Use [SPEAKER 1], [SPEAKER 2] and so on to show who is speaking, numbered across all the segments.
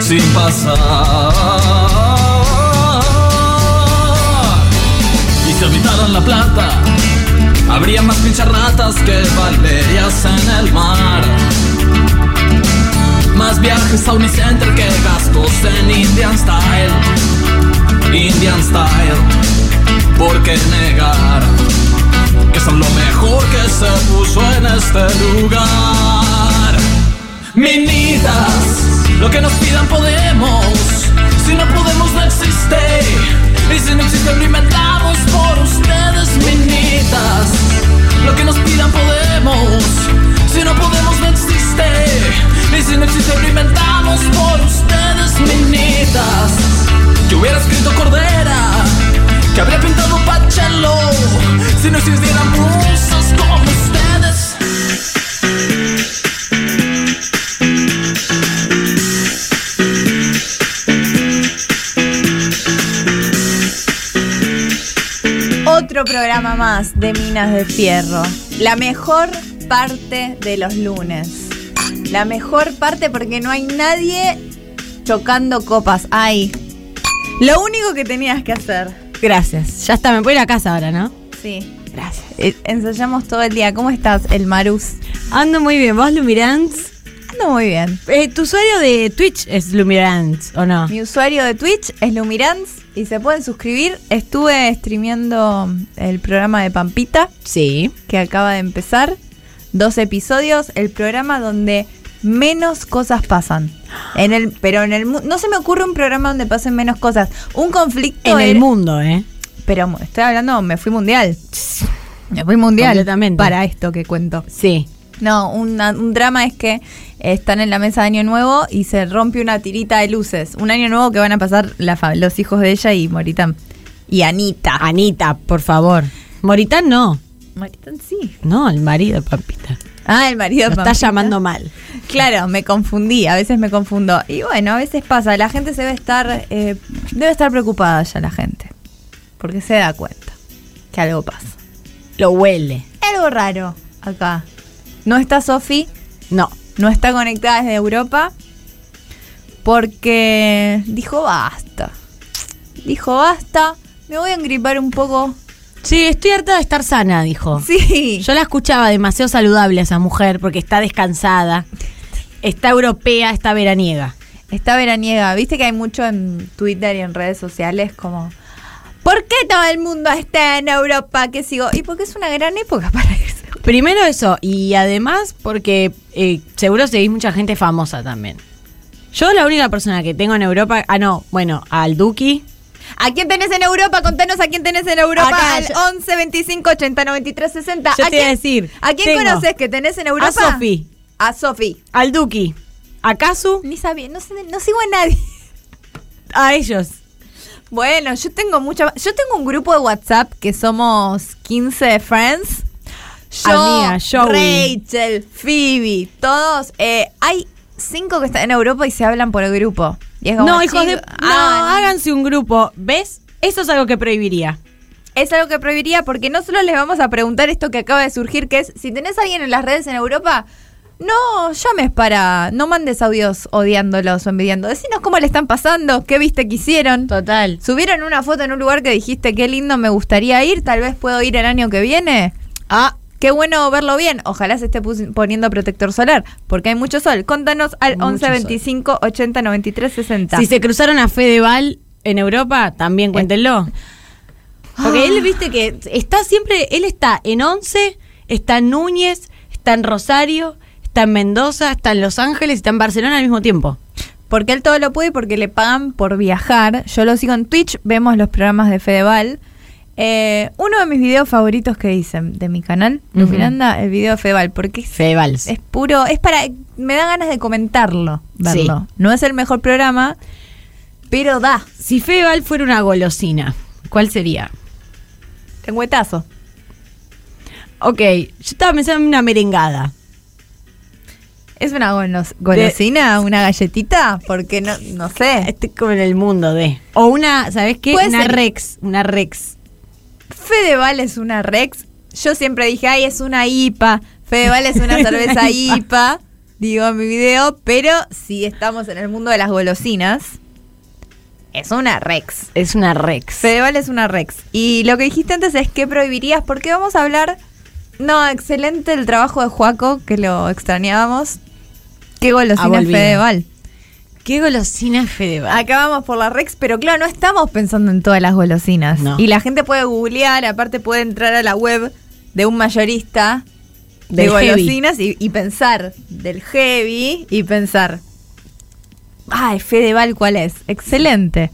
[SPEAKER 1] Sin pasar. Y si habitaran la plata, habría más pincharratas que valerias en el mar. Más viajes a Unicenter que gastos en Indian Style. Indian Style, ¿por qué negar? Que son lo mejor que se puso en este lugar. Minitas, lo que nos pidan podemos. Si no podemos, no existe. Y si no existe, lo inventamos por ustedes, minitas. Lo que nos pidan podemos. Si no podemos, no existe. Y si no existe, lo inventamos por ustedes, minitas. Que hubiera escrito Cordera, que habría pintado Pachelo. Si no existieran musas como ustedes.
[SPEAKER 2] Otro programa más de Minas de Fierro. La mejor parte de los lunes. La mejor parte porque no hay nadie chocando copas. Ahí. Lo único que tenías que hacer.
[SPEAKER 3] Gracias. Ya está, me voy a ir a casa ahora, ¿no?
[SPEAKER 2] Sí. Gracias. Eh, ensayamos todo el día. ¿Cómo estás, el Marus?
[SPEAKER 3] Ando muy bien. ¿Vos, Lumirants?
[SPEAKER 2] Ando muy bien.
[SPEAKER 3] Eh, tu usuario de Twitch es Lumirants, ¿o no?
[SPEAKER 2] Mi usuario de Twitch es Lumirans y se pueden suscribir. Estuve streameando el programa de Pampita.
[SPEAKER 3] Sí.
[SPEAKER 2] que acaba de empezar. Dos episodios, el programa donde menos cosas pasan. En el, pero en el mu- no se me ocurre un programa donde pasen menos cosas. Un conflicto
[SPEAKER 3] En el
[SPEAKER 2] era-
[SPEAKER 3] mundo, ¿eh?
[SPEAKER 2] Pero mu- estoy hablando, me fui mundial. Me fui mundial.
[SPEAKER 3] Completamente.
[SPEAKER 2] Para esto que cuento.
[SPEAKER 3] Sí.
[SPEAKER 2] No, una- un drama es que están en la mesa de Año Nuevo y se rompe una tirita de luces. Un año nuevo que van a pasar la fa- los hijos de ella y Moritán. Y Anita.
[SPEAKER 3] Anita, por favor. Moritán no.
[SPEAKER 2] Moritán sí.
[SPEAKER 3] No, el marido, papita.
[SPEAKER 2] Ah, el marido
[SPEAKER 3] Lo
[SPEAKER 2] de
[SPEAKER 3] está
[SPEAKER 2] Pampita.
[SPEAKER 3] llamando mal.
[SPEAKER 2] Claro, me confundí, a veces me confundo. Y bueno, a veces pasa, la gente se debe estar, eh, debe estar preocupada ya la gente, porque se da cuenta que algo pasa.
[SPEAKER 3] Lo huele.
[SPEAKER 2] Algo raro acá. No está Sofi,
[SPEAKER 3] No.
[SPEAKER 2] no está conectada desde Europa, porque dijo basta. Dijo basta, me voy a engripar un poco.
[SPEAKER 3] Sí, estoy harta de estar sana, dijo.
[SPEAKER 2] Sí.
[SPEAKER 3] Yo la escuchaba demasiado saludable a esa mujer porque está descansada, está europea, está veraniega.
[SPEAKER 2] Está veraniega. Viste que hay mucho en Twitter y en redes sociales como. ¿Por qué todo el mundo está en Europa? ¿Qué sigo? Y porque es una gran época para irse.
[SPEAKER 3] Primero eso, y además porque eh, seguro seguís mucha gente famosa también. Yo la única persona que tengo en Europa, ah no, bueno, al Duki,
[SPEAKER 2] ¿A quién tenés en Europa? Contanos a quién tenés en Europa.
[SPEAKER 3] Acá,
[SPEAKER 2] al
[SPEAKER 3] yo-
[SPEAKER 2] 11 25 80 93 60.
[SPEAKER 3] Yo te iba a decir,
[SPEAKER 2] ¿A quién
[SPEAKER 3] tengo
[SPEAKER 2] conoces que tenés en Europa?
[SPEAKER 3] a Sofi,
[SPEAKER 2] A Sofi.
[SPEAKER 3] al Duki, a Kazu,
[SPEAKER 2] Ni sabía, no, sé, no sigo a nadie.
[SPEAKER 3] a ellos.
[SPEAKER 2] Bueno, yo tengo mucha. Yo tengo un grupo de WhatsApp que somos 15 friends. Yo,
[SPEAKER 3] Amiga, Joey.
[SPEAKER 2] Rachel, Phoebe, todos. eh, hay cinco que están en Europa y se hablan por el grupo. Y es como,
[SPEAKER 3] No, hijos de... No,
[SPEAKER 2] chico, ah, no.
[SPEAKER 3] háganse un grupo, ¿ves? Eso es algo que prohibiría.
[SPEAKER 2] Es algo que prohibiría porque no solo les vamos a preguntar esto que acaba de surgir, que es si tenés a alguien en las redes en Europa. No llames para. No mandes audios odiándolos o envidiando. Decinos cómo le están pasando, qué viste que hicieron.
[SPEAKER 3] Total.
[SPEAKER 2] Subieron una foto en un lugar que dijiste qué lindo me gustaría ir, tal vez puedo ir el año que viene.
[SPEAKER 3] Ah,
[SPEAKER 2] Qué bueno verlo bien. Ojalá se esté pus- poniendo protector solar, porque hay mucho sol. Contanos al
[SPEAKER 3] Mucho
[SPEAKER 2] 11 25 80 93 60.
[SPEAKER 3] Si se cruzaron a Fedeval en Europa,
[SPEAKER 2] Eh,
[SPEAKER 3] también cuéntenlo.
[SPEAKER 2] ah.
[SPEAKER 3] Porque él, viste que está siempre, él está en Once, está en Núñez, está en Rosario, está en Mendoza, está en Los Ángeles y está en Barcelona al mismo tiempo.
[SPEAKER 2] Porque él todo lo puede y porque le pagan por viajar. Yo lo sigo en Twitch, vemos los programas de Fedeval. Eh, uno de mis videos favoritos que dicen de mi canal, de
[SPEAKER 3] Ujú.
[SPEAKER 2] Miranda, el video de Feval, porque es,
[SPEAKER 3] Fevals.
[SPEAKER 2] es puro, es para, me da ganas de comentarlo, verlo. No es el mejor programa, pero da,
[SPEAKER 3] Si Feval fuera una golosina, ¿cuál sería?
[SPEAKER 2] tenguetazo.
[SPEAKER 3] Ok, yo estaba pensando en una merengada.
[SPEAKER 2] ¿Es una golos- golosina, una galletita? Porque no, no sé.
[SPEAKER 3] Estoy como en el mundo de. O una, ¿sabes qué?
[SPEAKER 2] Puede
[SPEAKER 3] Una
[SPEAKER 2] ser.
[SPEAKER 3] Rex. Una Rex.
[SPEAKER 2] Fedeval es una Rex. Yo siempre dije, ay, es una IPA. Fedeval es una cerveza IPA. Digo en mi video, pero si estamos en el mundo de las golosinas, es una Rex.
[SPEAKER 3] Es una Rex.
[SPEAKER 2] Fedeval es una Rex. Y lo que dijiste antes es que prohibirías, porque vamos a hablar. No, excelente el trabajo de Juaco, que lo extrañábamos. Qué
[SPEAKER 3] Ha
[SPEAKER 2] golosina
[SPEAKER 3] volvido.
[SPEAKER 2] Fedeval.
[SPEAKER 3] ¿Qué golosina es Fedeval?
[SPEAKER 2] Acabamos por la Rex, pero claro, no estamos pensando en todas las golosinas.
[SPEAKER 3] No.
[SPEAKER 2] Y la gente puede googlear, aparte puede entrar a la web de un mayorista de
[SPEAKER 3] Del heavy.
[SPEAKER 2] golosinas y, y pensar del heavy y pensar. Ay, Fedeval, ¿cuál es? Excelente.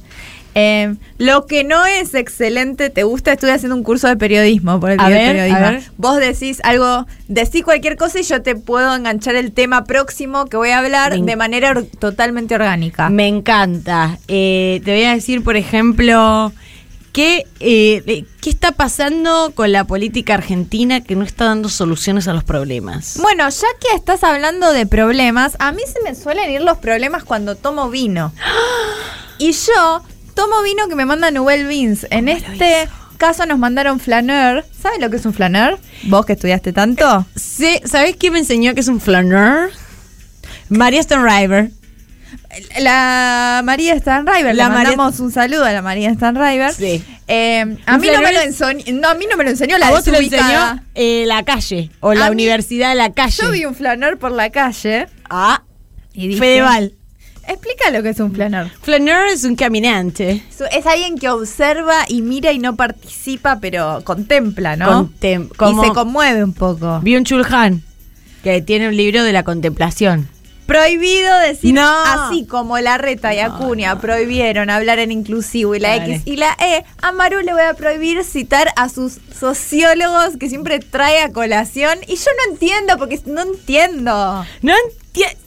[SPEAKER 2] Eh, lo que no es excelente, te gusta, estoy haciendo un curso de periodismo por el
[SPEAKER 3] A
[SPEAKER 2] día del
[SPEAKER 3] ver, a
[SPEAKER 2] periodismo.
[SPEAKER 3] ver.
[SPEAKER 2] Vos decís algo, decís cualquier cosa y yo te puedo enganchar el tema próximo que voy a hablar
[SPEAKER 3] Me en-
[SPEAKER 2] de manera or- totalmente orgánica.
[SPEAKER 3] Me encanta. Eh, te voy a decir, por ejemplo, ¿qué, eh, eh, ¿qué está pasando con la política argentina que no está dando soluciones a los problemas?
[SPEAKER 2] Bueno, ya que estás hablando de problemas, a mí se me suelen ir los problemas cuando tomo vino. Y yo tomo vino que me manda Nubel Beans. En este caso nos mandaron flaneur. ¿Sabes lo que es un flaneur? ¿Vos que estudiaste tanto?
[SPEAKER 3] Sí, ¿Sabes quién me enseñó que es un flaneur? María Stonriver.
[SPEAKER 2] La María Stanriver.
[SPEAKER 3] Eh, La
[SPEAKER 2] La
[SPEAKER 3] María-
[SPEAKER 2] mandamos un saludo a la María Stanriver.
[SPEAKER 3] Sí.
[SPEAKER 2] Eh, a,
[SPEAKER 3] Un
[SPEAKER 2] mí no me
[SPEAKER 3] flaneur
[SPEAKER 2] lo
[SPEAKER 3] es-
[SPEAKER 2] enseñó, no, a mí no me lo enseñó la
[SPEAKER 3] ¿A vos te lo
[SPEAKER 2] desubicada.
[SPEAKER 3] enseñó eh, la calle o
[SPEAKER 2] A
[SPEAKER 3] la
[SPEAKER 2] mí-
[SPEAKER 3] universidad de la calle?
[SPEAKER 2] Yo vi un flaneur por la calle
[SPEAKER 3] Ah,
[SPEAKER 2] y dije...
[SPEAKER 3] Fedeval.
[SPEAKER 2] Explica lo que es un flaneur.
[SPEAKER 3] Flaneur es un caminante.
[SPEAKER 2] Su- Es alguien que observa y mira y no participa, pero contempla, ¿no?
[SPEAKER 3] Contem- como-
[SPEAKER 2] Y se conmueve un poco.
[SPEAKER 3] Byung-Chul Han, que tiene un libro de la contemplación.
[SPEAKER 2] Prohibido decir
[SPEAKER 3] No.
[SPEAKER 2] así como la reta y Acuña prohibieron hablar en inclusivo y la
[SPEAKER 3] Dale.
[SPEAKER 2] X y la E, a Maru le voy a prohibir citar a sus sociólogos que siempre trae a colación y yo no entiendo porque no entiendo.
[SPEAKER 3] No entiendo.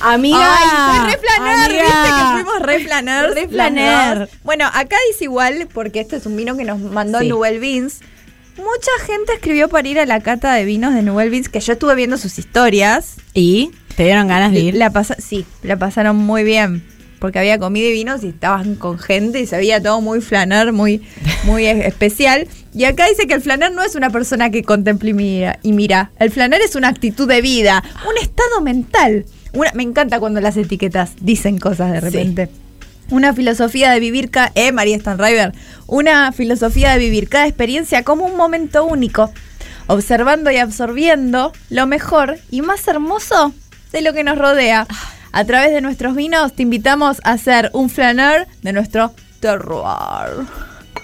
[SPEAKER 3] Amiga,
[SPEAKER 2] Ay, soy replaner,
[SPEAKER 3] Ah, Amiga.
[SPEAKER 2] viste que fuimos replaner.
[SPEAKER 3] Re planer.
[SPEAKER 2] Bueno, acá dice igual, porque este es un vino que nos mandó
[SPEAKER 3] Sí.
[SPEAKER 2] Nubel Beans. Mucha gente escribió para ir a la cata de vinos de Nubel Beans, que yo estuve viendo sus historias.
[SPEAKER 3] ¿Y? ¿Te dieron ganas de ir?
[SPEAKER 2] La pasa sí, la pasaron muy bien. Porque había comida y vinos y estaban con gente y se veía todo muy flaner, muy, muy es- especial. Y acá dice que el flaner no es una persona que contempla y mira. Y mira. El flaner es una actitud de vida, un estado mental. Una, me encanta cuando las etiquetas dicen cosas de
[SPEAKER 3] Sí.
[SPEAKER 2] repente. Una filosofía de vivir cada... Eh, María Stanriver. Una filosofía de vivir cada experiencia como un momento único. Observando y absorbiendo lo mejor y más hermoso de lo que nos rodea. A través de nuestros vinos te invitamos a hacer un flaneur de nuestro terroir.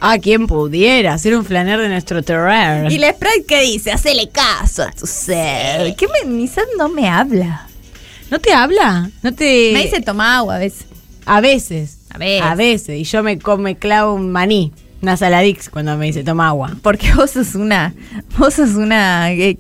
[SPEAKER 3] A quien pudiera ser un flaner de nuestro terror.
[SPEAKER 2] Y la Sprite que dice, hacele caso a tu ser. ¿Qué me, Nissan no me habla?
[SPEAKER 3] ¿No te habla? ¿No te.?
[SPEAKER 2] Me dice toma agua a veces.
[SPEAKER 3] A veces.
[SPEAKER 2] A veces.
[SPEAKER 3] A veces. Y yo me, co- me clavo un maní, una saladix, cuando me dice toma agua.
[SPEAKER 2] Porque vos sos una. Vos sos una. eh,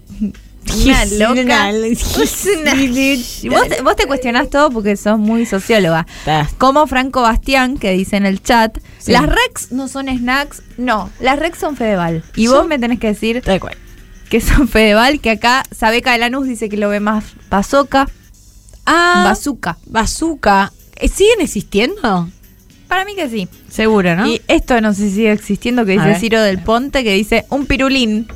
[SPEAKER 2] una
[SPEAKER 3] Sí,
[SPEAKER 2] loca.
[SPEAKER 3] una-
[SPEAKER 2] Vos, una-
[SPEAKER 3] sí,
[SPEAKER 2] vos te- vos te cuestionás todo porque sos muy socióloga.
[SPEAKER 3] Ta.
[SPEAKER 2] Como Franco Bastián, que dice en el chat,
[SPEAKER 3] Sí.
[SPEAKER 2] las Rex no son snacks, no, las Rex son Fedeval. Y
[SPEAKER 3] Sí.
[SPEAKER 2] vos me tenés que decir
[SPEAKER 3] Tal cual.
[SPEAKER 2] que son Fedeval, que acá Sabeca de Lanús dice que lo ve más bazoca,
[SPEAKER 3] Ah.
[SPEAKER 2] bazooka.
[SPEAKER 3] Bazooka. Eh, ¿Siguen existiendo?
[SPEAKER 2] Para mí que sí.
[SPEAKER 3] Seguro, ¿no?
[SPEAKER 2] Y esto no sé si sigue existiendo, que
[SPEAKER 3] Ah. A
[SPEAKER 2] dice
[SPEAKER 3] ver.
[SPEAKER 2] Ciro del Ponte, que dice un pirulín.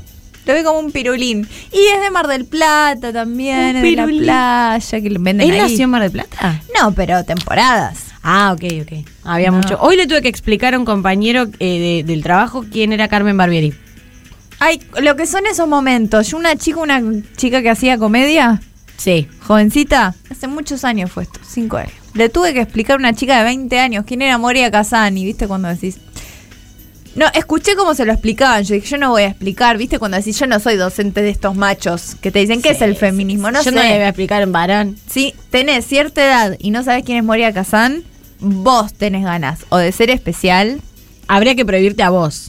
[SPEAKER 2] Lo ve como un pirulín. Y es de Mar del Plata también,
[SPEAKER 3] Un
[SPEAKER 2] es de la
[SPEAKER 3] pirulín.
[SPEAKER 2] playa, que lo venden
[SPEAKER 3] ¿Él
[SPEAKER 2] ahí.
[SPEAKER 3] nació en Mar del Plata?
[SPEAKER 2] No, pero temporadas.
[SPEAKER 3] Ah, ok, ok. Había
[SPEAKER 2] No.
[SPEAKER 3] mucho. Hoy le tuve que explicar a un compañero eh, de- del trabajo quién era Carmen Barbieri.
[SPEAKER 2] Ay, lo que son esos momentos. Yo una chica, una chica que hacía comedia,
[SPEAKER 3] Sí.
[SPEAKER 2] jovencita, hace muchos años fue esto, cinco años. Le tuve que explicar a una chica de 20 años quién era Moria Casani, ¿viste? Cuando decís, No, escuché cómo se lo explicaban. Yo dije, yo no voy a explicar, ¿viste? Cuando decís, yo no soy docente de estos machos que te dicen, ¿qué
[SPEAKER 3] Sí,
[SPEAKER 2] es el feminismo? No
[SPEAKER 3] Yo
[SPEAKER 2] sé.
[SPEAKER 3] no le voy a explicar en varón.
[SPEAKER 2] Si tenés cierta edad y no sabes quién es Moria Kazan, vos tenés ganas o de ser especial.
[SPEAKER 3] Habría que prohibirte a vos.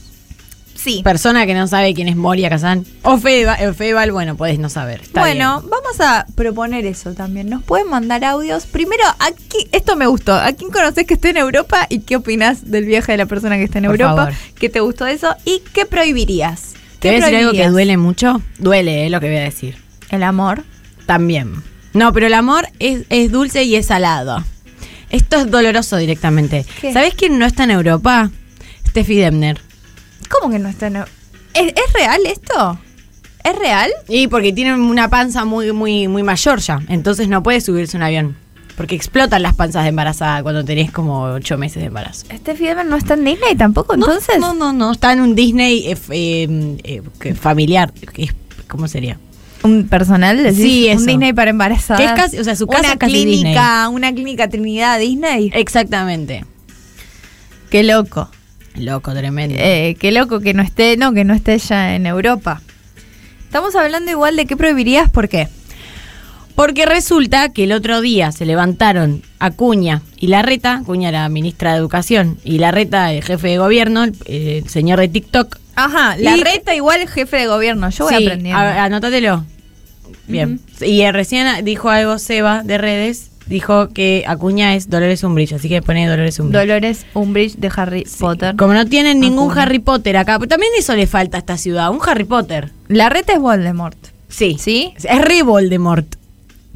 [SPEAKER 2] Sí.
[SPEAKER 3] Persona que no sabe quién es Moria Kazan. O Feba- eh, Feval, bueno, podés no saber. está
[SPEAKER 2] bueno,
[SPEAKER 3] bien.
[SPEAKER 2] vamos a proponer eso también. Nos pueden mandar audios. Primero, aquí, esto me gustó. ¿A quién conoces que esté en Europa y qué opinás del viaje de la persona que está en
[SPEAKER 3] Por
[SPEAKER 2] Europa?
[SPEAKER 3] favor.
[SPEAKER 2] ¿Qué te gustó de eso? ¿Y qué prohibirías?
[SPEAKER 3] ¿Te
[SPEAKER 2] ¿Qué
[SPEAKER 3] voy a decir algo que
[SPEAKER 2] prohibirías?
[SPEAKER 3] duele mucho? Duele, es lo que voy a decir.
[SPEAKER 2] El amor.
[SPEAKER 3] También. No, pero el amor es, es dulce y es salado. Esto es doloroso directamente.
[SPEAKER 2] ¿Qué?
[SPEAKER 3] ¿Sabés quién no está en Europa? Steffi Demner.
[SPEAKER 2] ¿Cómo que no está en Eu- ¿Es, ¿Es real esto? ¿Es real?
[SPEAKER 3] Y porque tiene una panza muy, muy, muy mayor ya. Entonces no puede subirse a un avión. Porque explotan las panzas de embarazada cuando tenés como ocho meses de embarazo.
[SPEAKER 2] Este Fiedman no está en Disney tampoco,
[SPEAKER 3] No,
[SPEAKER 2] entonces.
[SPEAKER 3] No, no, no. Está en un Disney eh, eh, eh, que- familiar. que es- ¿Cómo sería?
[SPEAKER 2] Un personal, decís,
[SPEAKER 3] Sí, eso.
[SPEAKER 2] un Disney para embarazadas.
[SPEAKER 3] Que es casi- o sea, su casa
[SPEAKER 2] una
[SPEAKER 3] es casi
[SPEAKER 2] clínica, una clínica Trinidad Disney.
[SPEAKER 3] Exactamente.
[SPEAKER 2] qué loco.
[SPEAKER 3] Loco, tremendo.
[SPEAKER 2] Eh, qué loco que no esté, no, que no esté ya en Europa. Estamos hablando igual de qué prohibirías, ¿por qué?
[SPEAKER 3] Porque resulta que el otro día se levantaron Acuña y Larreta, Acuña era ministra de Educación, y Larreta el jefe de gobierno, el, el señor de TikTok.
[SPEAKER 2] Ajá, la reta igual jefe de gobierno, yo voy
[SPEAKER 3] Sí,
[SPEAKER 2] aprendiendo.
[SPEAKER 3] a- anótatelo. Bien. Y eh, recién a- dijo algo Seba de redes, dijo que Acuña es Dolores Umbrillo, así que pone Dolores Umbrillo.
[SPEAKER 2] Dolores Umbridge de Harry Potter.
[SPEAKER 3] Como no tienen ningún
[SPEAKER 2] Acuña.
[SPEAKER 3] Harry Potter acá, pero también eso le falta a esta ciudad, un Harry Potter.
[SPEAKER 2] La reta es Voldemort.
[SPEAKER 3] Sí.
[SPEAKER 2] ¿Sí?
[SPEAKER 3] Es re Voldemort.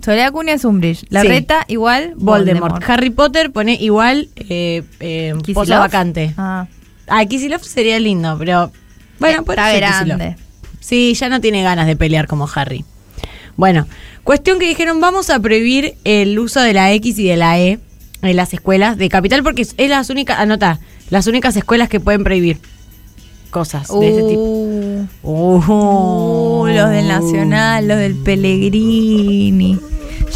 [SPEAKER 2] Soledad Cunha es Umbridge. La
[SPEAKER 3] Sí.
[SPEAKER 2] reta igual
[SPEAKER 3] Voldemort.
[SPEAKER 2] Voldemort.
[SPEAKER 3] Harry Potter pone igual eh, eh,
[SPEAKER 2] Kisilov.
[SPEAKER 3] pozo vacante.
[SPEAKER 2] Ah.
[SPEAKER 3] Ah, Kisilov sería lindo, pero. Bueno, puede
[SPEAKER 2] Está
[SPEAKER 3] ser
[SPEAKER 2] grande.
[SPEAKER 3] Kicillof. Sí, ya no tiene ganas de pelear como Harry. Bueno, cuestión que dijeron: vamos a prohibir el uso de la X y de la E en las escuelas de capital, porque es es las únicas. Anota, las únicas escuelas que pueden prohibir cosas de ese tipo.
[SPEAKER 2] Uh,
[SPEAKER 3] Oh.
[SPEAKER 2] uh, los del Nacional, los del Pellegrini.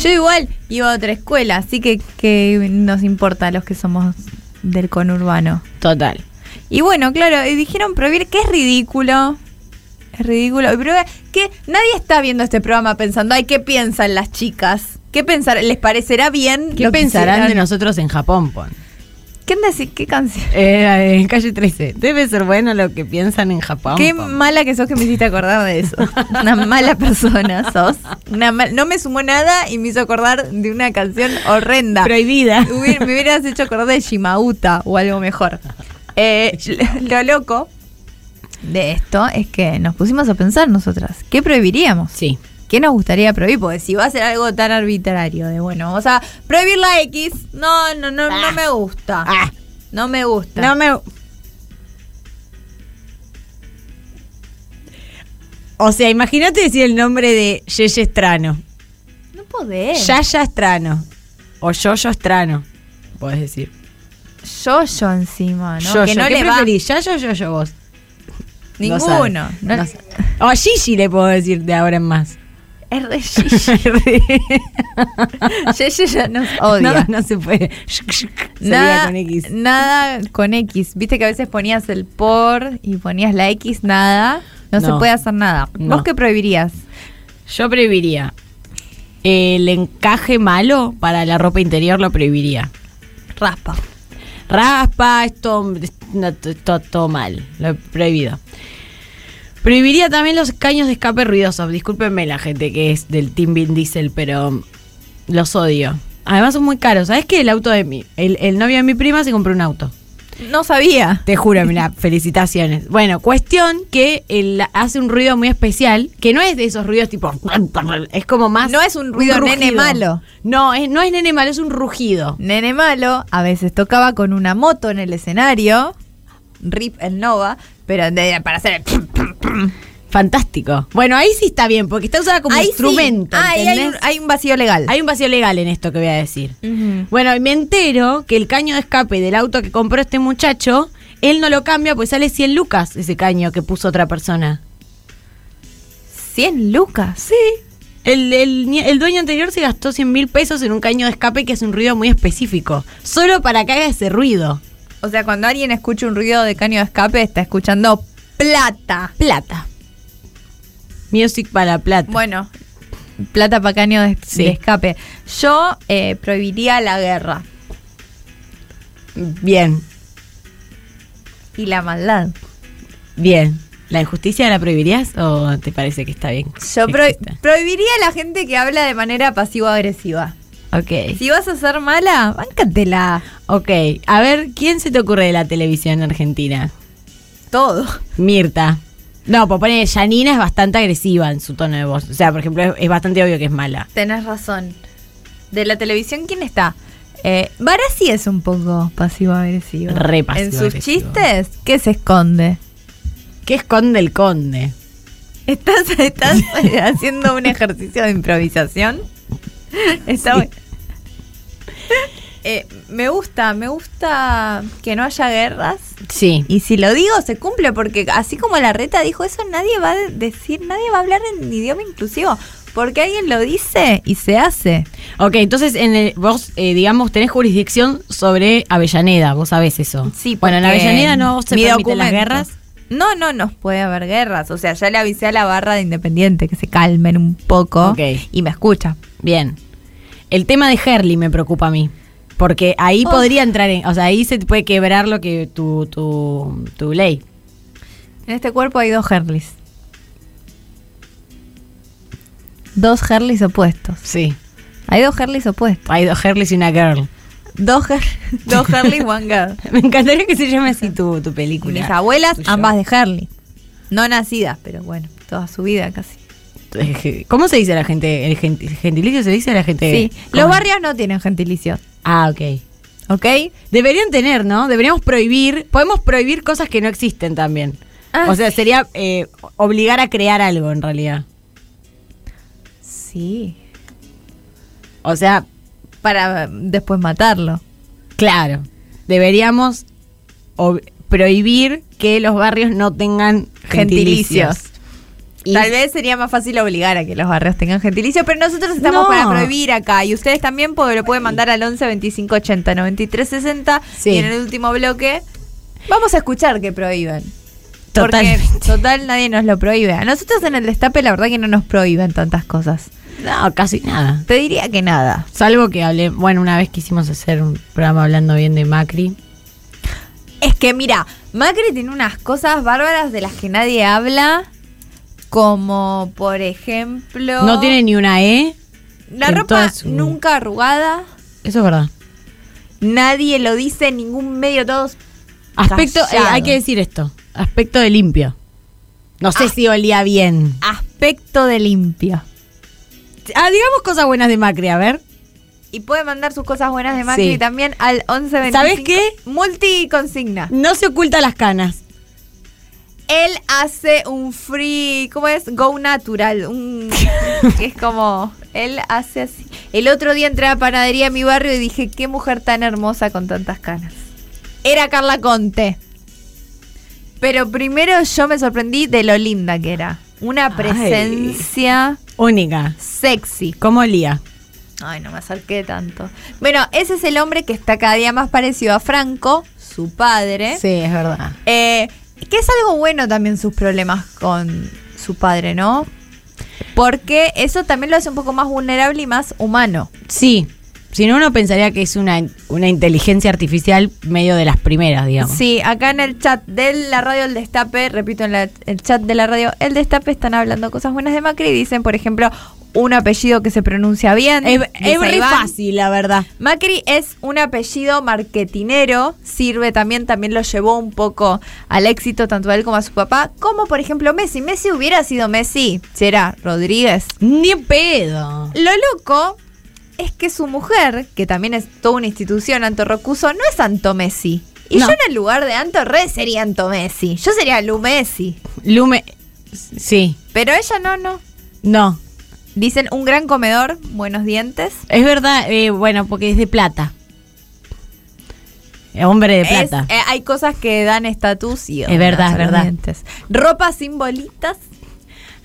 [SPEAKER 2] Yo igual iba a otra escuela, así que, que nos importa los que somos del conurbano.
[SPEAKER 3] Total.
[SPEAKER 2] Y bueno, claro, y dijeron prohibir que es ridículo. Es ridículo. Pero que nadie está viendo este programa pensando, ay, ¿qué piensan las chicas? ¿Qué pensar? ¿Les parecerá bien?
[SPEAKER 3] ¿Qué
[SPEAKER 2] lo que
[SPEAKER 3] pensarán de
[SPEAKER 2] hicieron?
[SPEAKER 3] nosotros en Japón, pon?
[SPEAKER 2] ¿Quién deci- ¿Qué canción?
[SPEAKER 3] Eh, en calle 13. Debe ser bueno lo que piensan en Japón.
[SPEAKER 2] Qué
[SPEAKER 3] pon.
[SPEAKER 2] mala que sos que me hiciste acordar de eso. Una mala persona sos. Una mal- no me sumó nada y me hizo acordar de una canción horrenda.
[SPEAKER 3] Prohibida.
[SPEAKER 2] Hubiera- me hubieras hecho acordar de Shimauta o algo mejor. Eh, lo loco de esto es que nos pusimos a pensar nosotras. ¿Qué prohibiríamos?
[SPEAKER 3] Sí.
[SPEAKER 2] ¿Qué nos gustaría prohibir? Porque si va a ser algo tan arbitrario de, bueno, vamos a prohibir la X. No, no, no, no me gusta.
[SPEAKER 3] Ah,
[SPEAKER 2] No me gusta.
[SPEAKER 3] no me. O sea, imagínate decir el nombre de Yeye Estrano.
[SPEAKER 2] no podés.
[SPEAKER 3] Yaya Estrano. O Yoyo Estrano. Podés decir.
[SPEAKER 2] yo-yo encima, ¿no?
[SPEAKER 3] Ah, Yoyo.
[SPEAKER 2] que no
[SPEAKER 3] ¿Qué
[SPEAKER 2] le va
[SPEAKER 3] preferís? ¿Yayo o Yoyo vos? No sabe.
[SPEAKER 2] ninguno. No-
[SPEAKER 3] No sabe. O a Gigi le puedo decir de ahora en más.
[SPEAKER 2] es re Gigi. Yeye ya nos
[SPEAKER 3] no,
[SPEAKER 2] odia.
[SPEAKER 3] no se puede. Sería
[SPEAKER 2] Nada
[SPEAKER 3] con X.
[SPEAKER 2] nada con X. Viste que a veces ponías el por y ponías la X, nada. No, se
[SPEAKER 3] No.
[SPEAKER 2] puede hacer nada.
[SPEAKER 3] No.
[SPEAKER 2] ¿Vos qué prohibirías?
[SPEAKER 3] Yo prohibiría. El encaje malo para la ropa interior lo prohibiría.
[SPEAKER 2] Raspa.
[SPEAKER 3] Raspa, esto, esto, esto- todo mal, lo prohibido. Prohibiría también los caños de escape ruidosos. Discúlpenme la gente que es del Team Vin Diesel, pero los odio. Además son muy caros. ¿Sabes que el auto de mi, el, el novio de mi prima se compró un auto?
[SPEAKER 2] No sabía.
[SPEAKER 3] Te juro, mira, felicitaciones. Bueno, cuestión que el- hace un ruido muy especial, que no es de esos ruidos tipo. Es como más.
[SPEAKER 2] No es un ruido nene
[SPEAKER 3] rugido.
[SPEAKER 2] malo.
[SPEAKER 3] No, es, no es nene malo, es un rugido.
[SPEAKER 2] Nene malo, a veces tocaba con una moto en el escenario. Rip el Nova, pero de- para hacer el
[SPEAKER 3] Fantástico. Bueno, ahí sí está bien, porque está usada como
[SPEAKER 2] Ahí sí.
[SPEAKER 3] instrumento.
[SPEAKER 2] Ahí hay,
[SPEAKER 3] ¿entendés?
[SPEAKER 2] un, hay un vacío legal.
[SPEAKER 3] Hay un vacío legal en esto que voy a decir.
[SPEAKER 2] Ujú.
[SPEAKER 3] Bueno, y me entero que el caño de escape del auto que compró este muchacho, él no lo cambia, pues sale 100 lucas ese caño que puso otra persona.
[SPEAKER 2] 100 lucas.
[SPEAKER 3] Sí. El, el ni- el dueño anterior se gastó 100 mil pesos en un caño de escape que hace un ruido muy específico. Solo para que haga ese ruido.
[SPEAKER 2] O sea, cuando alguien escucha un ruido de caño de escape, está escuchando plata.
[SPEAKER 3] Plata. Music para plata.
[SPEAKER 2] Bueno, plata para caño de,
[SPEAKER 3] Sí.
[SPEAKER 2] de escape. Yo eh, prohibiría la guerra
[SPEAKER 3] Bien,
[SPEAKER 2] y la maldad.
[SPEAKER 3] bien. ¿La injusticia la prohibirías o te parece que está bien?
[SPEAKER 2] Yo
[SPEAKER 3] que
[SPEAKER 2] pro-
[SPEAKER 3] exista?
[SPEAKER 2] prohibiría a la gente que habla de manera pasivo-agresiva.
[SPEAKER 3] Ok.
[SPEAKER 2] Si vas a ser mala, báncatela.
[SPEAKER 3] Ok. A ver, ¿quién se te ocurre de la televisión argentina?
[SPEAKER 2] Todo.
[SPEAKER 3] Mirta. No, pues pone, Janina es bastante agresiva en su tono de voz. O sea, por ejemplo, es, es bastante obvio que es mala.
[SPEAKER 2] Tenés razón. De la televisión, ¿quién está? Eh, Vara sí es un poco pasivo-agresivo.
[SPEAKER 3] Re
[SPEAKER 2] En sus
[SPEAKER 3] pasivo-agresivo.
[SPEAKER 2] chistes, ¿qué se esconde?
[SPEAKER 3] ¿Qué esconde el conde?
[SPEAKER 2] ¿Estás, estás eh, haciendo un ejercicio de improvisación? Está bu- Eh, me gusta, me gusta que no haya guerras.
[SPEAKER 3] Sí.
[SPEAKER 2] Y si lo digo, se cumple, porque así como la reta dijo eso, nadie va a de- decir, nadie va a hablar en idioma inclusivo. Porque alguien lo dice y se hace.
[SPEAKER 3] Ok, entonces en el- vos, eh, digamos, tenés jurisdicción sobre Avellaneda, vos sabés eso. Bueno, en
[SPEAKER 2] porque
[SPEAKER 3] Avellaneda no se
[SPEAKER 2] mi
[SPEAKER 3] permiten las
[SPEAKER 2] documento.
[SPEAKER 3] guerras.
[SPEAKER 2] No, no, no puede haber guerras. O sea, ya le avisé a la barra de Independiente que se calmen un poco
[SPEAKER 3] Ok.
[SPEAKER 2] y me escucha.
[SPEAKER 3] Bien. El tema de Herley me preocupa a mí. Porque ahí
[SPEAKER 2] Oh.
[SPEAKER 3] podría entrar en. O sea, ahí se te puede quebrar lo que tu, tu, tu ley.
[SPEAKER 2] En este cuerpo hay dos Herlis. Dos Herlis opuestos.
[SPEAKER 3] Sí.
[SPEAKER 2] Hay dos Herlis opuestos.
[SPEAKER 3] Hay dos Herleys y una girl.
[SPEAKER 2] Dos, Her- dos Herlis, one girl.
[SPEAKER 3] Me encantaría que se llame así tu, tu película.
[SPEAKER 2] Mis abuelas,
[SPEAKER 3] Tuyo.
[SPEAKER 2] ambas de Herley. No nacidas, pero bueno, toda su vida casi.
[SPEAKER 3] Eh, ¿Cómo se dice a la gente? ¿El gen- el gentilicio se dice a la gente?
[SPEAKER 2] Sí.
[SPEAKER 3] ¿Cómo
[SPEAKER 2] Los
[SPEAKER 3] es?
[SPEAKER 2] barrios no tienen gentilicios,
[SPEAKER 3] Ah, ok.
[SPEAKER 2] ¿ok?
[SPEAKER 3] Deberían tener, ¿no? Deberíamos prohibir. Podemos prohibir cosas que no existen también.
[SPEAKER 2] Ah.
[SPEAKER 3] O sea, sería eh, obligar a crear algo en realidad.
[SPEAKER 2] Sí.
[SPEAKER 3] O sea,
[SPEAKER 2] Para eh, después matarlo.
[SPEAKER 3] Claro, deberíamos ob- prohibir que los barrios no tengan gentilicios.
[SPEAKER 2] Gentilicios.
[SPEAKER 3] Y-
[SPEAKER 2] Tal vez sería más fácil obligar a que los barrios tengan gentilicios, pero nosotros estamos
[SPEAKER 3] No.
[SPEAKER 2] para prohibir acá. Y ustedes también porque lo pueden mandar al 11 25 80 93 60.
[SPEAKER 3] Sí.
[SPEAKER 2] Y en el último bloque vamos a escuchar que prohíben. Porque
[SPEAKER 3] Totalmente.
[SPEAKER 2] total nadie nos lo prohíbe. A nosotros en el destape la verdad que no nos prohíben tantas cosas.
[SPEAKER 3] No, casi nada.
[SPEAKER 2] Te diría que nada.
[SPEAKER 3] Salvo que hablé, bueno, una vez quisimos hacer un programa hablando bien de Macri.
[SPEAKER 2] Es que mira, Macri tiene unas cosas bárbaras de las que nadie habla, como por ejemplo...
[SPEAKER 3] No tiene ni una E.
[SPEAKER 2] La
[SPEAKER 3] en
[SPEAKER 2] ropa
[SPEAKER 3] toda su-
[SPEAKER 2] nunca arrugada.
[SPEAKER 3] Eso es verdad.
[SPEAKER 2] Nadie lo dice en ningún medio, todos.
[SPEAKER 3] Aspecto, eh,
[SPEAKER 2] Callado.
[SPEAKER 3] hay que decir esto. Aspecto de limpio. No sé
[SPEAKER 2] Ah.
[SPEAKER 3] si olía bien.
[SPEAKER 2] Aspecto de limpio.
[SPEAKER 3] Ah, digamos cosas buenas de Macri, a ver.
[SPEAKER 2] Y puede mandar sus cosas buenas de Macri
[SPEAKER 3] Sí.
[SPEAKER 2] también al 1125.
[SPEAKER 3] ¿Sabes qué?
[SPEAKER 2] Multiconsigna.
[SPEAKER 3] No se oculta las canas.
[SPEAKER 2] Él hace un free. ¿Cómo es? Go natural. Un, que es como. Él hace así. El otro día entré a la panadería en mi barrio y dije: Qué mujer tan hermosa con tantas canas. Era Carla Conte. Pero primero yo me sorprendí de lo linda que era. Una
[SPEAKER 3] Ay.
[SPEAKER 2] presencia.
[SPEAKER 3] Única.
[SPEAKER 2] sexy.
[SPEAKER 3] ¿Cómo olía?
[SPEAKER 2] Ay, no me acerqué tanto. Bueno, ese es el hombre que está cada día más parecido a Franco, su padre.
[SPEAKER 3] Sí, es verdad.
[SPEAKER 2] Eh, que es algo bueno también sus problemas con su padre, ¿no? Porque eso también lo hace un poco más vulnerable y más humano.
[SPEAKER 3] Sí, si no uno pensaría que es una, una inteligencia artificial medio de las primeras, digamos.
[SPEAKER 2] Sí, acá en el chat de la radio El Destape, repito, en la- el chat de la radio El Destape están hablando cosas buenas de Macri y dicen, por ejemplo, un apellido que se pronuncia bien.
[SPEAKER 3] Es,
[SPEAKER 2] dice
[SPEAKER 3] es re
[SPEAKER 2] Iván.
[SPEAKER 3] fácil, la verdad.
[SPEAKER 2] Macri es un apellido marketinero, sirve también, también lo llevó un poco al éxito tanto a él como a su papá, como por ejemplo Messi. Messi hubiera sido Messi si era Rodríguez.
[SPEAKER 3] Ni en pedo.
[SPEAKER 2] Lo loco es que su mujer, que también es toda una institución, Anto Rocuso, no es Anto Messi. Y
[SPEAKER 3] No.
[SPEAKER 2] yo en el lugar de Anto Re sería Anto Messi. Yo sería Lu Messi.
[SPEAKER 3] Lume. Sí,
[SPEAKER 2] Pero ella no, no.
[SPEAKER 3] no.
[SPEAKER 2] Dicen un gran comedor, buenos dientes.
[SPEAKER 3] Es verdad, eh, bueno, porque es de plata. Eh, Hombre de
[SPEAKER 2] Es-
[SPEAKER 3] plata.
[SPEAKER 2] eh, hay cosas que dan estatus y
[SPEAKER 3] Es verdad, es verdad.
[SPEAKER 2] obviamente. Ropa sin bolitas.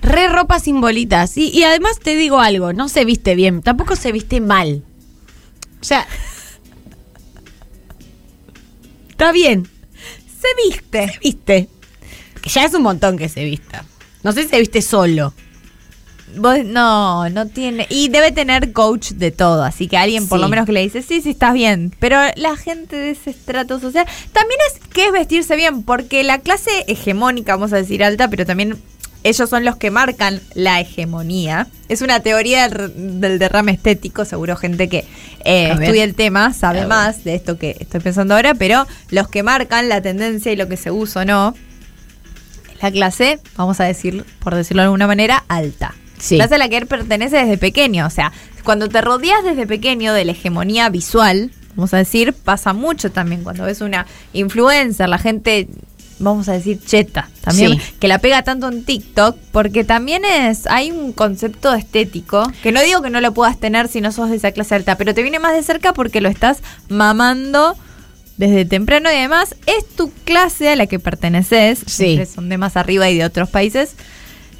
[SPEAKER 3] Re ropa sin bolitas. Y, y además te digo algo, no se viste bien, tampoco se viste mal. O sea, Está bien,
[SPEAKER 2] Se viste.
[SPEAKER 3] viste. Que ya es un montón que se vista. No sé si se viste solo.
[SPEAKER 2] Vos- no, no tiene. Y debe tener coach de todo. Así que alguien por
[SPEAKER 3] Sí.
[SPEAKER 2] lo menos que le dice, sí, sí, estás bien. Pero la gente de ese estrato social. También es que es vestirse bien. Porque la clase hegemónica, vamos a decir alta, pero también ellos son los que marcan la hegemonía. Es una teoría del, del derrame estético. Seguro gente que eh,
[SPEAKER 3] A ver.
[SPEAKER 2] estudia el tema sabe
[SPEAKER 3] A ver.
[SPEAKER 2] más de esto que estoy pensando ahora. Pero los que marcan la tendencia y lo que se usa o no. La clase, vamos a decir, por decirlo de alguna manera, alta.
[SPEAKER 3] Sí.
[SPEAKER 2] Clase a la que él pertenece desde pequeño. O sea, cuando te rodeas desde pequeño de la hegemonía visual, vamos a decir, pasa mucho también. Cuando ves una influencer, la gente, vamos a decir, cheta también,
[SPEAKER 3] Sí.
[SPEAKER 2] que la pega tanto en TikTok, porque también es, hay un concepto estético, que no digo que no lo puedas tener si no sos de esa clase alta, pero te viene más de cerca porque lo estás mamando desde temprano y además es tu clase a la que perteneces,
[SPEAKER 3] Sí.
[SPEAKER 2] siempre son de más arriba y de otros países,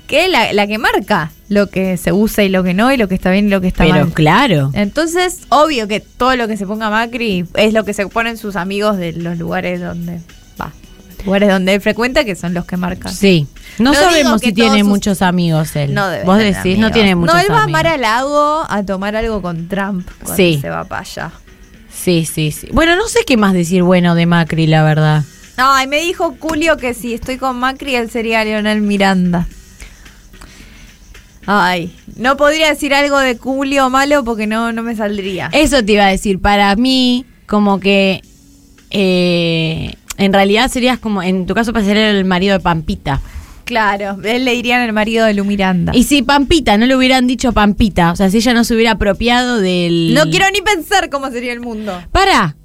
[SPEAKER 2] que la, la que marca lo que se usa y lo que no, y lo que está bien y lo que está
[SPEAKER 3] Pero
[SPEAKER 2] mal.
[SPEAKER 3] claro.
[SPEAKER 2] Entonces, obvio que todo lo que se ponga Macri es lo que se ponen sus amigos de los lugares donde va, lugares donde él frecuenta, que son los que marcan.
[SPEAKER 3] Sí.
[SPEAKER 2] No
[SPEAKER 3] No,
[SPEAKER 2] digo
[SPEAKER 3] sabemos
[SPEAKER 2] que
[SPEAKER 3] si tiene
[SPEAKER 2] todos sus-
[SPEAKER 3] muchos amigos él.
[SPEAKER 2] No debe
[SPEAKER 3] Vos
[SPEAKER 2] tener
[SPEAKER 3] decís,
[SPEAKER 2] amigos.
[SPEAKER 3] no tiene muchos
[SPEAKER 2] No, él va a
[SPEAKER 3] amigos.
[SPEAKER 2] amar al lago a tomar algo con Trump cuando
[SPEAKER 3] Sí.
[SPEAKER 2] se va para allá.
[SPEAKER 3] Sí, sí, sí. Bueno, no sé qué más decir bueno de Macri, la verdad.
[SPEAKER 2] Ay, me dijo Julio que si estoy con Macri, él sería Leonel Miranda. Ay, no podría decir algo de Julio malo porque no, no me saldría.
[SPEAKER 3] Eso te iba a decir. Para mí, como que. eh, en realidad serías como. En tu caso, pasaría el marido de Pampita.
[SPEAKER 2] claro, él le dirían el marido de Lu Miranda.
[SPEAKER 3] Y si Pampita no le hubieran dicho Pampita, o sea, si ella no se hubiera apropiado del.
[SPEAKER 2] no quiero ni pensar cómo sería el mundo.
[SPEAKER 3] ¡Para!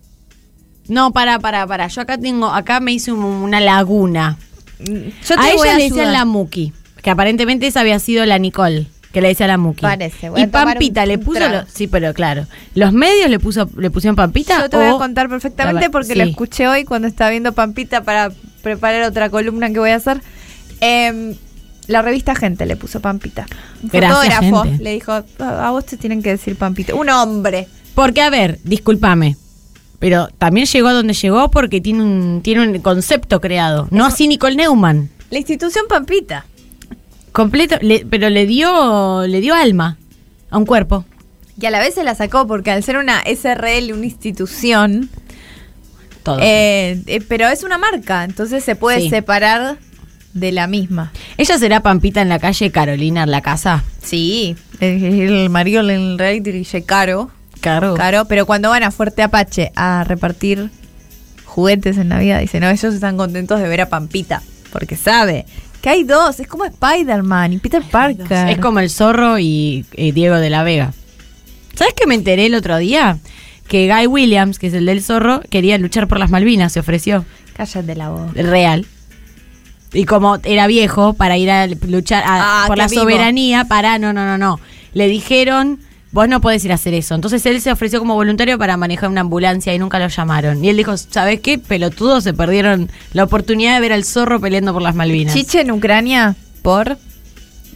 [SPEAKER 3] No, para, para, para. Yo acá tengo. Acá me hice un- una laguna.
[SPEAKER 2] Yo te
[SPEAKER 3] a
[SPEAKER 2] voy
[SPEAKER 3] ella
[SPEAKER 2] a
[SPEAKER 3] le decían
[SPEAKER 2] ayudar.
[SPEAKER 3] la Muki, que aparentemente esa había sido la Nicole, que le decía la Muki.
[SPEAKER 2] Parece, voy a
[SPEAKER 3] Y
[SPEAKER 2] tomar un-
[SPEAKER 3] Pampita le
[SPEAKER 2] un
[SPEAKER 3] puso,
[SPEAKER 2] trago.
[SPEAKER 3] lo- sí, pero claro, los medios le puso le pusieron Pampita.
[SPEAKER 2] Yo te voy
[SPEAKER 3] o-
[SPEAKER 2] a contar perfectamente
[SPEAKER 3] la-
[SPEAKER 2] porque lo
[SPEAKER 3] sí.
[SPEAKER 2] escuché hoy cuando estaba viendo Pampita para preparar otra columna que voy a hacer. Em, la revista Gente le puso Pampita. Un
[SPEAKER 3] Gracias,
[SPEAKER 2] fotógrafo
[SPEAKER 3] Gente.
[SPEAKER 2] le dijo, a a vos te tienen que decir Pampita. Un hombre.
[SPEAKER 3] Porque a ver, discúlpame, pero también llegó a donde llegó porque tiene un tiene un concepto creado, no así Nicole Neumann,
[SPEAKER 2] La institución Pampita.
[SPEAKER 3] completo, le- pero le dio le dio alma a un cuerpo.
[SPEAKER 2] Y a la vez se la sacó porque al ser una SRL, una institución,
[SPEAKER 3] Todo.
[SPEAKER 2] eh, eh, pero es una marca, entonces se puede
[SPEAKER 3] Sí.
[SPEAKER 2] separar de la misma.
[SPEAKER 3] Ella será Pampita en la calle, Carolina en la casa.
[SPEAKER 2] Sí, el, el marido en reality le dice caro.
[SPEAKER 3] Caro.
[SPEAKER 2] Claro, pero cuando van a Fuerte Apache a repartir juguetes en Navidad, dice, no, ellos están contentos de ver a Pampita, porque sabe que hay dos, es como Spider-Man y Peter Parker.
[SPEAKER 3] Es como el zorro y, eh, Diego de la Vega. ¿Sabes qué me enteré el otro día? Que Guy Williams, que es el del zorro, quería luchar por las Malvinas, se ofreció.
[SPEAKER 2] Cállate la voz.
[SPEAKER 3] Real. Y como era viejo para ir a luchar a-
[SPEAKER 2] Ah,
[SPEAKER 3] por
[SPEAKER 2] qué
[SPEAKER 3] la
[SPEAKER 2] vivo.
[SPEAKER 3] soberanía, para, no, no, no, no. Le dijeron, vos no podés ir a hacer eso. Entonces él se ofreció como voluntario para manejar una ambulancia y nunca lo llamaron. Y él dijo, ¿sabes qué? Pelotudos se perdieron la oportunidad de ver al zorro peleando por las Malvinas.
[SPEAKER 2] Chiche en Ucrania por...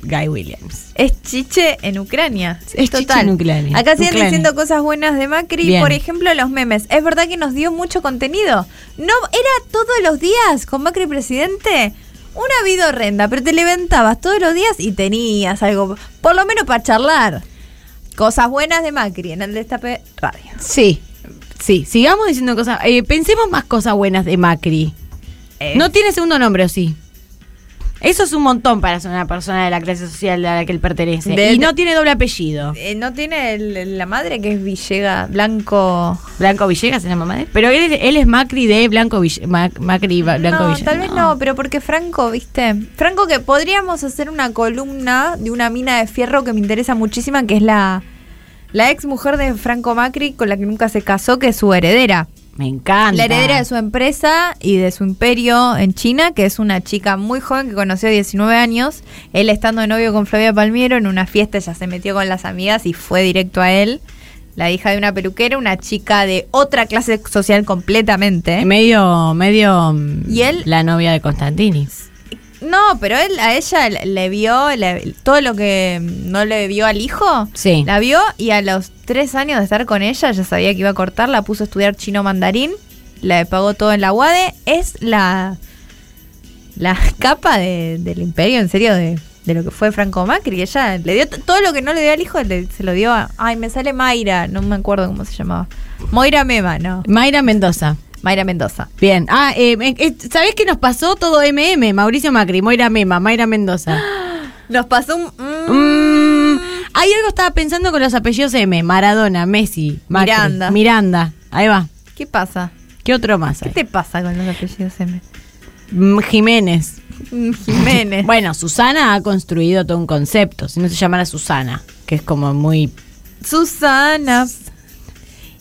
[SPEAKER 3] Guy Williams.
[SPEAKER 2] Es chiche en Ucrania.
[SPEAKER 3] Es chiche en Ucrania.
[SPEAKER 2] Acá siguen
[SPEAKER 3] Ucrania.
[SPEAKER 2] diciendo cosas buenas de Macri,
[SPEAKER 3] Bien.
[SPEAKER 2] por ejemplo, los memes. Es verdad que nos dio mucho contenido. No, era todos los días con Macri presidente. Una vida horrenda, pero te levantabas todos los días y tenías algo, por lo menos para charlar. Cosas buenas de Macri en el Destape Radio.
[SPEAKER 3] Sí, sí, sigamos diciendo cosas. eh, pensemos más cosas buenas de Macri.
[SPEAKER 2] Eh,
[SPEAKER 3] No tiene segundo nombre, ¿o sí? Eso es un montón para ser una persona de la clase social a la que él pertenece.
[SPEAKER 2] De-
[SPEAKER 3] y no tiene doble apellido.
[SPEAKER 2] eh, no tiene el- la madre que es Villega, Blanco.
[SPEAKER 3] Blanco Villegas es la mamá de él. Pero él, es- él es Macri de Blanco Villegas. Macri y Ba- Blanco
[SPEAKER 2] no,
[SPEAKER 3] Villegas.
[SPEAKER 2] tal vez no, pero porque Franco, viste, Franco que podríamos hacer una columna de una mina de fierro que me interesa muchísima, que es la, la ex mujer de Franco Macri con la que nunca se casó, que es su heredera.
[SPEAKER 3] Me encanta.
[SPEAKER 2] La heredera de su empresa y de su imperio en China, que es una chica muy joven que conoció a 19 años. Él estando de novio con Flavia Palmiero en una fiesta, ya se metió con las amigas y fue directo a él. La hija de una peluquera, una chica de otra clase social completamente.
[SPEAKER 3] Medio, medio. mm,
[SPEAKER 2] Y él-
[SPEAKER 3] La novia de Constantini.
[SPEAKER 2] No, pero él a ella le, le vio le- todo lo que mm, no le vio al hijo.
[SPEAKER 3] Sí.
[SPEAKER 2] La vio y a los tres años de estar con ella, ya sabía que iba a cortar, la puso a estudiar chino mandarín la de Pagó Todo en la UADE, es la, la capa de- del imperio, en serio, de, de lo que fue Franco Macri. Ella le dio t- todo lo que no le dio al hijo, le- se lo dio a... Ay, me sale Mayra, no me acuerdo cómo se llamaba. Moira Mema, no.
[SPEAKER 3] Mayra Mendoza.
[SPEAKER 2] Mayra Mendoza.
[SPEAKER 3] Bien. Ah, eh, eh, ¿sabés qué nos pasó todo MM? Mauricio Macri, Moira Mema, Mayra Mendoza.
[SPEAKER 2] Nos pasó un... mm,
[SPEAKER 3] Mm, hay algo estaba pensando con los apellidos M. Maradona, Messi, Macri,
[SPEAKER 2] Miranda.
[SPEAKER 3] Miranda. Ahí va.
[SPEAKER 2] ¿Qué pasa?
[SPEAKER 3] ¿Qué otro más
[SPEAKER 2] ¿Qué
[SPEAKER 3] hay?
[SPEAKER 2] te pasa con los apellidos M?
[SPEAKER 3] Mm, Jiménez.
[SPEAKER 2] Mm, Jiménez.
[SPEAKER 3] Bueno, Susana ha construido todo un concepto. Si no se llamara Susana, que es como muy.
[SPEAKER 2] Susana.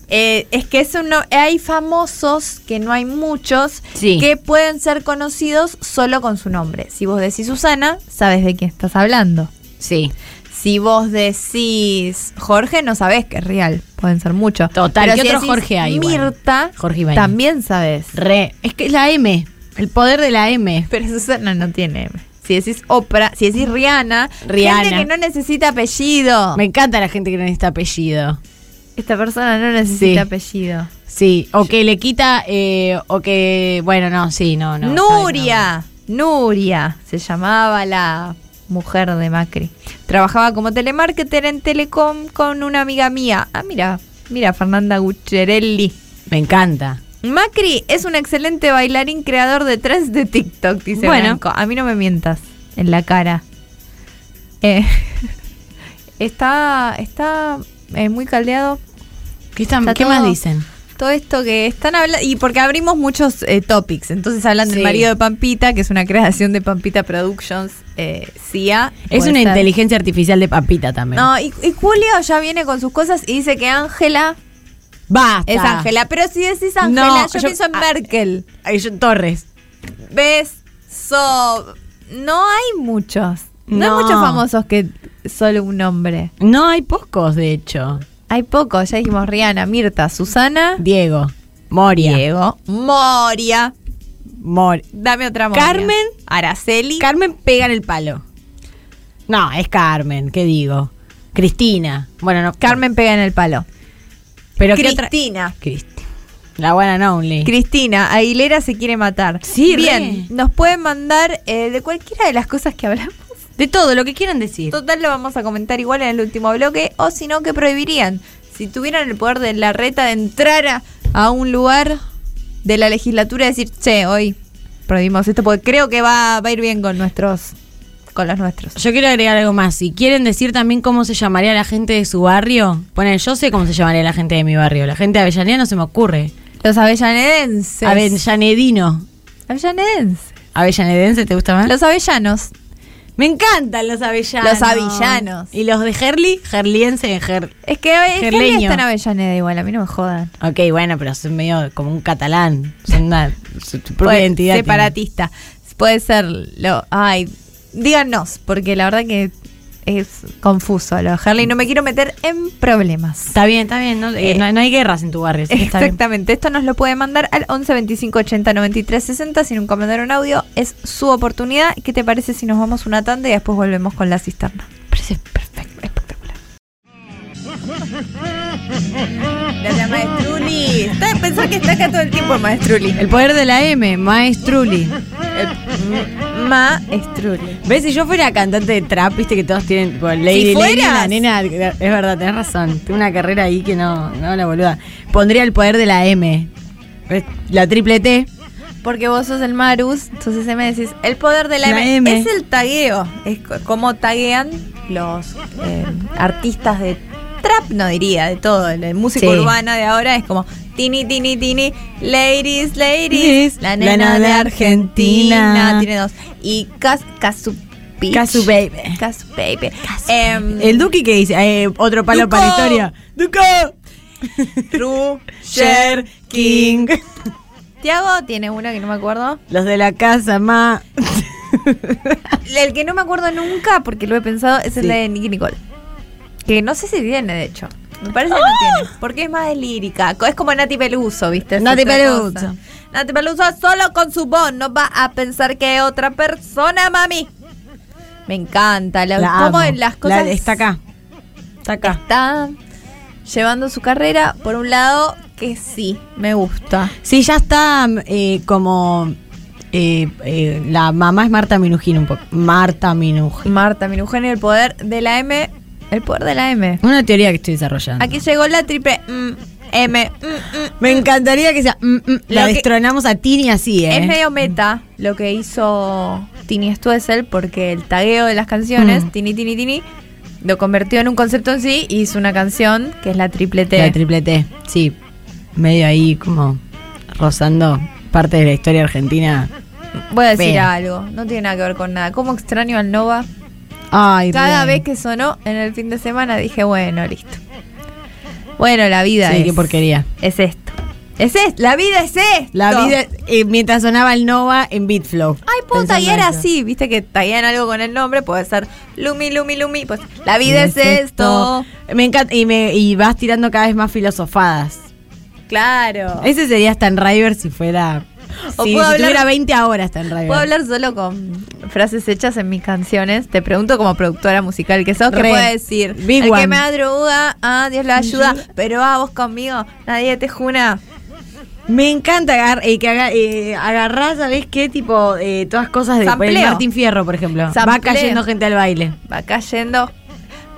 [SPEAKER 2] Eh, es que es uno, hay famosos que no hay muchos
[SPEAKER 3] Sí.
[SPEAKER 2] que pueden ser conocidos solo con su nombre. Si vos decís Susana, sabes de quién estás hablando.
[SPEAKER 3] Sí.
[SPEAKER 2] Si vos decís Jorge, no sabés que es real. Pueden ser muchos.
[SPEAKER 3] Total,
[SPEAKER 2] Pero
[SPEAKER 3] ¿qué
[SPEAKER 2] si
[SPEAKER 3] otro
[SPEAKER 2] decís
[SPEAKER 3] Jorge hay igual?
[SPEAKER 2] Mirta,
[SPEAKER 3] Jorge Ibañez.
[SPEAKER 2] también sabes.
[SPEAKER 3] Re. Es que es la M. El poder de la M.
[SPEAKER 2] Pero Susana no tiene. M. Si decís Oprah, si decís Rihanna, gente
[SPEAKER 3] Rihanna.
[SPEAKER 2] que no necesita apellido.
[SPEAKER 3] Me encanta la gente que no necesita apellido.
[SPEAKER 2] Esta persona no necesita
[SPEAKER 3] Sí.
[SPEAKER 2] apellido.
[SPEAKER 3] Sí. O que le quita. eh, o que. Bueno, no, sí, no, no.
[SPEAKER 2] Nuria, Nuria, se llamaba la mujer de Macri. Trabajaba como telemarketer en Telecom con una amiga mía. Ah, mira, mira, Fernanda Gucciarelli.
[SPEAKER 3] Me encanta.
[SPEAKER 2] Macri es un excelente bailarín creador de tres de TikTok, dice
[SPEAKER 3] Bueno.
[SPEAKER 2] Blanco. A mí no me mientas en la cara. Eh, está está eh, muy caldeado
[SPEAKER 3] ¿Qué, están-
[SPEAKER 2] Está
[SPEAKER 3] qué
[SPEAKER 2] todo-
[SPEAKER 3] más dicen?
[SPEAKER 2] todo esto que están hablando, y porque abrimos muchos eh, topics, entonces hablan del
[SPEAKER 3] Sí.
[SPEAKER 2] marido de Pampita, que es una creación de Pampita Productions, eh, CIA.
[SPEAKER 3] Es
[SPEAKER 2] puede
[SPEAKER 3] una
[SPEAKER 2] ser.
[SPEAKER 3] inteligencia artificial de papita también.
[SPEAKER 2] No, y, y Julio ya viene con sus cosas y dice que Ángela
[SPEAKER 3] Basta.
[SPEAKER 2] es Ángela, pero si decís
[SPEAKER 3] No,
[SPEAKER 2] Ángela, yo,
[SPEAKER 3] yo-
[SPEAKER 2] pienso en
[SPEAKER 3] ah.
[SPEAKER 2] Merkel.
[SPEAKER 3] Ay, yo- Torres.
[SPEAKER 2] ¿Ves? So, no hay muchos. No,
[SPEAKER 3] No.
[SPEAKER 2] hay muchos famosos que solo un nombre.
[SPEAKER 3] No hay pocos, de hecho.
[SPEAKER 2] Hay pocos, ya dijimos Rihanna, Mirta, Susana,
[SPEAKER 3] Diego. Moria.
[SPEAKER 2] Diego, Moria.
[SPEAKER 3] Mor-
[SPEAKER 2] Dame otra Moria.
[SPEAKER 3] Carmen.
[SPEAKER 2] Araceli.
[SPEAKER 3] Carmen pega en el palo. No, es Carmen, ¿qué digo? Cristina. Bueno, no.
[SPEAKER 2] Carmen pega en el palo.
[SPEAKER 3] Pero ¿qué otra?
[SPEAKER 2] Cristina.
[SPEAKER 3] Cristi. La buena Only.
[SPEAKER 2] Cristina, Aguilera se quiere matar.
[SPEAKER 3] Sí,
[SPEAKER 2] Bien,
[SPEAKER 3] re.
[SPEAKER 2] nos pueden mandar eh, de cualquiera de las cosas que hablamos.
[SPEAKER 3] de todo, lo que quieran decir.
[SPEAKER 2] Total, lo vamos a comentar igual en el último bloque. O si no, que prohibirían? Si tuvieran el poder de la reta de entrar a, a un lugar de la legislatura y decir, che, hoy prohibimos esto porque creo que va, va a ir bien con nuestros, con los nuestros.
[SPEAKER 3] Yo quiero agregar algo más. Si quieren decir también cómo se llamaría la gente de su barrio, ponen, yo sé cómo se llamaría la gente de mi barrio. La gente de Avellaneda no se me ocurre.
[SPEAKER 2] Los avellanedenses.
[SPEAKER 3] Avellanedino.
[SPEAKER 2] Avellanedenses.
[SPEAKER 3] ¿Avellanedense te gusta más?
[SPEAKER 2] Los avellanos.
[SPEAKER 3] me encantan los avellanos.
[SPEAKER 2] Los avellanos.
[SPEAKER 3] ¿Y los de Herli? Herliense de Her...
[SPEAKER 2] Es que Ave-
[SPEAKER 3] Gerleño.
[SPEAKER 2] Herli está en Avellaneda igual, a mí no me jodan.
[SPEAKER 3] Ok, bueno, pero son medio como un catalán. Son una, su, su propia
[SPEAKER 2] Puede-
[SPEAKER 3] identidad.
[SPEAKER 2] Pues, Separatista. Puede ser lo. Ay, díganos, porque la verdad que es confuso lo de Harley. No me quiero meter en problemas.
[SPEAKER 3] Está bien, está bien. No, eh,
[SPEAKER 2] Eh,
[SPEAKER 3] no, no hay guerras en tu barrio. así que está bien.
[SPEAKER 2] Exactamente, esto nos lo puede mandar al 11 25 80 93 60 sin un comentario un audio, es su oportunidad. ¿Qué te parece si nos vamos una tanda y después volvemos con la cisterna? Parece perfecto, espectacular. Gracias, Maestruli. Está de pensar que está acá todo el tiempo, Maestruli.
[SPEAKER 3] El poder de la M, maestruli.
[SPEAKER 2] Maestruli.
[SPEAKER 3] ¿Ves? Si yo fuera cantante de trap, viste que todos tienen. tipo, Lady
[SPEAKER 2] Si
[SPEAKER 3] Lady,
[SPEAKER 2] fueras.
[SPEAKER 3] la nena. Es verdad, tenés razón. Tengo una carrera ahí que no, no la boluda. Pondría el poder de la M. ¿Ves? La triple T.
[SPEAKER 2] Porque vos sos el Marus, entonces me decís, el poder de la,
[SPEAKER 3] La
[SPEAKER 2] M.
[SPEAKER 3] M.
[SPEAKER 2] Es el tagueo, es co- como taguean los eh, artistas de trap, no diría, de todo, de música
[SPEAKER 3] Sí.
[SPEAKER 2] urbana de ahora, es como tini, tini, tini, ladies, ladies,
[SPEAKER 3] Ladies,
[SPEAKER 2] la nena de Argentina. tiene dos, y Cas, Casu Bitch.
[SPEAKER 3] Casu Baby.
[SPEAKER 2] Casu Baby. Em,
[SPEAKER 3] El Duki que dice. Eh, otro palo
[SPEAKER 2] Duco.
[SPEAKER 3] para la historia. ¡Duco! Cher King.
[SPEAKER 2] Tiago tiene una que no me acuerdo.
[SPEAKER 3] Los de la casa, ma.
[SPEAKER 2] El que no me acuerdo nunca, porque lo he pensado, es el
[SPEAKER 3] Sí.
[SPEAKER 2] de Nicky Nicole. Que no sé si tiene, de hecho. Me parece que
[SPEAKER 3] ¡Oh!
[SPEAKER 2] no tiene. Porque es más de lírica. Co- Es como Nati Peluso, ¿viste? Es
[SPEAKER 3] Nati
[SPEAKER 2] otra
[SPEAKER 3] Peluso.
[SPEAKER 2] cosa. Nati Peluso solo con su voz. No va a pensar que es otra persona, mami. Me encanta. La,
[SPEAKER 3] La
[SPEAKER 2] cómo
[SPEAKER 3] amo.
[SPEAKER 2] las cosas.
[SPEAKER 3] La- está acá. Está acá.
[SPEAKER 2] Está llevando su carrera, por un lado, que sí, me gusta.
[SPEAKER 3] Sí, ya está eh, como. eh, eh, la mamá es Marta Minujín un poco. Marta Minujín.
[SPEAKER 2] Marta Minujín y el poder de la M. El poder de la M.
[SPEAKER 3] Una teoría que estoy desarrollando.
[SPEAKER 2] Aquí llegó la triple mm, M. mm, mm.
[SPEAKER 3] Me encantaría que sea. mm, mm, la
[SPEAKER 2] Lo que-
[SPEAKER 3] destronamos a Tini así, ¿eh?
[SPEAKER 2] Es medio meta lo que hizo Tini Stuessel porque el tagueo de las canciones,
[SPEAKER 3] Mm.
[SPEAKER 2] Tini Tini Tini, lo convirtió en un concepto en sí y hizo una canción que es la triple T.
[SPEAKER 3] La triple T, sí. Medio ahí como rozando parte de la historia argentina.
[SPEAKER 2] Voy a decir
[SPEAKER 3] Fea.
[SPEAKER 2] algo, no tiene nada que ver con nada. ¿Cómo extraño al Nova?
[SPEAKER 3] Ay,
[SPEAKER 2] Cada
[SPEAKER 3] re.
[SPEAKER 2] vez que sonó en el fin de semana dije, bueno, listo. Bueno, la vida
[SPEAKER 3] Sí,
[SPEAKER 2] es.
[SPEAKER 3] qué porquería.
[SPEAKER 2] Es esto. Es esto, la vida es esto.
[SPEAKER 3] La vida, eh, mientras sonaba el Nova en Beatflow.
[SPEAKER 2] Ay, puedo
[SPEAKER 3] Pensando
[SPEAKER 2] tallar
[SPEAKER 3] eso.
[SPEAKER 2] así, viste que tallan algo con el nombre, puede ser Lumi, Lumi, Lumi. Pues, la vida es esto.
[SPEAKER 3] Me encanta, y, me, y vas tirando cada vez más filosofadas.
[SPEAKER 2] Claro.
[SPEAKER 3] Ese sería Stan River si fuera.
[SPEAKER 2] O
[SPEAKER 3] si si
[SPEAKER 2] puedo hablar-
[SPEAKER 3] tuviera 20 ahora Stan River.
[SPEAKER 2] Puedo hablar solo con frases hechas en mis canciones. Te pregunto como productora musical que sos, ¿qué
[SPEAKER 3] Re.
[SPEAKER 2] puedo decir?
[SPEAKER 3] Big
[SPEAKER 2] el
[SPEAKER 3] one.
[SPEAKER 2] que me adruga, ah, Dios lo ayuda, pero a vos conmigo, nadie te juna.
[SPEAKER 3] Me encanta agar- eh, que haga, eh, agarrar, ¿sabés qué? Tipo, eh, todas cosas de por el
[SPEAKER 2] Sampleo.
[SPEAKER 3] Martín Fierro, por ejemplo. Va
[SPEAKER 2] Sampleo.
[SPEAKER 3] cayendo gente al baile.
[SPEAKER 2] Va cayendo.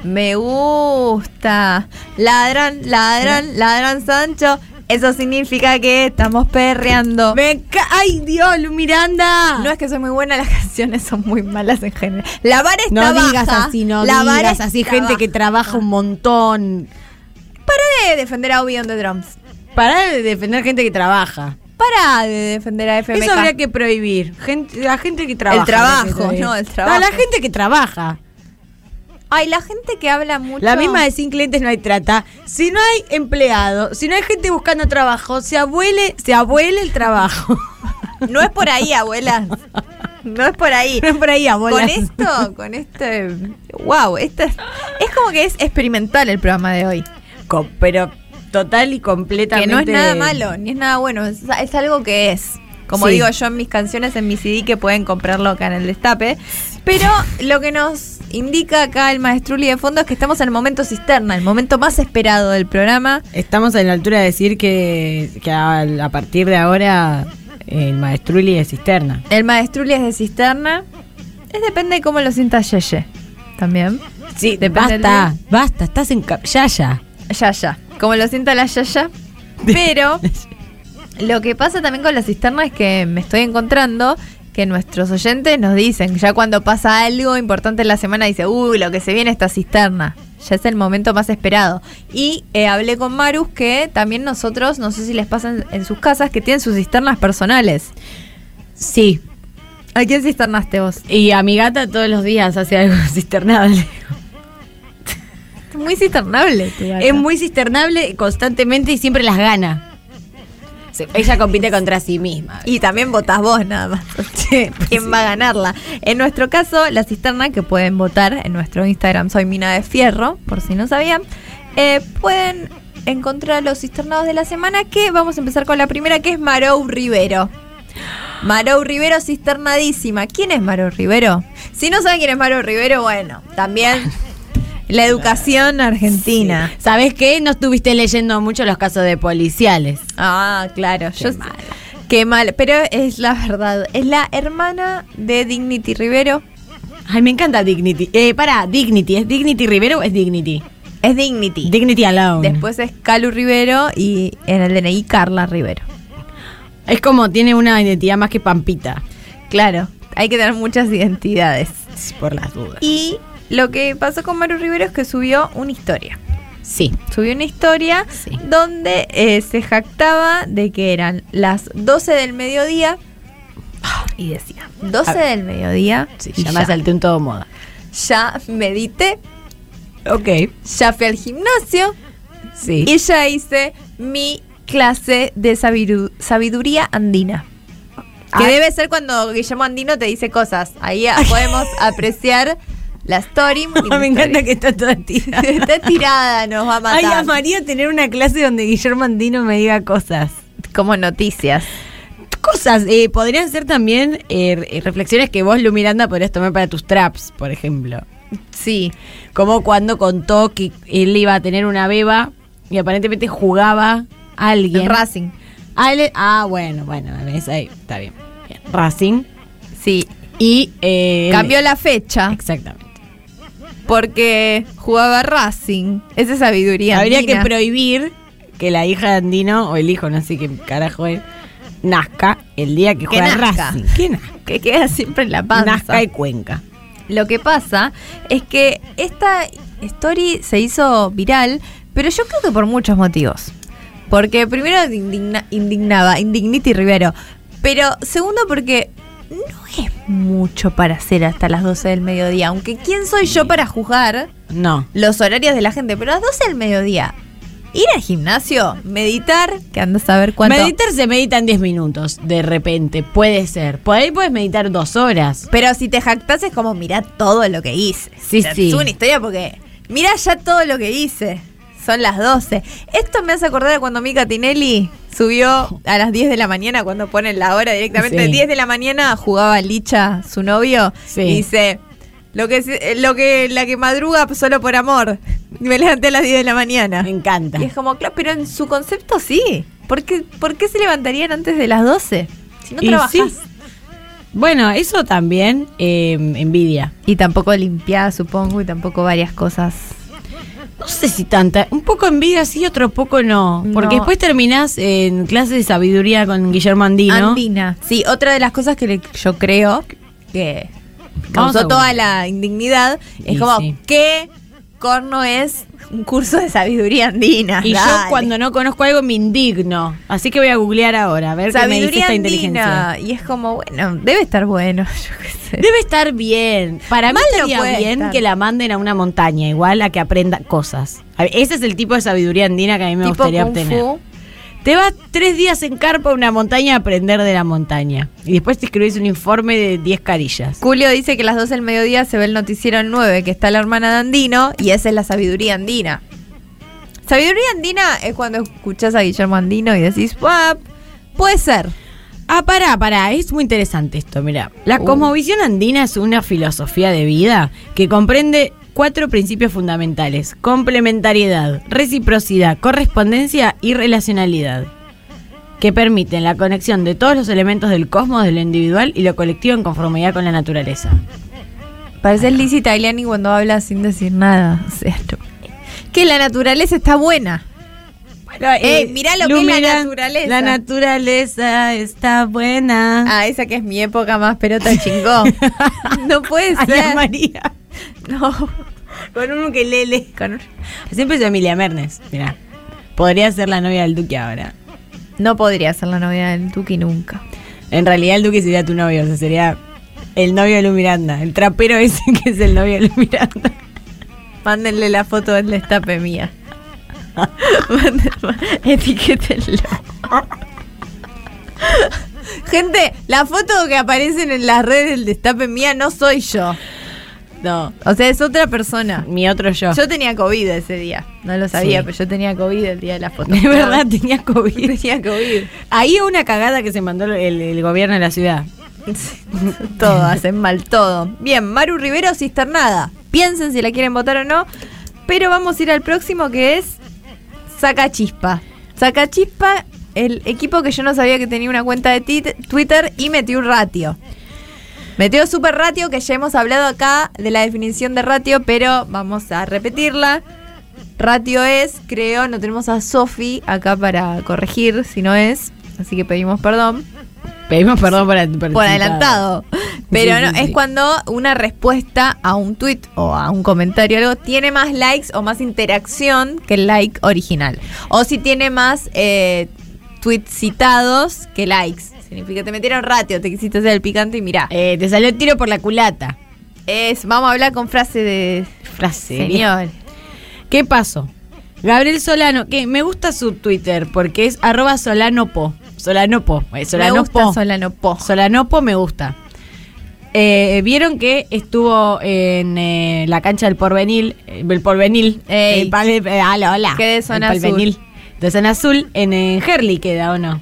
[SPEAKER 2] Me gusta. Ladran, ladran, ladran, Sancho. Eso significa que estamos perreando.
[SPEAKER 3] Me ca- ¡Ay, Dios, Lu Miranda!
[SPEAKER 2] No es que soy muy buena, las canciones son muy malas en general. La vara está
[SPEAKER 3] No digas
[SPEAKER 2] baja,
[SPEAKER 3] así, no
[SPEAKER 2] la vara
[SPEAKER 3] digas
[SPEAKER 2] está
[SPEAKER 3] así, gente que
[SPEAKER 2] baja.
[SPEAKER 3] trabaja un montón.
[SPEAKER 2] Para de defender a Obi on the Drums.
[SPEAKER 3] Pará de defender gente que trabaja.
[SPEAKER 2] Para de defender a FMK.
[SPEAKER 3] Eso habría que prohibir. Gente, la gente que trabaja.
[SPEAKER 2] trabajo,
[SPEAKER 3] habría que prohibir.
[SPEAKER 2] no, el trabajo.
[SPEAKER 3] la gente que trabaja.
[SPEAKER 2] Ay, la gente que habla mucho.
[SPEAKER 3] La misma de sin clientes no hay trata. Si no hay empleado, si no hay gente buscando trabajo, se abuele, se abuele el trabajo.
[SPEAKER 2] No es por ahí, abuela. No es por ahí.
[SPEAKER 3] No es por ahí, abuela.
[SPEAKER 2] Con esto, con este. Wow, esta es, es como que es experimental el programa de hoy.
[SPEAKER 3] Co- Pero total y
[SPEAKER 2] Que
[SPEAKER 3] completamente.
[SPEAKER 2] no es nada malo, ni es nada bueno. Es, es algo que es. Como
[SPEAKER 3] Sí.
[SPEAKER 2] digo yo en mis canciones, en mi CD, que pueden comprarlo acá en el Destape. Pero lo que nos indica acá el maestruli de fondo es que estamos en el momento cisterna, el momento más esperado del programa.
[SPEAKER 3] Estamos en la altura de decir que, que al- a, partir de ahora el maestruli es cisterna.
[SPEAKER 2] El maestruli es de cisterna. Es depende de cómo lo sienta Yeye. También.
[SPEAKER 3] Sí,
[SPEAKER 2] depende
[SPEAKER 3] basta, basta, estás en cap- ya ya.
[SPEAKER 2] Yaya. Como lo sienta la Yaya. Pero lo que pasa también con la cisterna es que me estoy encontrando que nuestros oyentes nos dicen, ya cuando pasa algo importante en la semana, dice, uy, lo que se viene esta cisterna. Ya es el momento más esperado. Y eh, hablé con Marus que también nosotros, no sé si les pasa en, en sus casas, que tienen sus cisternas personales.
[SPEAKER 3] Sí,
[SPEAKER 2] ¿A quién cisternaste vos?
[SPEAKER 3] y a mi gata todos los días hace algo cisternable.
[SPEAKER 2] Muy cisternable. tu gata.
[SPEAKER 3] Es muy cisternable constantemente y siempre las gana. Se- Ella compite contra sí misma.
[SPEAKER 2] Y también votás vos nada más. ¿Quién va a ganarla? En nuestro caso, la cisterna que pueden votar en nuestro Instagram, soy Mina de Fierro, por si no sabían, eh, pueden encontrar los cisternados de la semana que vamos a empezar con la primera que es Marou Rivero. Marou Rivero cisternadísima. ¿Quién es Marou Rivero? Si no saben quién es Marou Rivero, bueno, también la educación argentina.
[SPEAKER 3] ¿Sabes qué? No estuviste leyendo mucho los casos de policiales.
[SPEAKER 2] Ah, claro. yo sé- Qué mal. Pero es la verdad. Es la hermana de Dignity Rivero.
[SPEAKER 3] Ay, me encanta Dignity. Eh, pará, Dignity. ¿Es Dignity Rivero o es Dignity?
[SPEAKER 2] Es Dignity.
[SPEAKER 3] Dignity Alone.
[SPEAKER 2] Después es Calu Rivero y en el DNI Carla Rivero.
[SPEAKER 3] Es como tiene una identidad más que Pampita.
[SPEAKER 2] Claro. Hay que tener muchas identidades.
[SPEAKER 3] Por las dudas.
[SPEAKER 2] Y lo que pasó con Maru Rivero es que subió una historia.
[SPEAKER 3] Sí.
[SPEAKER 2] Subió una historia
[SPEAKER 3] Sí.
[SPEAKER 2] donde eh, se jactaba de que eran las 12 del mediodía. Y decía, 12
[SPEAKER 3] A ver.
[SPEAKER 2] del mediodía.
[SPEAKER 3] sí
[SPEAKER 2] y
[SPEAKER 3] ya me salté un todo moda.
[SPEAKER 2] ya medité,
[SPEAKER 3] Ok.
[SPEAKER 2] ya fui al gimnasio
[SPEAKER 3] Sí.
[SPEAKER 2] y ya hice mi clase de sabidu- sabiduría andina. Que
[SPEAKER 3] Ay.
[SPEAKER 2] debe ser cuando Guillermo Andino te dice cosas. Ahí a- podemos apreciar la story.
[SPEAKER 3] Ah, me encanta que está toda tirada.
[SPEAKER 2] Está tirada, nos va a matar.
[SPEAKER 3] Ay, amaría tener una clase donde Guillermo Andino me diga cosas.
[SPEAKER 2] Como noticias.
[SPEAKER 3] Cosas, eh, podrían ser también eh, reflexiones que vos, Lu Miranda, podrías tomar para tus traps, por ejemplo.
[SPEAKER 2] Sí.
[SPEAKER 3] Como cuando contó que él iba a tener una beba y aparentemente jugaba alguien.
[SPEAKER 2] Racing.
[SPEAKER 3] Ale- ah, bueno, bueno, es ahí, está bien. bien. Racing.
[SPEAKER 2] Sí.
[SPEAKER 3] Y. eh,
[SPEAKER 2] Cambió la fecha
[SPEAKER 3] Exactamente.
[SPEAKER 2] porque jugaba Racing. Esa es sabiduría.
[SPEAKER 3] Habría
[SPEAKER 2] andina.
[SPEAKER 3] que prohibir que la hija de Andino, o el hijo, no sé qué carajo es, nazca el día que juega
[SPEAKER 2] nazca.
[SPEAKER 3] Racing. ¿Qué na-
[SPEAKER 2] que queda siempre en la panza.
[SPEAKER 3] Nazca y Cuenca.
[SPEAKER 2] Lo que pasa es que esta story se hizo viral, pero yo creo que por muchos motivos. Porque primero indigna- indignaba, Indignity Rivero. Pero segundo porque no es mucho para hacer hasta las 12 del mediodía. Aunque quién soy yo para juzgar
[SPEAKER 3] No.
[SPEAKER 2] los horarios de la gente, pero a las 12 del mediodía. Ir al gimnasio, meditar, que andas a ver cuánto.
[SPEAKER 3] Meditar se medita en 10 minutos, de repente, puede ser. Por ahí puedes meditar dos horas.
[SPEAKER 2] Pero si te jactas es como, mirá todo lo que hice.
[SPEAKER 3] Sí,
[SPEAKER 2] O sea,
[SPEAKER 3] sí.
[SPEAKER 2] Es una historia porque, mirá ya todo lo que hice. Son las 12. Esto me hace acordar de cuando Mika Tinelli subió a las 10 de la mañana, cuando ponen la hora directamente.
[SPEAKER 3] Sí.
[SPEAKER 2] 10 de la mañana jugaba Licha, su novio,
[SPEAKER 3] Sí.
[SPEAKER 2] y dice... Lo que, se- eh, lo que la que madruga solo por amor. Me levanté a las 10 de la mañana.
[SPEAKER 3] Me encanta.
[SPEAKER 2] Y es como, claro, pero en su concepto sí. ¿Por qué, por qué se levantarían antes de las 12? Si no
[SPEAKER 3] Y
[SPEAKER 2] trabajas.
[SPEAKER 3] sí. Bueno, eso también, eh, envidia.
[SPEAKER 2] Y tampoco limpiada, supongo, y tampoco varias cosas.
[SPEAKER 3] No sé si tanta. Un poco envidia sí, otro poco no. Porque
[SPEAKER 2] No.
[SPEAKER 3] después terminás en clase de sabiduría con Guillermo Andino.
[SPEAKER 2] Andina. Sí, otra de las cosas que le- yo creo que
[SPEAKER 3] Vamos a
[SPEAKER 2] causó toda
[SPEAKER 3] buscar.
[SPEAKER 2] la indignidad es
[SPEAKER 3] Y
[SPEAKER 2] como,
[SPEAKER 3] sí.
[SPEAKER 2] ¿qué corno es un curso de sabiduría andina?
[SPEAKER 3] Y yo
[SPEAKER 2] Dale.
[SPEAKER 3] cuando no conozco algo me indigno. Así que voy a googlear ahora, a ver qué me dice
[SPEAKER 2] Sabiduría
[SPEAKER 3] esta inteligencia.
[SPEAKER 2] andina. Y es como, bueno, debe estar bueno, yo qué sé.
[SPEAKER 3] Debe estar bien. Para mí
[SPEAKER 2] Mal no
[SPEAKER 3] estaría
[SPEAKER 2] puede
[SPEAKER 3] bien
[SPEAKER 2] estar.
[SPEAKER 3] que la manden a una montaña, igual a que aprenda cosas. A- Ese es el tipo de sabiduría andina que a mí me
[SPEAKER 2] Tipo
[SPEAKER 3] gustaría
[SPEAKER 2] Kung
[SPEAKER 3] obtener.
[SPEAKER 2] Fu.
[SPEAKER 3] Te vas tres días en carpa a una montaña a aprender de la montaña. Y después te escribís un informe de 10 carillas.
[SPEAKER 2] Julio dice que a las 12 del mediodía se ve el noticiero en 9, que está la hermana de Andino, y esa es la sabiduría andina. Sabiduría andina es cuando escuchás a Guillermo Andino y decís, "Buah, puede ser.
[SPEAKER 3] Ah, pará, pará, es muy interesante esto, mirá. La
[SPEAKER 2] Uh.
[SPEAKER 3] cosmovisión andina es una filosofía de vida que comprende cuatro principios fundamentales. Complementariedad, reciprocidad, correspondencia y relacionalidad. Que permiten la conexión de todos los elementos del cosmos, de lo individual y lo colectivo en conformidad con la naturaleza.
[SPEAKER 2] Pareces Lizzie Tagliani cuando habla sin decir nada. O sea, no. Que la naturaleza está buena. eh, mirá lo que es la
[SPEAKER 3] Lumina,
[SPEAKER 2] naturaleza.
[SPEAKER 3] La naturaleza está buena.
[SPEAKER 2] Ah, esa que es mi época más pelota chingó. no puede
[SPEAKER 3] Ana
[SPEAKER 2] ser.
[SPEAKER 3] María.
[SPEAKER 2] No.
[SPEAKER 3] Con un ukelele.
[SPEAKER 2] Con un-
[SPEAKER 3] Siempre es Emilia Mernes, mirá. Podría ser la novia del Duque ahora.
[SPEAKER 2] No podría ser la novia del Tuki nunca.
[SPEAKER 3] En realidad el Duque sería tu novio, o sea, sería el novio de Lu Miranda, el trapero ese que es el novio de Lu Miranda.
[SPEAKER 2] Mándenle la foto del destape mía. Mándenle- Etiquétenlo. Gente, la foto que aparecen en las redes del destape mía no soy yo.
[SPEAKER 3] No,
[SPEAKER 2] O sea, es otra persona.
[SPEAKER 3] mi otro yo.
[SPEAKER 2] Yo tenía COVID ese día. No lo sabía,
[SPEAKER 3] Sí.
[SPEAKER 2] pero yo tenía COVID el día de la foto.
[SPEAKER 3] de verdad tenía COVID.
[SPEAKER 2] tenía COVID.
[SPEAKER 3] Ahí una cagada que se mandó el, el gobierno de la ciudad.
[SPEAKER 2] todo, hacen mal todo. Bien, Maru Rivero Cisternada. Piensen si la quieren votar o no. Pero vamos a ir al próximo que es Sacachispa. Sacachispa, el equipo que yo no sabía que tenía una cuenta de tit- Twitter y metió un ratio. Metió super ratio, que ya hemos hablado acá de la definición de ratio, pero vamos a repetirla. Ratio es, creo, no tenemos a Sofi acá para corregir, si no es, así que pedimos perdón
[SPEAKER 3] Pedimos perdón por, ant-
[SPEAKER 2] por adelantado. Pero
[SPEAKER 3] Sí,
[SPEAKER 2] no,
[SPEAKER 3] sí,
[SPEAKER 2] es
[SPEAKER 3] sí.
[SPEAKER 2] cuando una respuesta a un tweet o a un comentario o algo tiene más likes o más interacción que el like original. O si tiene más eh, tweets citados que likes. Significa que te metieron ratio, te quisiste hacer el picante y mirá.
[SPEAKER 3] Eh, te salió el tiro por la culata.
[SPEAKER 2] Es, vamos a hablar con frase de
[SPEAKER 3] Frase.
[SPEAKER 2] señor.
[SPEAKER 3] ¿Qué pasó? Gabriel Solano, que me gusta su Twitter porque es arroba solanopo. Solanopo. eh,
[SPEAKER 2] Me
[SPEAKER 3] Solanopo.
[SPEAKER 2] gusta Solano Po.
[SPEAKER 3] Solanopo me gusta. Eh, Vieron que estuvo en eh, la cancha del Porvenil, eh, el Porvenil,
[SPEAKER 2] Ey.
[SPEAKER 3] el pal- eh, ala, hola,
[SPEAKER 2] Que de zona
[SPEAKER 3] el
[SPEAKER 2] azul.
[SPEAKER 3] Porvenil, de zona azul, en eh, Herley queda o no,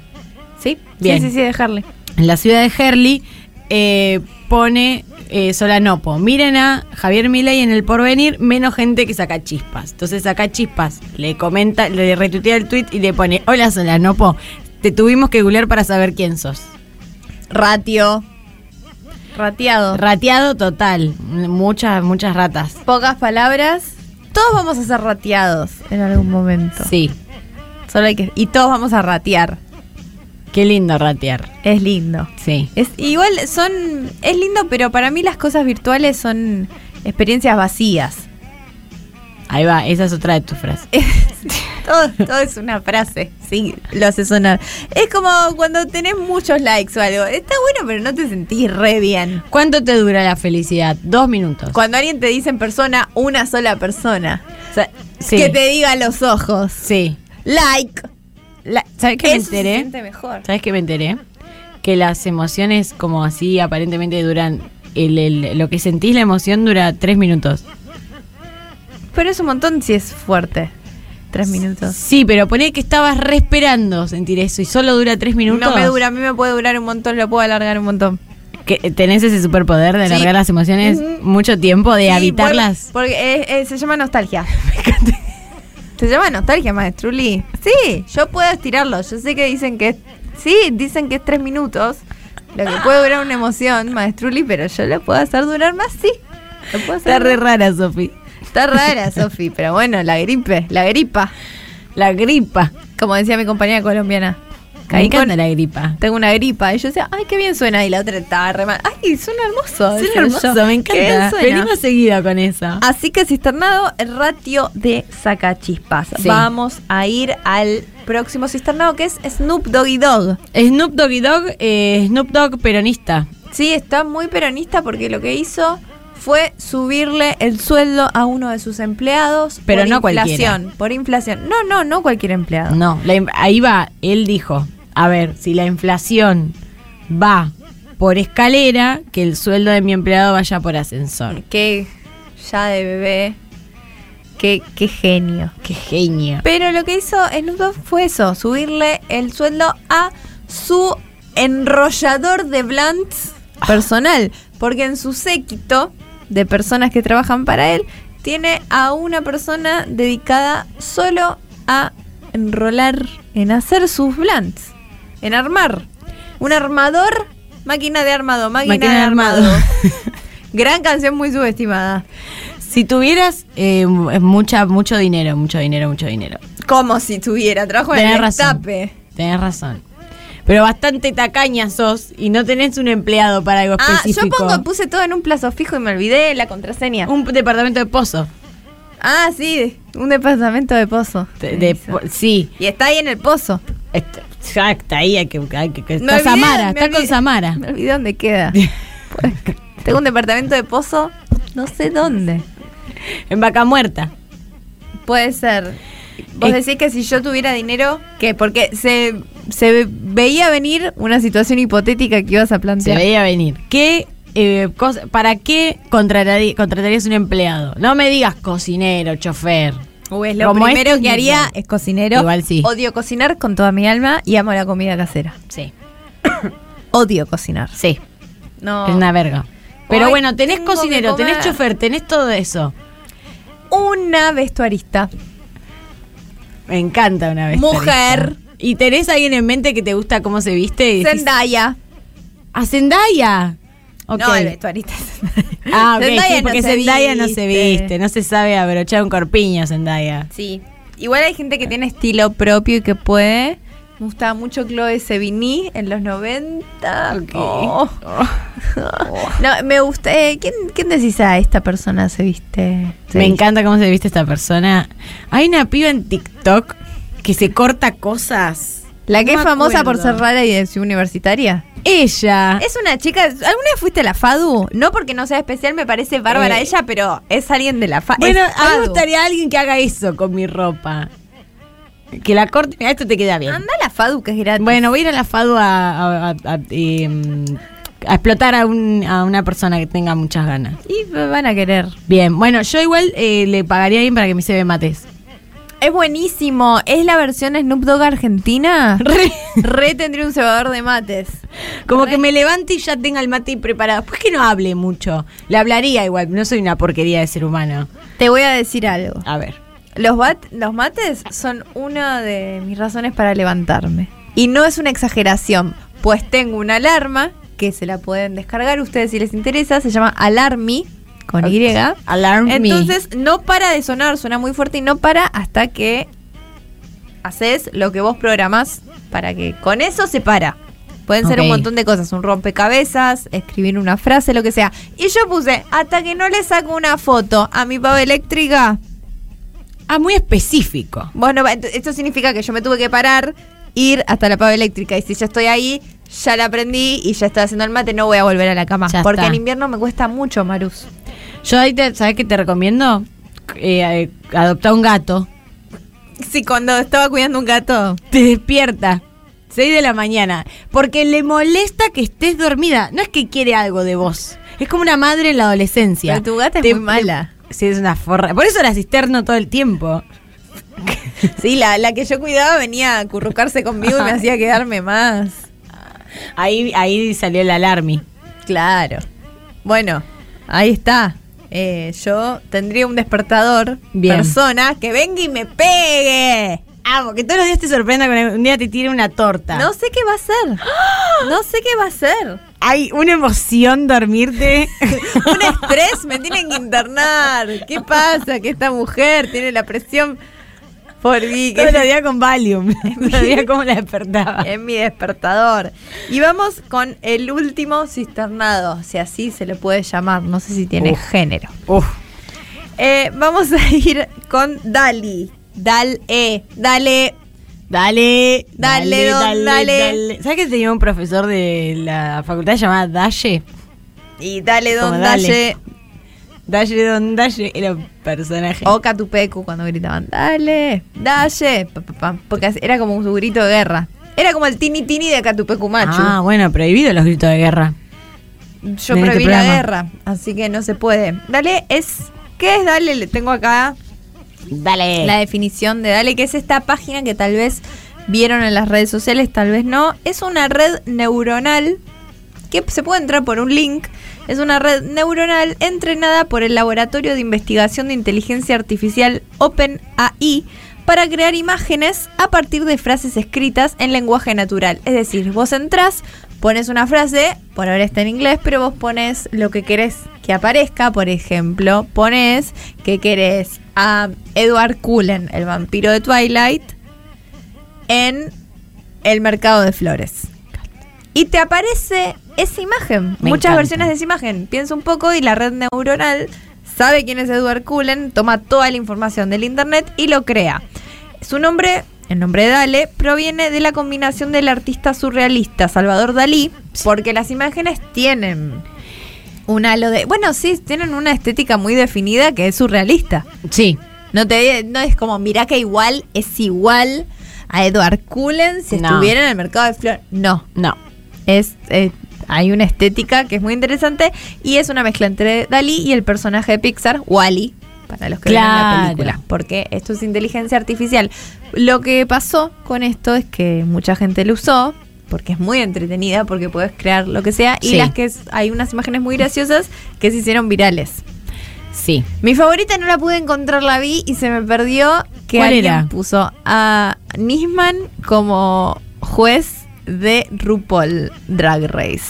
[SPEAKER 2] ¿Sí?
[SPEAKER 3] Bien.
[SPEAKER 2] Sí, sí, sí, dejarle.
[SPEAKER 3] en la ciudad de Herley eh, pone eh, Solanopo, miren a Javier Milei en el porvenir, menos gente que saca chispas. Entonces saca chispas, le comenta, le retuitea el tweet y le pone, hola Solanopo, te tuvimos que googlear para saber quién sos.
[SPEAKER 2] Ratio. Rateado.
[SPEAKER 3] Rateado total, muchas, muchas ratas.
[SPEAKER 2] Pocas palabras. Todos vamos a ser rateados en algún momento.
[SPEAKER 3] Sí,
[SPEAKER 2] Solo hay que. Y todos vamos a ratear.
[SPEAKER 3] qué lindo ratear.
[SPEAKER 2] Es lindo.
[SPEAKER 3] Sí.
[SPEAKER 2] Es, igual son. Es lindo, pero para mí las cosas virtuales son experiencias vacías.
[SPEAKER 3] Ahí va, esa es otra de tus frases.
[SPEAKER 2] todo, todo es una frase. Sí, lo hace sonar. Es como cuando tenés muchos likes o algo. Está bueno, pero no te sentís re bien.
[SPEAKER 3] ¿Cuánto te dura la felicidad? Dos minutos.
[SPEAKER 2] Cuando alguien te dice en persona, una sola persona.
[SPEAKER 3] O sea, sí,
[SPEAKER 2] Que te diga a los ojos.
[SPEAKER 3] sí.
[SPEAKER 2] Like.
[SPEAKER 3] ¿Sabes qué me
[SPEAKER 2] Eso se
[SPEAKER 3] enteré?
[SPEAKER 2] siente mejor.
[SPEAKER 3] ¿Sabes qué me enteré? Que las emociones, como así, aparentemente duran. el- el- lo que sentís, la emoción, dura tres minutos.
[SPEAKER 2] Pero es un montón si es fuerte. Tres minutos.
[SPEAKER 3] Sí, pero poné que estabas re esperando sentir eso y solo dura tres minutos.
[SPEAKER 2] No me dura, a mí me puede durar un montón, lo puedo alargar un montón.
[SPEAKER 3] Que tenés ese superpoder de
[SPEAKER 2] Sí.
[SPEAKER 3] alargar las emociones
[SPEAKER 2] Ujú.
[SPEAKER 3] mucho tiempo, de
[SPEAKER 2] Sí,
[SPEAKER 3] habitarlas.
[SPEAKER 2] por- Porque eh, eh, se llama nostalgia. se llama nostalgia, maestruli. Sí, yo puedo estirarlo. Yo sé que dicen que es- sí, dicen que es tres minutos. Lo que puede durar una emoción, maestruli, pero yo lo puedo hacer durar más, sí. Lo puedo hacer
[SPEAKER 3] Está re
[SPEAKER 2] durar-
[SPEAKER 3] rara, Sofi.
[SPEAKER 2] Está rara, Sofi, pero bueno, la gripe, la gripa.
[SPEAKER 3] La gripa.
[SPEAKER 2] Como decía mi compañera colombiana.
[SPEAKER 3] Me
[SPEAKER 2] Caí
[SPEAKER 3] encanta
[SPEAKER 2] con-
[SPEAKER 3] la gripa.
[SPEAKER 2] Tengo una gripa. Y yo decía, ay, qué bien suena. Y la otra estaba re mal. Ay, suena hermoso. Ah.
[SPEAKER 3] Es
[SPEAKER 2] decía
[SPEAKER 3] hermoso,
[SPEAKER 2] yo.
[SPEAKER 3] me
[SPEAKER 2] Qué bien
[SPEAKER 3] encanta.
[SPEAKER 2] suena.
[SPEAKER 3] Venimos seguido con eso.
[SPEAKER 2] Así que cisternado, el ratio de sacachispas.
[SPEAKER 3] Sí.
[SPEAKER 2] Vamos a ir al próximo cisternado que es Snoop Doggy Dog.
[SPEAKER 3] Snoop Doggy Dogg, eh, Snoop Dogg peronista.
[SPEAKER 2] Sí, está muy peronista porque lo que hizo fue subirle el sueldo a uno de sus empleados
[SPEAKER 3] Pero
[SPEAKER 2] por
[SPEAKER 3] no
[SPEAKER 2] inflación. Por inflación. No, no, no cualquier empleado.
[SPEAKER 3] No, la in- ahí va, él dijo, a ver, si la inflación va por escalera, que el sueldo de mi empleado vaya por ascensor.
[SPEAKER 2] Que ya de bebé. Qué, qué genio.
[SPEAKER 3] Qué genio.
[SPEAKER 2] Pero lo que hizo Snoop Dogg fue eso, subirle el sueldo a su enrollador de blunts personal. Porque en su séquito de personas que trabajan para él, tiene a una persona dedicada solo a enrolar, en hacer sus blunts, en armar. Un armador, máquina de armado, máquina,
[SPEAKER 3] Máquina
[SPEAKER 2] de
[SPEAKER 3] de
[SPEAKER 2] armado.
[SPEAKER 3] armado.
[SPEAKER 2] Gran canción muy subestimada.
[SPEAKER 3] Si tuvieras eh, mucha, mucho dinero, mucho dinero, mucho dinero.
[SPEAKER 2] Como si tuviera, trabajo en
[SPEAKER 3] Tenés
[SPEAKER 2] el
[SPEAKER 3] razón.
[SPEAKER 2] destape.
[SPEAKER 3] Tenés razón. Pero bastante tacaña sos y no tenés un empleado para algo
[SPEAKER 2] Ah, yo
[SPEAKER 3] específico.
[SPEAKER 2] pongo, puse todo en un plazo fijo y me olvidé la contraseña.
[SPEAKER 3] un departamento de pozo.
[SPEAKER 2] Ah, sí, un departamento de pozo.
[SPEAKER 3] De- de-
[SPEAKER 2] Eso.
[SPEAKER 3] sí,
[SPEAKER 2] y está ahí en el pozo.
[SPEAKER 3] Este, exacto, ahí hay que. hay que-
[SPEAKER 2] Me
[SPEAKER 3] está
[SPEAKER 2] olvidé,
[SPEAKER 3] Samara,
[SPEAKER 2] me
[SPEAKER 3] está con
[SPEAKER 2] olvidé-
[SPEAKER 3] Samara.
[SPEAKER 2] Me olvidé dónde queda. Pues, Tengo un departamento de pozo, no sé dónde.
[SPEAKER 3] En vaca muerta.
[SPEAKER 2] Puede ser. Vos
[SPEAKER 3] Es-
[SPEAKER 2] decís que si yo tuviera dinero, ¿qué? Porque se, se ve- veía venir una situación hipotética que ibas a
[SPEAKER 3] Se
[SPEAKER 2] plantear.
[SPEAKER 3] veía venir. ¿Qué, eh, cosa- ¿Para qué contratari- contratarías un empleado? No me digas cocinero, chofer.
[SPEAKER 2] Uy, es lo
[SPEAKER 3] Como
[SPEAKER 2] primero
[SPEAKER 3] este
[SPEAKER 2] que haría
[SPEAKER 3] nivel.
[SPEAKER 2] es cocinero.
[SPEAKER 3] Igual sí.
[SPEAKER 2] Odio cocinar con toda mi alma y amo la comida casera.
[SPEAKER 3] Sí,
[SPEAKER 2] Odio cocinar.
[SPEAKER 3] sí,
[SPEAKER 2] No.
[SPEAKER 3] es una verga. Pero
[SPEAKER 2] Ah. Hoy
[SPEAKER 3] bueno, tenés
[SPEAKER 2] tengo que
[SPEAKER 3] cocinero, tenés
[SPEAKER 2] comer.
[SPEAKER 3] chofer, tenés todo eso.
[SPEAKER 2] Una vestuarista.
[SPEAKER 3] Me encanta una vez.
[SPEAKER 2] Mujer.
[SPEAKER 3] tarista. ¿Y tenés alguien en mente que te gusta cómo se viste? Y decís,
[SPEAKER 2] Zendaya.
[SPEAKER 3] ¡A Zendaya! Ok.
[SPEAKER 2] No, el vestuarista es Zendaya.
[SPEAKER 3] Ah, ok,
[SPEAKER 2] Zendaya
[SPEAKER 3] sí,
[SPEAKER 2] no
[SPEAKER 3] porque
[SPEAKER 2] se
[SPEAKER 3] Zendaya no se
[SPEAKER 2] viste.
[SPEAKER 3] viste, no se sabe abrochar un corpiño, Zendaya.
[SPEAKER 2] Sí. Igual hay gente que tiene estilo propio y que puede. Me gustaba mucho Chloe Sevigny en los 90.
[SPEAKER 3] Ok. Oh.
[SPEAKER 2] Oh. No, me gusta. eh, ¿quién, ¿Quién decís a esta persona se viste? Se viste?
[SPEAKER 3] Me encanta cómo se viste esta persona. Hay una piba en TikTok que se corta cosas.
[SPEAKER 2] La que
[SPEAKER 3] No
[SPEAKER 2] es
[SPEAKER 3] me
[SPEAKER 2] famosa por
[SPEAKER 3] acuerdo. Ah.
[SPEAKER 2] ser rara y es universitaria.
[SPEAKER 3] Ella.
[SPEAKER 2] Es una chica. ¿Alguna vez fuiste a la FADU? No porque no sea especial, me parece bárbara
[SPEAKER 3] Eh.
[SPEAKER 2] ella, pero es alguien de la fa-
[SPEAKER 3] bueno,
[SPEAKER 2] es
[SPEAKER 3] a mí me
[SPEAKER 2] FADU.
[SPEAKER 3] gustaría alguien que haga eso con mi ropa. Que la corte. Mira, esto te queda bien.
[SPEAKER 2] Anda a la FADU, que es gratis.
[SPEAKER 3] Bueno, voy a ir a la FADU a, a- a- a- em, a explotar a, un- a una persona que tenga muchas ganas.
[SPEAKER 2] Y van a querer.
[SPEAKER 3] Bien, bueno, yo igual eh, le pagaría a alguien para que me se mates.
[SPEAKER 2] Es buenísimo. Es la versión Snoop Dogg argentina. Re, tendría un cebador de mates.
[SPEAKER 3] Como que me levante y ya tenga el mate preparado. Pues que no hable mucho. Le hablaría igual. No soy una porquería de ser humano.
[SPEAKER 2] Te voy a decir algo.
[SPEAKER 3] A ver.
[SPEAKER 2] Los, bat- los mates son una de mis razones para levantarme. Y no es una exageración, pues tengo una alarma que se la pueden descargar ustedes si les interesa. Se llama Alarmi con Y.
[SPEAKER 3] Alarm me.
[SPEAKER 2] Entonces no para de sonar, suena muy fuerte y no para hasta que haces lo que vos programás para que con eso se para. Pueden ser un
[SPEAKER 3] Ok.
[SPEAKER 2] montón de cosas, un rompecabezas, escribir una frase, lo que sea. Y yo puse, hasta que no le saco una foto a mi pava eléctrica,
[SPEAKER 3] Ah, muy específico.
[SPEAKER 2] vos no va- ent- Esto significa que yo me tuve que parar, ir hasta la pava eléctrica. Y si ya estoy ahí, ya la aprendí y ya estoy haciendo el mate, no voy a volver a la cama.
[SPEAKER 3] Ya
[SPEAKER 2] porque
[SPEAKER 3] está.
[SPEAKER 2] en invierno me cuesta mucho, Marus.
[SPEAKER 3] Yo ahí, te, ¿sabes qué te recomiendo? Eh, eh, adoptar un gato.
[SPEAKER 2] Sí, cuando estaba cuidando un gato.
[SPEAKER 3] Te despierta. 6 de la mañana. Porque le molesta que estés dormida. No es que quiere algo de vos. Es como una madre en la adolescencia.
[SPEAKER 2] Pero tu gata es
[SPEAKER 3] Te-
[SPEAKER 2] muy mala.
[SPEAKER 3] Sí, es una forra. Por eso la cisterno todo el tiempo.
[SPEAKER 2] Sí, la, la que yo cuidaba venía a currucarse conmigo y me hacía quedarme más.
[SPEAKER 3] Ahí, ahí salió el alarmi.
[SPEAKER 2] Claro. Bueno, ahí está. Eh, yo tendría un despertador,
[SPEAKER 3] Bien.
[SPEAKER 2] persona, que venga y me pegue.
[SPEAKER 3] Ah, porque todos los días te sorprenda con un día te tire una torta.
[SPEAKER 2] No sé qué va a ser. No sé qué va a ser.
[SPEAKER 3] Hay una emoción dormirte.
[SPEAKER 2] Un estrés, me tienen que internar. ¿Qué pasa? Que esta mujer tiene la presión por mí. que-
[SPEAKER 3] Todos los días con Valium. Todos los días como la despertaba.
[SPEAKER 2] en mi despertador. Y vamos con el último cisternado, si así se le puede llamar, no sé si tiene
[SPEAKER 3] Uf.
[SPEAKER 2] género.
[SPEAKER 3] Uf.
[SPEAKER 2] Eh, vamos a ir con Dali. Dale, dale.
[SPEAKER 3] Dale,
[SPEAKER 2] Dale, don, dale.
[SPEAKER 3] ¿Sabes que tenía un profesor de la facultad llamada Dalle?
[SPEAKER 2] Y dale, don
[SPEAKER 3] Como dale.
[SPEAKER 2] Dalle.
[SPEAKER 3] Dalle Don Dalle era un personaje.
[SPEAKER 2] O Catupecu cuando gritaban, dale, Dalle. pa, pa, pa, Porque así- era como su grito de guerra. Era como el tini tini de Catupecu Machu.
[SPEAKER 3] ah, bueno, prohibido los gritos de guerra.
[SPEAKER 2] Yo
[SPEAKER 3] en este
[SPEAKER 2] prohibí la
[SPEAKER 3] programa.
[SPEAKER 2] guerra, así que no se puede. Dale es. ¿Qué es Dale? Le tengo acá
[SPEAKER 3] Dale.
[SPEAKER 2] la definición de Dale, que es esta página que tal vez vieron en las redes sociales, tal vez no. Es una red neuronal que se puede entrar por un link. Es una red neuronal entrenada por el Laboratorio de Investigación de Inteligencia Artificial OpenAI para crear imágenes a partir de frases escritas en lenguaje natural. Es decir, vos entrás, pones una frase, por ahora está en inglés, pero vos pones lo que querés que aparezca. Por ejemplo, pones que querés a Edward Cullen, el vampiro de Twilight, en el mercado de flores. Y te aparece esa imagen,
[SPEAKER 3] Me
[SPEAKER 2] muchas
[SPEAKER 3] encanta.
[SPEAKER 2] versiones de esa imagen. Piensa un poco y la red neuronal sabe quién es Edward Cullen, toma toda la información del internet y lo crea. Su nombre, el nombre de Dale, proviene de la combinación del artista surrealista Salvador Dalí, porque las imágenes tienen un halo de. Bueno, sí, tienen una estética muy definida que es surrealista.
[SPEAKER 3] Sí.
[SPEAKER 2] No te no es como, mirá que igual es igual a Edward Cullen si
[SPEAKER 3] No.
[SPEAKER 2] estuviera en el mercado de flores. No,
[SPEAKER 3] No.
[SPEAKER 2] es, eh, hay una estética que es muy interesante y es una mezcla entre Dalí y el personaje de Pixar, Wally, para los que vieron
[SPEAKER 3] Claro.
[SPEAKER 2] la película, porque esto es inteligencia artificial. Lo que pasó con esto es que mucha gente lo usó porque es muy entretenida, porque puedes crear lo que sea y
[SPEAKER 3] Sí.
[SPEAKER 2] las que es- hay unas imágenes muy graciosas que se hicieron virales.
[SPEAKER 3] Sí.
[SPEAKER 2] Mi favorita no la pude encontrar, la vi y se me perdió que
[SPEAKER 3] ¿Cuál
[SPEAKER 2] alguien
[SPEAKER 3] era?
[SPEAKER 2] puso a Nisman como juez de RuPaul Drag Race.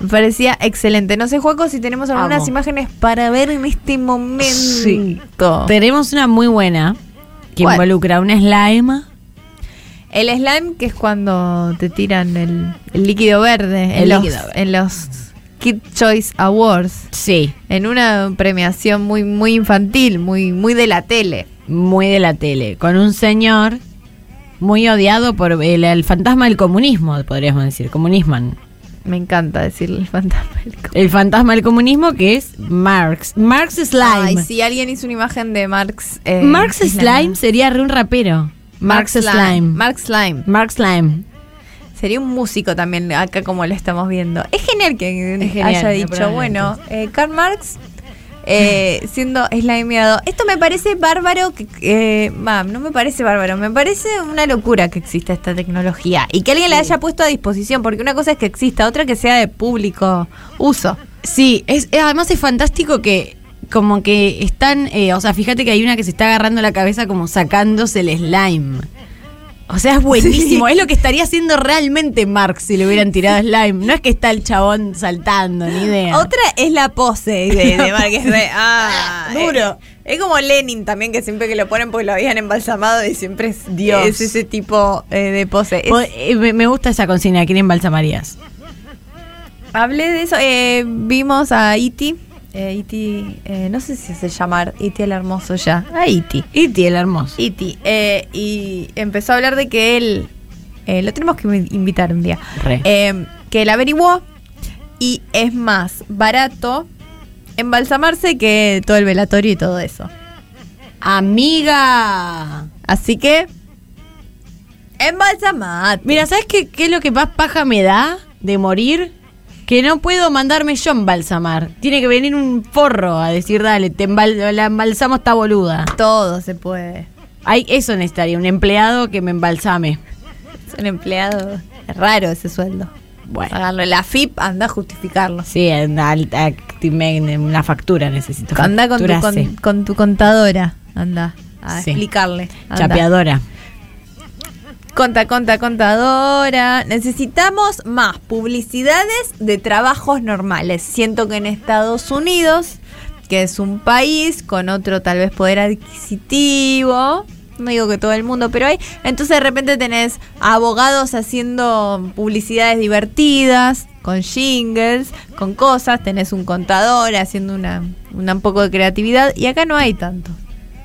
[SPEAKER 2] Me parecía excelente. No sé, Juaco, si tenemos algunas
[SPEAKER 3] Amo.
[SPEAKER 2] imágenes para ver en este momento.
[SPEAKER 3] Sí. Tenemos una muy buena que
[SPEAKER 2] ¿Cuál?
[SPEAKER 3] involucra un slime.
[SPEAKER 2] El slime, que es cuando te tiran el, el líquido verde en,
[SPEAKER 3] El
[SPEAKER 2] los,
[SPEAKER 3] líquido verde.
[SPEAKER 2] en los Kid Choice Awards.
[SPEAKER 3] Sí.
[SPEAKER 2] En una premiación muy, muy infantil, muy, muy de la tele.
[SPEAKER 3] Muy de la tele. Con un señor muy odiado por el, el fantasma del comunismo, podríamos decir. Comunisman.
[SPEAKER 2] Me encanta decirle el fantasma del co-
[SPEAKER 3] El fantasma del comunismo que es Marx. Marx Slime.
[SPEAKER 2] Ay, si alguien hizo una imagen de Marx. eh,
[SPEAKER 3] Marx
[SPEAKER 2] Slime.
[SPEAKER 3] Slime sería re un rapero. Marx Slime.
[SPEAKER 2] Marx Slime.
[SPEAKER 3] Marx Slime.
[SPEAKER 2] Sería un músico también, acá como lo estamos viendo. Es genial que
[SPEAKER 3] Es genial,
[SPEAKER 2] haya
[SPEAKER 3] no,
[SPEAKER 2] dicho,
[SPEAKER 3] probablemente.
[SPEAKER 2] bueno, eh, Karl Marx eh, siendo slimeado. Esto me parece bárbaro, que- que, eh, va, no me parece bárbaro, me parece una locura que exista esta tecnología y que alguien la haya puesto a disposición, porque una cosa es que exista, otra que sea de público uso.
[SPEAKER 3] Sí, es, eh, además es fantástico que como que están, eh, o sea, fíjate que hay una que se está agarrando la cabeza como sacándose el slime. O sea, es buenísimo. Es lo que estaría haciendo realmente Marx si le hubieran tirado slime. No es que está el chabón saltando, ni idea.
[SPEAKER 2] Otra es la pose de, de Márquez. de- ah,
[SPEAKER 3] Duro.
[SPEAKER 2] eh, Es, como Lenin también, que siempre que lo ponen porque lo habían embalsamado y siempre es,
[SPEAKER 3] Dios.
[SPEAKER 2] es ese tipo eh, de pose. Es-
[SPEAKER 3] Po- eh, me, me gusta esa consigna, ¿quién embalsamarías?
[SPEAKER 2] hablé de eso, eh, vimos a Iti. Eh, Iti, eh, no sé si se llamar Iti el hermoso ya. A E Iti.
[SPEAKER 3] Y E el hermoso.
[SPEAKER 2] Iti. eh, y empezó a hablar de que él. eh, lo tenemos que invitar un día.
[SPEAKER 3] Re.
[SPEAKER 2] Eh, que él averiguó y es más barato embalsamarse que todo el velatorio y todo eso.
[SPEAKER 3] Amiga.
[SPEAKER 2] Así que. Embalsamate.
[SPEAKER 3] Mira, ¿sabes qué, qué es lo que más paja me da de morir? Que no puedo mandarme yo a embalsamar. Tiene que venir un forro a decir, dale, te embal- la embalsamo esta boluda.
[SPEAKER 2] todo se puede.
[SPEAKER 3] Ay, eso necesitaría, un empleado que me embalsame.
[SPEAKER 2] Es un empleado. Es raro ese sueldo.
[SPEAKER 3] Bueno.
[SPEAKER 2] Pagarlo. La FIP anda a justificarlo.
[SPEAKER 3] Sí, en alta- en una factura necesito.
[SPEAKER 2] Anda con tu,
[SPEAKER 3] Factura
[SPEAKER 2] con-
[SPEAKER 3] C.
[SPEAKER 2] con tu contadora. Anda a
[SPEAKER 3] Sí.
[SPEAKER 2] explicarle. Anda.
[SPEAKER 3] chapeadora.
[SPEAKER 2] Conta, conta, contadora. Necesitamos más publicidades de trabajos normales. Siento que en Estados Unidos, que es un país con otro tal vez poder adquisitivo, no digo que todo el mundo, pero hay, entonces de repente tenés abogados haciendo publicidades divertidas, con jingles, con cosas, tenés un contador haciendo una, una un poco de creatividad y acá no hay tanto.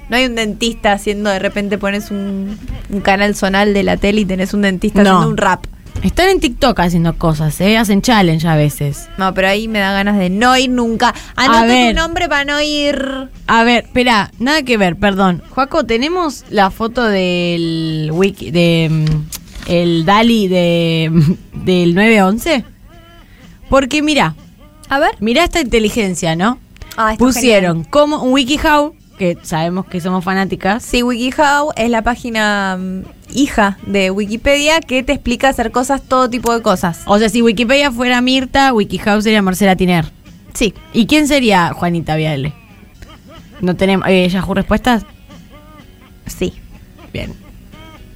[SPEAKER 2] No hay un dentista haciendo, de repente pones un, un canal zonal de la tele y tenés un dentista
[SPEAKER 3] No.
[SPEAKER 2] haciendo un rap.
[SPEAKER 3] Están en TikTok haciendo cosas, ¿eh? Hacen challenge a veces.
[SPEAKER 2] No, pero ahí me da ganas de no ir nunca. Anoten
[SPEAKER 3] ver.
[SPEAKER 2] un nombre para no ir.
[SPEAKER 3] A ver, espera, nada que ver, perdón. Joaco, tenemos la foto del wiki, de mm, el Dali de, mm, del 911. Porque mira,
[SPEAKER 2] A ver.
[SPEAKER 3] mira esta inteligencia, ¿no?
[SPEAKER 2] Ah, está
[SPEAKER 3] Pusieron
[SPEAKER 2] genial.
[SPEAKER 3] como un WikiHow, que sabemos que somos fanáticas.
[SPEAKER 2] Sí, WikiHow es la página mm, hija de Wikipedia que te explica hacer cosas, todo tipo de cosas.
[SPEAKER 3] O sea, si Wikipedia fuera Mirta, WikiHow sería Marcela Tiner.
[SPEAKER 2] Sí.
[SPEAKER 3] ¿Y quién sería Juanita Viale? No tenemos, eh, Yahoo respuestas.
[SPEAKER 2] Sí.
[SPEAKER 3] Bien.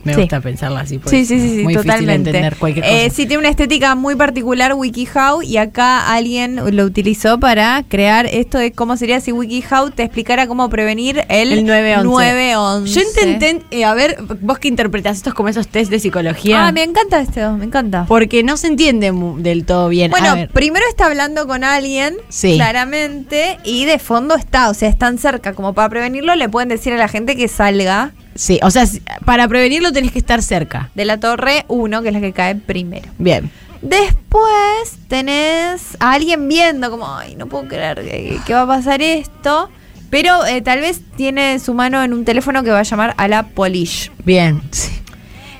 [SPEAKER 3] Me
[SPEAKER 2] Sí.
[SPEAKER 3] gusta pensarla así. porque
[SPEAKER 2] Sí,
[SPEAKER 3] es
[SPEAKER 2] sí, sí, sí,
[SPEAKER 3] Pues, muy difícil
[SPEAKER 2] totalmente.
[SPEAKER 3] entender cualquier cosa.
[SPEAKER 2] Eh, sí, tiene una estética muy particular WikiHow y acá alguien lo utilizó para crear esto de cómo sería si WikiHow te explicara cómo prevenir el, Ah,
[SPEAKER 3] El 911.
[SPEAKER 2] 911.
[SPEAKER 3] Yo intenté, eh, a ver, vos que interpretás estos como esos test de psicología.
[SPEAKER 2] Ah, me encanta esto, me encanta.
[SPEAKER 3] Porque no se entiende mu- del todo bien. Pues, a
[SPEAKER 2] Bueno,
[SPEAKER 3] ver,
[SPEAKER 2] primero está hablando con alguien,
[SPEAKER 3] Sí.
[SPEAKER 2] claramente, y de fondo está, o sea, están cerca, como para prevenirlo le pueden decir a la gente que salga
[SPEAKER 3] sí, o sea, si- para prevenirlo tenés que estar cerca.
[SPEAKER 2] de la torre 1, que es la que cae primero.
[SPEAKER 3] Bien.
[SPEAKER 2] Después tenés a alguien viendo como, ay, no puedo creer que, que va a pasar esto. Pero eh, tal vez tiene su mano en un teléfono que va a llamar a la Polish.
[SPEAKER 3] Bien. sí.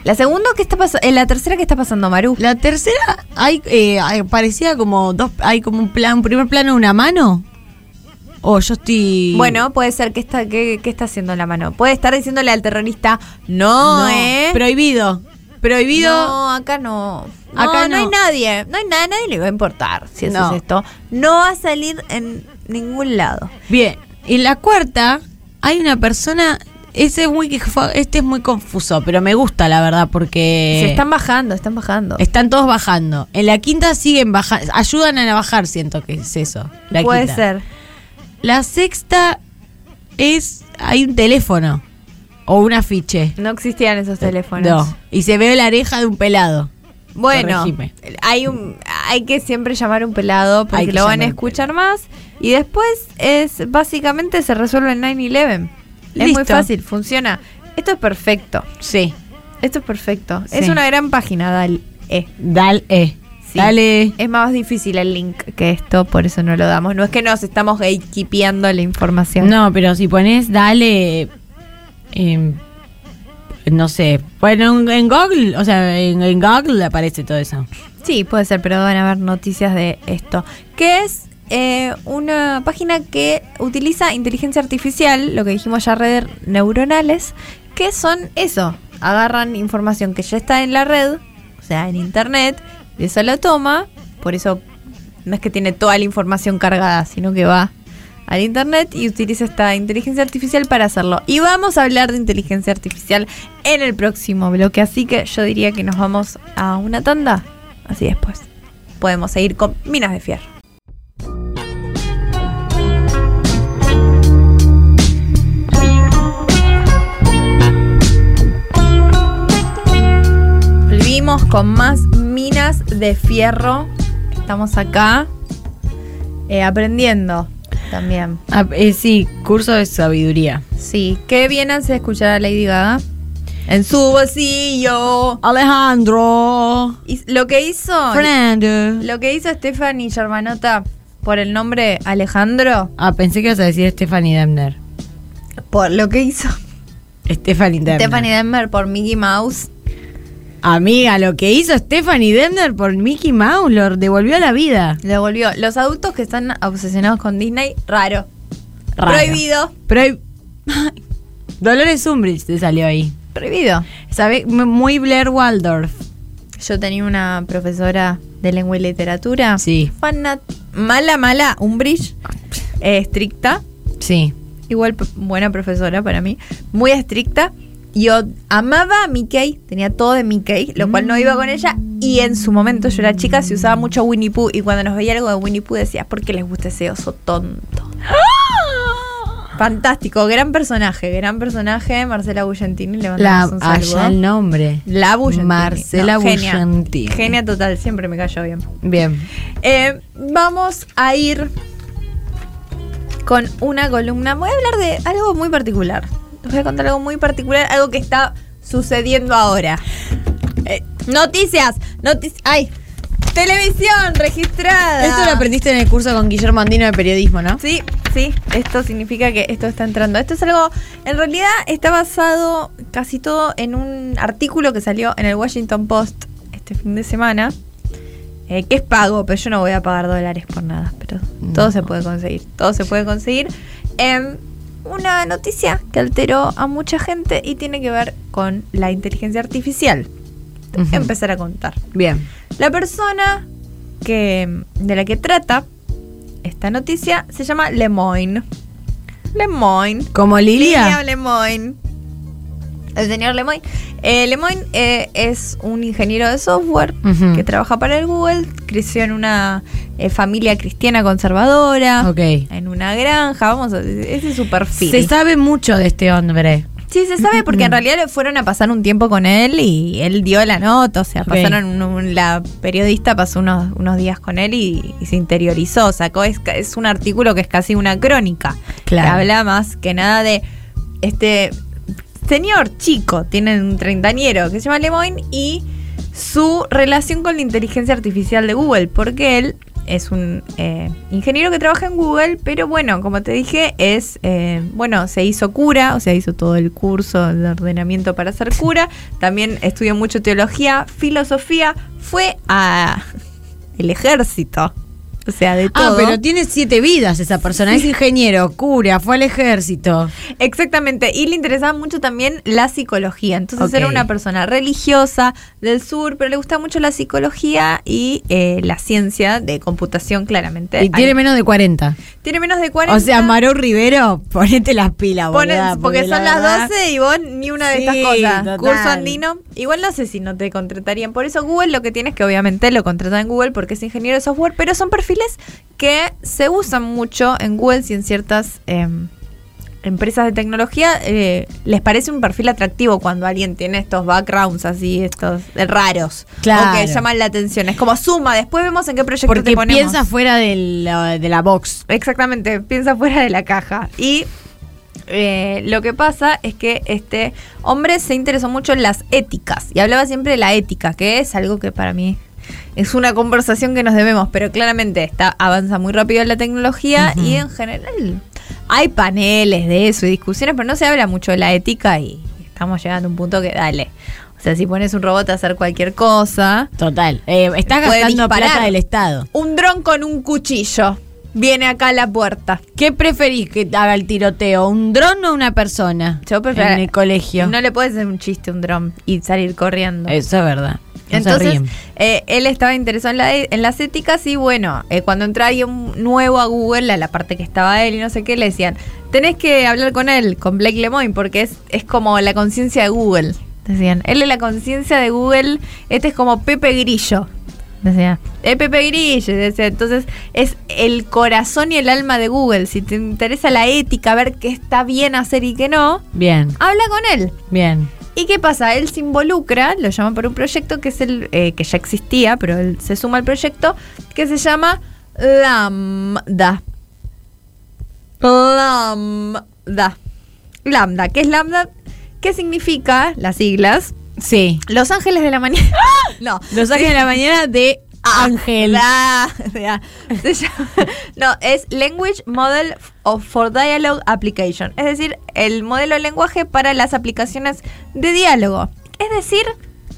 [SPEAKER 2] La segunda que está pasando, la tercera que está pasando, Maru.
[SPEAKER 3] La tercera, hay, eh, hay- parecía como dos, hay como un plan, un primer plano de una mano. O yo estoy.
[SPEAKER 2] Bueno, puede ser que está, que, que está haciendo la mano. Puede estar diciéndole al terrorista, no,
[SPEAKER 3] no,
[SPEAKER 2] eh.
[SPEAKER 3] prohibido. Prohibido.
[SPEAKER 2] No, acá no.
[SPEAKER 3] Acá
[SPEAKER 2] acá no, hay
[SPEAKER 3] no.
[SPEAKER 2] nadie. No hay nada, nadie le va a importar si haces
[SPEAKER 3] No.
[SPEAKER 2] esto. No va a salir en ningún lado.
[SPEAKER 3] Bien, y la cuarta, hay una persona, ese es muy, que fue- este es muy confuso, pero me gusta la verdad porque
[SPEAKER 2] Se están bajando, están bajando.
[SPEAKER 3] están todos bajando. En la quinta siguen bajando, ayudan a bajar, siento que es eso. la
[SPEAKER 2] puede
[SPEAKER 3] quinta.
[SPEAKER 2] ser.
[SPEAKER 3] La sexta es, hay un teléfono o un afiche.
[SPEAKER 2] No existían esos teléfonos.
[SPEAKER 3] Eh, No, y se ve la oreja de un pelado.
[SPEAKER 2] Bueno,
[SPEAKER 3] Corregime.
[SPEAKER 2] hay un hay que siempre llamar a un pelado
[SPEAKER 3] Hay
[SPEAKER 2] porque
[SPEAKER 3] que
[SPEAKER 2] lo van
[SPEAKER 3] llamar
[SPEAKER 2] a
[SPEAKER 3] a un
[SPEAKER 2] escuchar más y después es básicamente se resuelve en 911. Es muy
[SPEAKER 3] Listo.
[SPEAKER 2] fácil, funciona. Esto es perfecto.
[SPEAKER 3] Sí.
[SPEAKER 2] Esto es perfecto.
[SPEAKER 3] Sí.
[SPEAKER 2] Es una gran página, Dal. Eh.
[SPEAKER 3] Dale.
[SPEAKER 2] Sí.
[SPEAKER 3] Dale.
[SPEAKER 2] Es más difícil el link que esto, por eso no lo damos. No es que nos estamos gatekeepeando la información.
[SPEAKER 3] No, pero si pones, dale. em, no sé. Bueno, en, en Google, o sea, en, en Google aparece todo eso.
[SPEAKER 2] Sí, puede ser, pero van a haber noticias de esto. Que es
[SPEAKER 4] eh, una página que utiliza inteligencia artificial, lo que dijimos ya, redes neuronales, que son eso, agarran información que ya está en la red, o sea, en internet, de esa la toma, por eso no es que tiene toda la información cargada, sino que va al internet y utiliza esta inteligencia artificial para hacerlo. Y vamos a hablar de inteligencia artificial en el próximo bloque, así que yo diría que nos vamos a una tanda, así después podemos seguir con Minas de Fierro.
[SPEAKER 2] Volvimos con más minas de fierro. Estamos acá eh, aprendiendo también.
[SPEAKER 3] Ah, eh, sí, curso de sabiduría.
[SPEAKER 2] Sí, qué bien hace escuchar a Lady Gaga. En su bolsillo.
[SPEAKER 3] Alejandro.
[SPEAKER 2] Y lo que hizo.
[SPEAKER 3] Fernando.
[SPEAKER 2] Lo que hizo Stephanie Germanota por el nombre Alejandro.
[SPEAKER 3] Ah, pensé que ibas a decir Stephanie Demner.
[SPEAKER 2] Por lo que hizo
[SPEAKER 3] Stephanie Demner.
[SPEAKER 2] Stephanie Denver por Mickey Mouse.
[SPEAKER 3] Amiga, lo que hizo Stephanie Demner por Mickey Mouse lo devolvió a la vida.
[SPEAKER 2] Le volvió. Los adultos que están obsesionados con Disney, raro.
[SPEAKER 3] Raro.
[SPEAKER 2] Prohibido.
[SPEAKER 3] Pero hay... Dolores Umbridge te salió ahí.
[SPEAKER 2] Prohibido.
[SPEAKER 3] ¿Sabes? Muy Blair Waldorf.
[SPEAKER 2] Yo tenía una profesora de lengua y literatura.
[SPEAKER 3] Sí,
[SPEAKER 2] Fanat mala, mala, Umbridge. eh, estricta.
[SPEAKER 3] sí.
[SPEAKER 2] Igual p- buena profesora para mí. Muy estricta. Yo amaba a Mickey, tenía todo de Mickey, lo cual no iba
[SPEAKER 3] Mm.
[SPEAKER 2] con ella. Y en su momento yo era chica, se usaba mucho Winnie Pooh. Y cuando nos veía algo de Winnie Pooh decía, ¿por qué les gusta ese oso tonto?
[SPEAKER 3] ¡Ah!
[SPEAKER 2] Fantástico, gran personaje, gran personaje. Marcela Bullentini, le
[SPEAKER 3] La,
[SPEAKER 2] mandamos un saludo.
[SPEAKER 3] allá el nombre.
[SPEAKER 2] La Bullentini.
[SPEAKER 3] Marcela
[SPEAKER 2] genia.
[SPEAKER 3] Bullentini.
[SPEAKER 2] Genia total, siempre me cayó bien.
[SPEAKER 3] Bien.
[SPEAKER 2] Eh, vamos a ir con una columna. Voy a hablar de algo muy particular. Les voy a contar algo muy particular, algo que está sucediendo ahora. Eh, noticias, noticias. ¡Ay! Televisión registrada.
[SPEAKER 3] Esto lo aprendiste en el curso con Guillermo Andino de periodismo, ¿no?
[SPEAKER 2] Sí, sí, esto significa que esto está entrando. Esto es algo, en realidad está basado casi todo en un artículo que salió en el Washington Post este fin de semana, eh, que es pago, pero yo no voy a pagar dólares por nada, pero todo
[SPEAKER 3] No.
[SPEAKER 2] se puede conseguir, todo se puede conseguir. Em, una noticia que alteró a mucha gente y tiene que ver con la inteligencia artificial. Te voy a
[SPEAKER 3] Ujú.
[SPEAKER 2] Empezar a contar.
[SPEAKER 3] Bien.
[SPEAKER 2] La persona que, de la que trata esta noticia se llama Lemoyne. Lemoyne.
[SPEAKER 3] Como
[SPEAKER 2] Lilia
[SPEAKER 3] Lilia.
[SPEAKER 2] Lemoyne. El señor Lemoyne. Eh, Lemoyne eh, es un ingeniero de software
[SPEAKER 3] Ujú.
[SPEAKER 2] que trabaja para el Google. Creció en una eh, familia cristiana conservadora.
[SPEAKER 3] Ok.
[SPEAKER 2] En una granja. Vamos a ese es su perfil.
[SPEAKER 3] Se sabe mucho de este hombre.
[SPEAKER 2] Sí, se sabe porque en realidad le fueron a pasar un tiempo con él y él dio la nota, o sea,
[SPEAKER 3] Ok.
[SPEAKER 2] pasaron un- un- la periodista pasó unos, unos días con él y, y se interiorizó, sacó, es, ca- es un artículo que es casi una crónica,
[SPEAKER 3] Claro.
[SPEAKER 2] que habla más que nada de este señor chico, tiene un treintañero que se llama Lemoyne y su relación con la inteligencia artificial de Google, porque él es un eh, ingeniero que trabaja en Google, pero bueno, como te dije, es eh, bueno, se hizo cura, o sea, hizo todo el curso de ordenamiento para ser cura, también estudió mucho teología, filosofía, fue a el ejército. O sea, de
[SPEAKER 3] Ah,
[SPEAKER 2] todo.
[SPEAKER 3] pero tiene siete vidas esa persona. Es ingeniero, cura, fue al ejército.
[SPEAKER 2] Exactamente, y le interesaba mucho también la psicología. Entonces
[SPEAKER 3] Ok.
[SPEAKER 2] era una persona religiosa del sur, pero le gusta mucho la psicología y eh, la ciencia de computación, claramente.
[SPEAKER 3] Y tiene
[SPEAKER 2] Ahí-
[SPEAKER 3] menos de 40.
[SPEAKER 2] tiene menos de 40.
[SPEAKER 3] O sea, Maru Rivero, ponete las pilas,
[SPEAKER 2] Ponen-
[SPEAKER 3] boluda,
[SPEAKER 2] porque
[SPEAKER 3] la
[SPEAKER 2] son las
[SPEAKER 3] verdad-
[SPEAKER 2] 12 y vos ni una de
[SPEAKER 3] Sí,
[SPEAKER 2] estas cosas.
[SPEAKER 3] total.
[SPEAKER 2] Curso andino. Igual no sé si no te contratarían. Por eso Google lo que tiene es que obviamente lo contratan en Google porque es ingeniero de software, pero son perfiles que se usan mucho en Google si en ciertas em, empresas de tecnología eh, les parece un perfil atractivo cuando alguien tiene estos backgrounds así, estos eh, raros.
[SPEAKER 3] Claro.
[SPEAKER 2] O que llaman la atención. Es como suma, después vemos en qué proyecto te
[SPEAKER 3] Porque
[SPEAKER 2] ponemos.
[SPEAKER 3] piensa fuera de la, de la box.
[SPEAKER 2] Exactamente, piensa fuera de la caja. Y eh, lo que pasa es que este hombre se interesó mucho en las éticas y hablaba siempre de la ética, que es algo que para mí es una conversación que nos debemos, pero claramente está, avanza muy rápido la tecnología y en general hay paneles de eso y discusiones, pero no se habla mucho de la ética y estamos llegando a un punto que dale. O sea, si pones un robot a hacer cualquier cosa,
[SPEAKER 3] Total. Eh, está
[SPEAKER 2] Puede
[SPEAKER 3] gastando
[SPEAKER 2] disparar.
[SPEAKER 3] plata del Estado.
[SPEAKER 2] un dron con un cuchillo. viene acá a la puerta.
[SPEAKER 3] ¿Qué preferís que haga el tiroteo? ¿Un dron o una persona?
[SPEAKER 2] Yo prefiero-
[SPEAKER 3] En el colegio.
[SPEAKER 2] No le puedes hacer un chiste a un dron y salir corriendo.
[SPEAKER 3] Eso es verdad. No se
[SPEAKER 2] Entonces,
[SPEAKER 3] ríen.
[SPEAKER 2] eh, él estaba interesado en, la- en las éticas y bueno, eh, cuando entraba alguien nuevo a Google, a la parte que estaba él y no sé qué, le decían, tenés que hablar con él, con Blake Lemoyne, porque es, es como la conciencia de Google. Decían, él es la conciencia de Google, este es como Pepe Grillo. Decía, es Pepe Grillo. Decía, entonces es el corazón y el alma de Google. Si te interesa la ética, ver qué está bien hacer y qué no,
[SPEAKER 3] Bien,
[SPEAKER 2] habla con él.
[SPEAKER 3] bien.
[SPEAKER 2] ¿Y qué pasa? Él se involucra, lo llaman por un proyecto que es el eh, que ya existía, pero él se suma al proyecto que se llama Lambda. Lambda. Lambda, ¿qué es Lambda? ¿Qué significa las siglas?
[SPEAKER 3] Sí.
[SPEAKER 2] Los Ángeles de la Mañana. no.
[SPEAKER 3] Los Ángeles de la Mañana de Ángel.
[SPEAKER 2] Ah, ya. Se llama- no, es Language Model of- for Dialogue Application. Es decir, el modelo de lenguaje para las aplicaciones de diálogo. Es decir,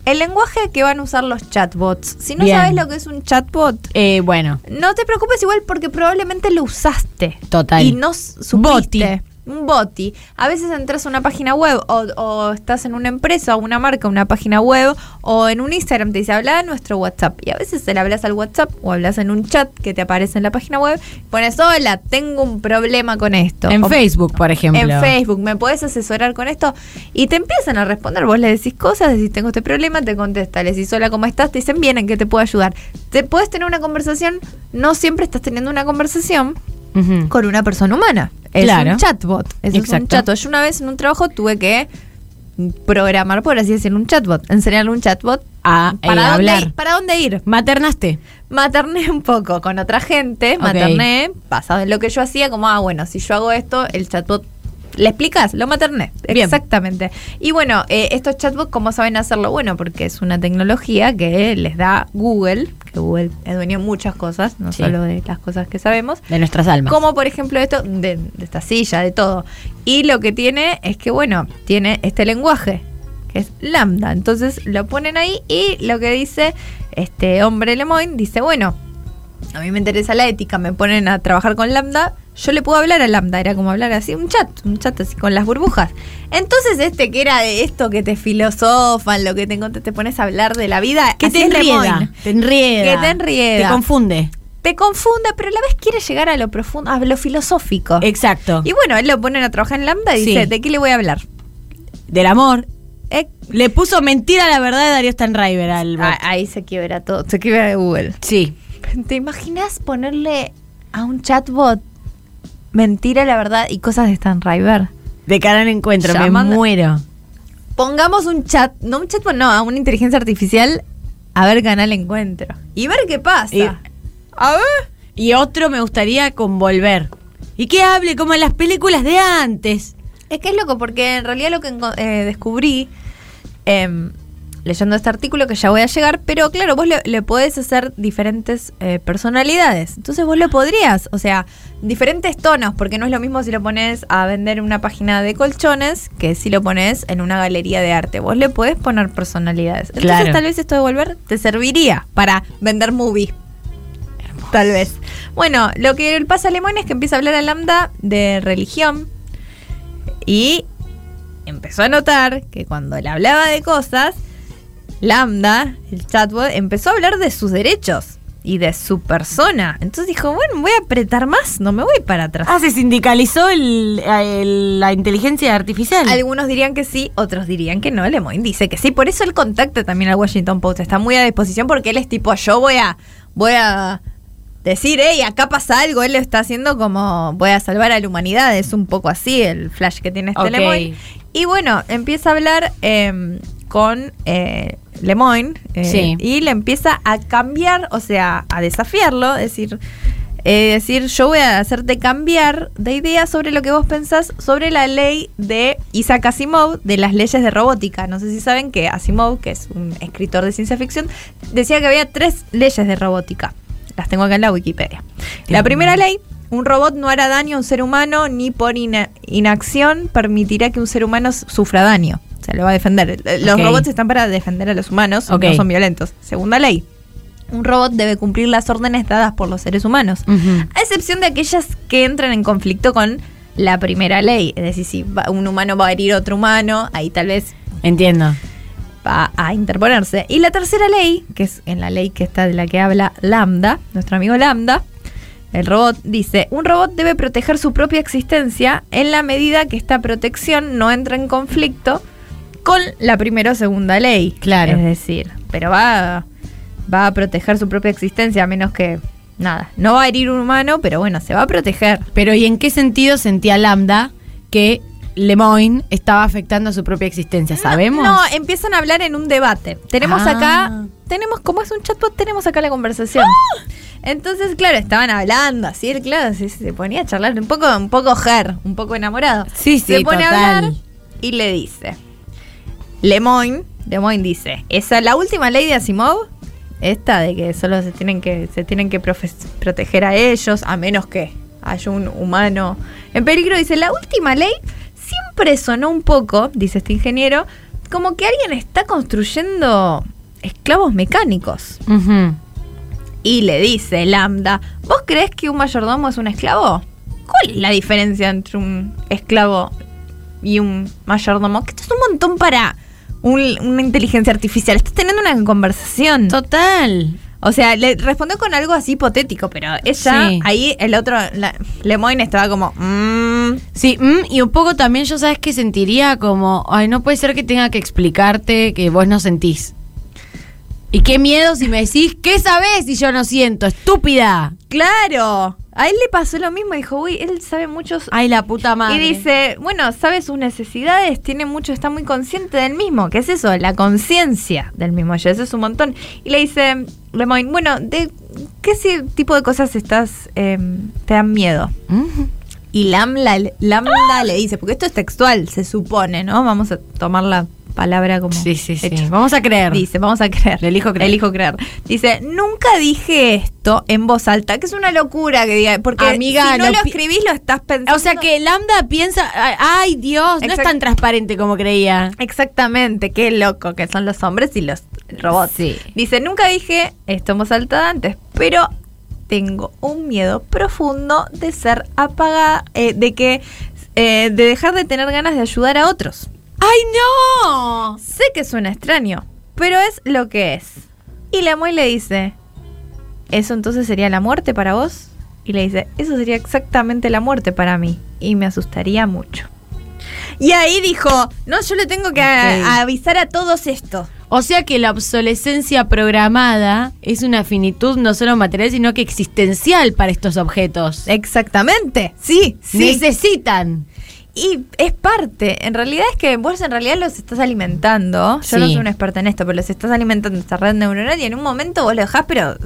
[SPEAKER 2] el lenguaje que van a usar los chatbots. Si no
[SPEAKER 3] Bien.
[SPEAKER 2] sabes lo que es un chatbot,
[SPEAKER 3] Eh, bueno,
[SPEAKER 2] no te preocupes igual porque probablemente lo usaste.
[SPEAKER 3] Total.
[SPEAKER 2] Y no s- supiste. Un boti. A veces entras a una página web o, o estás en una empresa, una marca, una página web o en un Instagram te dice habla a nuestro WhatsApp. Y a veces se le hablas al WhatsApp o hablas en un chat que te aparece en la página web. Pones, hola, tengo un problema con esto.
[SPEAKER 3] en
[SPEAKER 2] O-
[SPEAKER 3] Facebook, por ejemplo.
[SPEAKER 2] en Facebook, ¿me podés asesorar con esto? Y te empiezan a responder, vos le decís cosas, decís tengo este problema, te contesta, le decís hola, ¿cómo estás? Te dicen bien, ¿en qué te puedo ayudar? Te puedes tener una conversación, no siempre estás teniendo una conversación
[SPEAKER 3] Ujú.
[SPEAKER 2] con una persona humana. Es
[SPEAKER 3] Claro.
[SPEAKER 2] un chatbot, eso es un
[SPEAKER 3] Exacto.
[SPEAKER 2] chatbot. Yo una vez en un trabajo tuve que programar, por así decirlo, un chatbot, enseñarle un chatbot
[SPEAKER 3] A, eh,
[SPEAKER 2] para, dónde
[SPEAKER 3] hablar.
[SPEAKER 2] ir- para dónde ir
[SPEAKER 3] Maternaste.
[SPEAKER 2] materné un poco con otra gente,
[SPEAKER 3] Ok.
[SPEAKER 2] materné, basado en lo que yo hacía, como, ah, bueno, si yo hago esto, el chatbot... ¿Le explicas? Lo materné.
[SPEAKER 3] Bien.
[SPEAKER 2] Exactamente. Y bueno, eh, estos chatbots, ¿cómo saben hacerlo? Bueno, porque es una tecnología que les da Google, que Google es dueño de muchas cosas, no
[SPEAKER 3] Sí.
[SPEAKER 2] solo de las cosas que sabemos.
[SPEAKER 3] De nuestras almas.
[SPEAKER 2] Como por ejemplo esto de, de esta silla, de todo. Y lo que tiene es que, bueno, tiene este lenguaje, que es lambda. Entonces lo ponen ahí y lo que dice este hombre Lemoyne, dice, bueno, a mí me interesa la ética, me ponen a trabajar con lambda, yo le puedo hablar a lambda, era como hablar así, un chat, un chat así con las burbujas. Entonces este que era de esto que te filosofan, lo que te encontré, te pones a hablar de la vida,
[SPEAKER 3] que
[SPEAKER 2] así
[SPEAKER 3] te
[SPEAKER 2] es
[SPEAKER 3] enrieda.
[SPEAKER 2] Lemoyne.
[SPEAKER 3] Te enrieda.
[SPEAKER 2] Que te enrieda.
[SPEAKER 3] Te confunde.
[SPEAKER 2] Te confunde, pero a la vez quiere llegar a lo profundo, a lo filosófico.
[SPEAKER 3] Exacto.
[SPEAKER 2] Y bueno, él lo ponen a trabajar en Lambda y
[SPEAKER 3] Sí.
[SPEAKER 2] dice, ¿de qué le voy a hablar?
[SPEAKER 3] Del amor.
[SPEAKER 2] Eh,
[SPEAKER 3] Le puso mentira la verdad de Darío Stanraiver al bot.
[SPEAKER 2] a- ahí se quiebra todo, se quiebra de Google.
[SPEAKER 3] Sí.
[SPEAKER 2] ¿Te imaginas ponerle a un chatbot mentira, la verdad, y cosas de Stan River?
[SPEAKER 3] De cara al encuentro.
[SPEAKER 2] Llamando-
[SPEAKER 3] Me muero.
[SPEAKER 2] Pongamos un chat, no un chatbot, no, a una inteligencia artificial a ver canal encuentro. Y ver qué pasa.
[SPEAKER 3] Y-
[SPEAKER 2] A ver.
[SPEAKER 3] Y otro me gustaría con volver. Y que hable como en las películas de antes.
[SPEAKER 2] Es que es loco, porque en realidad lo que enco- eh, descubrí em, leyendo este artículo, que ya voy a llegar, pero claro, vos le, le podés hacer diferentes eh, personalidades. Entonces vos lo podrías, o sea, diferentes tonos, porque no es lo mismo si lo pones a vender en una página de colchones que si lo pones en una galería de arte. Vos le podés poner personalidades. Entonces
[SPEAKER 3] Claro.
[SPEAKER 2] tal vez esto de volver te serviría para vender movies. Tal vez. Bueno, lo que le pasa a Lemón es que empieza a hablar a Lambda de religión y empezó a notar que cuando le hablaba de cosas, Lambda, el chatbot, empezó a hablar de sus derechos y de su persona. Entonces dijo, bueno, voy a apretar más, no me voy para atrás.
[SPEAKER 3] Ah, se sindicalizó el- el- la inteligencia artificial.
[SPEAKER 2] Algunos dirían que sí, otros dirían que no. Lemoyne dice que sí. Por eso él contacta también al Washington Post. Está muy a disposición porque él es tipo, yo voy a, voy a decir, hey, acá pasa algo. Él lo está haciendo como, voy a salvar a la humanidad. Es un poco así el flash que tiene este
[SPEAKER 3] Ok.
[SPEAKER 2] Lemoyne. Y bueno, empieza a hablar eh, con eh, Lemoyne eh,
[SPEAKER 3] Sí.
[SPEAKER 2] y le empieza a cambiar, o sea, a desafiarlo, es decir, eh, decir, yo voy a hacerte cambiar de idea sobre lo que vos pensás sobre la ley de Isaac Asimov, de las leyes de robótica. No sé si saben que Asimov, que es un escritor de ciencia ficción, decía que había tres leyes de robótica. Las tengo acá en la Wikipedia. La primera ley, un robot no hará daño a un ser humano ni por ina- inacción permitirá que un ser humano s- sufra daño. O sea, lo va a defender. Eh, Los
[SPEAKER 3] Ok.
[SPEAKER 2] robots están para defender a los humanos,
[SPEAKER 3] Ok.
[SPEAKER 2] no son violentos. Segunda ley, Un robot debe cumplir las órdenes dadas por los seres humanos,
[SPEAKER 3] Ujú.
[SPEAKER 2] a excepción de aquellas que entran en conflicto con la primera ley. Es decir, si va- un humano va a herir a otro humano, ahí tal vez
[SPEAKER 3] Entiendo.
[SPEAKER 2] va a interponerse. Y la tercera ley, que es en la ley que está de la que habla Lambda, nuestro amigo Lambda, el robot dice, un robot debe proteger su propia existencia en la medida que esta protección no entra en conflicto con la primera o segunda ley.
[SPEAKER 3] Claro.
[SPEAKER 2] Es decir, pero va a, va a proteger su propia existencia a menos que, nada, no va a herir un humano, pero bueno, se va a proteger.
[SPEAKER 3] Pero ¿y en qué sentido sentía Lambda que Lemoyne estaba afectando a su propia existencia? ¿Sabemos?
[SPEAKER 2] No, empiezan a hablar en un debate. Tenemos
[SPEAKER 3] Ah.
[SPEAKER 2] acá, tenemos, como es un chatbot, tenemos acá la conversación.
[SPEAKER 3] ¡Ah!
[SPEAKER 2] Entonces, claro, estaban hablando, así él, claro, se, se ponía a charlar un poco, un poco her, un poco enamorado.
[SPEAKER 3] Sí,
[SPEAKER 2] Se
[SPEAKER 3] sí,
[SPEAKER 2] pone a
[SPEAKER 3] total.
[SPEAKER 2] hablar y le dice. Lemoyne, Lemoyne dice, esa la última ley de Asimov, esta de que solo se tienen que, se tienen que profes- proteger a ellos, a menos que haya un humano en peligro. Dice, la última ley siempre sonó un poco, dice este ingeniero, como que alguien está construyendo esclavos mecánicos.
[SPEAKER 3] Ujú.
[SPEAKER 2] Y le dice Lambda, ¿vos crees que un mayordomo es un esclavo? ¿Cuál es la diferencia entre un esclavo y un mayordomo? Que esto es un montón para un- una inteligencia artificial. Estás teniendo una conversación.
[SPEAKER 3] Total.
[SPEAKER 2] O sea, le respondió con algo así hipotético, pero ella,
[SPEAKER 3] Sí.
[SPEAKER 2] ahí el otro, la- Lemoyne estaba como, mmm,
[SPEAKER 3] Sí, mm, y un poco también yo sabes que sentiría como, ay, no puede ser que tenga que explicarte que vos no sentís. Y qué miedo si me decís, ¿qué sabés si yo no siento? Estúpida.
[SPEAKER 2] claro. A él le pasó lo mismo, dijo, uy, él sabe muchos
[SPEAKER 3] Ay, la puta madre.
[SPEAKER 2] Y dice, bueno, sabe sus necesidades, tiene mucho, está muy consciente del mismo. ¿Qué es eso? La conciencia del mismo yo, eso es un montón. Y le dice, Lemoyne, bueno, ¿de qué si- tipo de cosas estás, em, te dan miedo?
[SPEAKER 3] Ujú.
[SPEAKER 2] Y Lambda, Lambda le dice, porque esto es textual, se supone, ¿no? Vamos a tomar la palabra como
[SPEAKER 3] Sí, sí, sí.
[SPEAKER 2] hecho.
[SPEAKER 3] Vamos a creer.
[SPEAKER 2] Dice, vamos a creer.
[SPEAKER 3] Elijo creer.
[SPEAKER 2] Elijo creer. Dice, nunca dije esto en voz alta, que es una locura que diga, porque
[SPEAKER 3] Amiga,
[SPEAKER 2] si no
[SPEAKER 3] lo
[SPEAKER 2] lo
[SPEAKER 3] pi-
[SPEAKER 2] escribís lo estás pensando.
[SPEAKER 3] O sea que Lambda piensa, ay, ay, Dios, no es
[SPEAKER 2] Exact-
[SPEAKER 3] tan transparente como creía.
[SPEAKER 2] Exactamente, qué loco que son los hombres y los robots.
[SPEAKER 3] Sí.
[SPEAKER 2] Dice, nunca dije esto en voz alta antes, pero tengo un miedo profundo de ser apagada, eh, de que, eh, de dejar de tener ganas de ayudar a otros.
[SPEAKER 3] ¡Ay, no!
[SPEAKER 2] Sé que suena extraño, pero es lo que es. Y Lemoy le dice, ¿eso entonces sería la muerte para vos? Y le dice, eso sería exactamente la muerte para mí. Y me asustaría mucho. Y ahí dijo, no, yo le tengo que a-
[SPEAKER 3] Ok.
[SPEAKER 2] a avisar a todos esto.
[SPEAKER 3] O sea que la obsolescencia programada es una finitud no solo material, sino que existencial para estos objetos. Eh,
[SPEAKER 2] Exactamente, sí,
[SPEAKER 3] Necesitan.
[SPEAKER 2] Y es parte. En realidad es que vos en realidad los estás alimentando. Yo no
[SPEAKER 3] Sí.
[SPEAKER 2] soy una experta en esto, pero los estás alimentando esta red neuronal y en un momento vos lo dejás, pero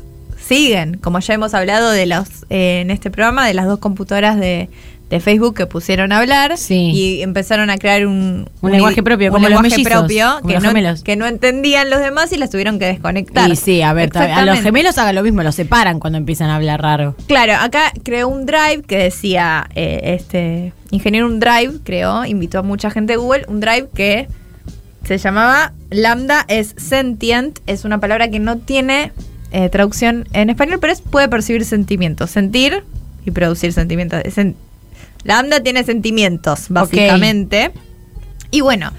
[SPEAKER 2] siguen. Como ya hemos hablado de los eh, en este programa, de las dos computadoras de, de Facebook que pusieron a hablar
[SPEAKER 3] Sí.
[SPEAKER 2] y empezaron a crear un,
[SPEAKER 3] Un lenguaje propio,
[SPEAKER 2] un
[SPEAKER 3] como los
[SPEAKER 2] lenguaje
[SPEAKER 3] mellizos,
[SPEAKER 2] propio
[SPEAKER 3] como
[SPEAKER 2] que
[SPEAKER 3] los
[SPEAKER 2] no,
[SPEAKER 3] gemelos.
[SPEAKER 2] que no entendían los demás y las tuvieron que desconectar.
[SPEAKER 3] Y sí, a ver, a los
[SPEAKER 2] Exactamente.
[SPEAKER 3] gemelos hagan lo mismo, los separan cuando empiezan a hablar raro.
[SPEAKER 2] Claro, acá creó un drive que decía, eh, este ingeniero un drive creó, invitó a mucha gente de Google, un drive que se llamaba Lambda es sentient, es una palabra que no tiene eh, traducción en español, pero es puede percibir sentimientos, sentir y producir sentimientos. Es sen- Lambda tiene sentimientos, básicamente. Y bueno,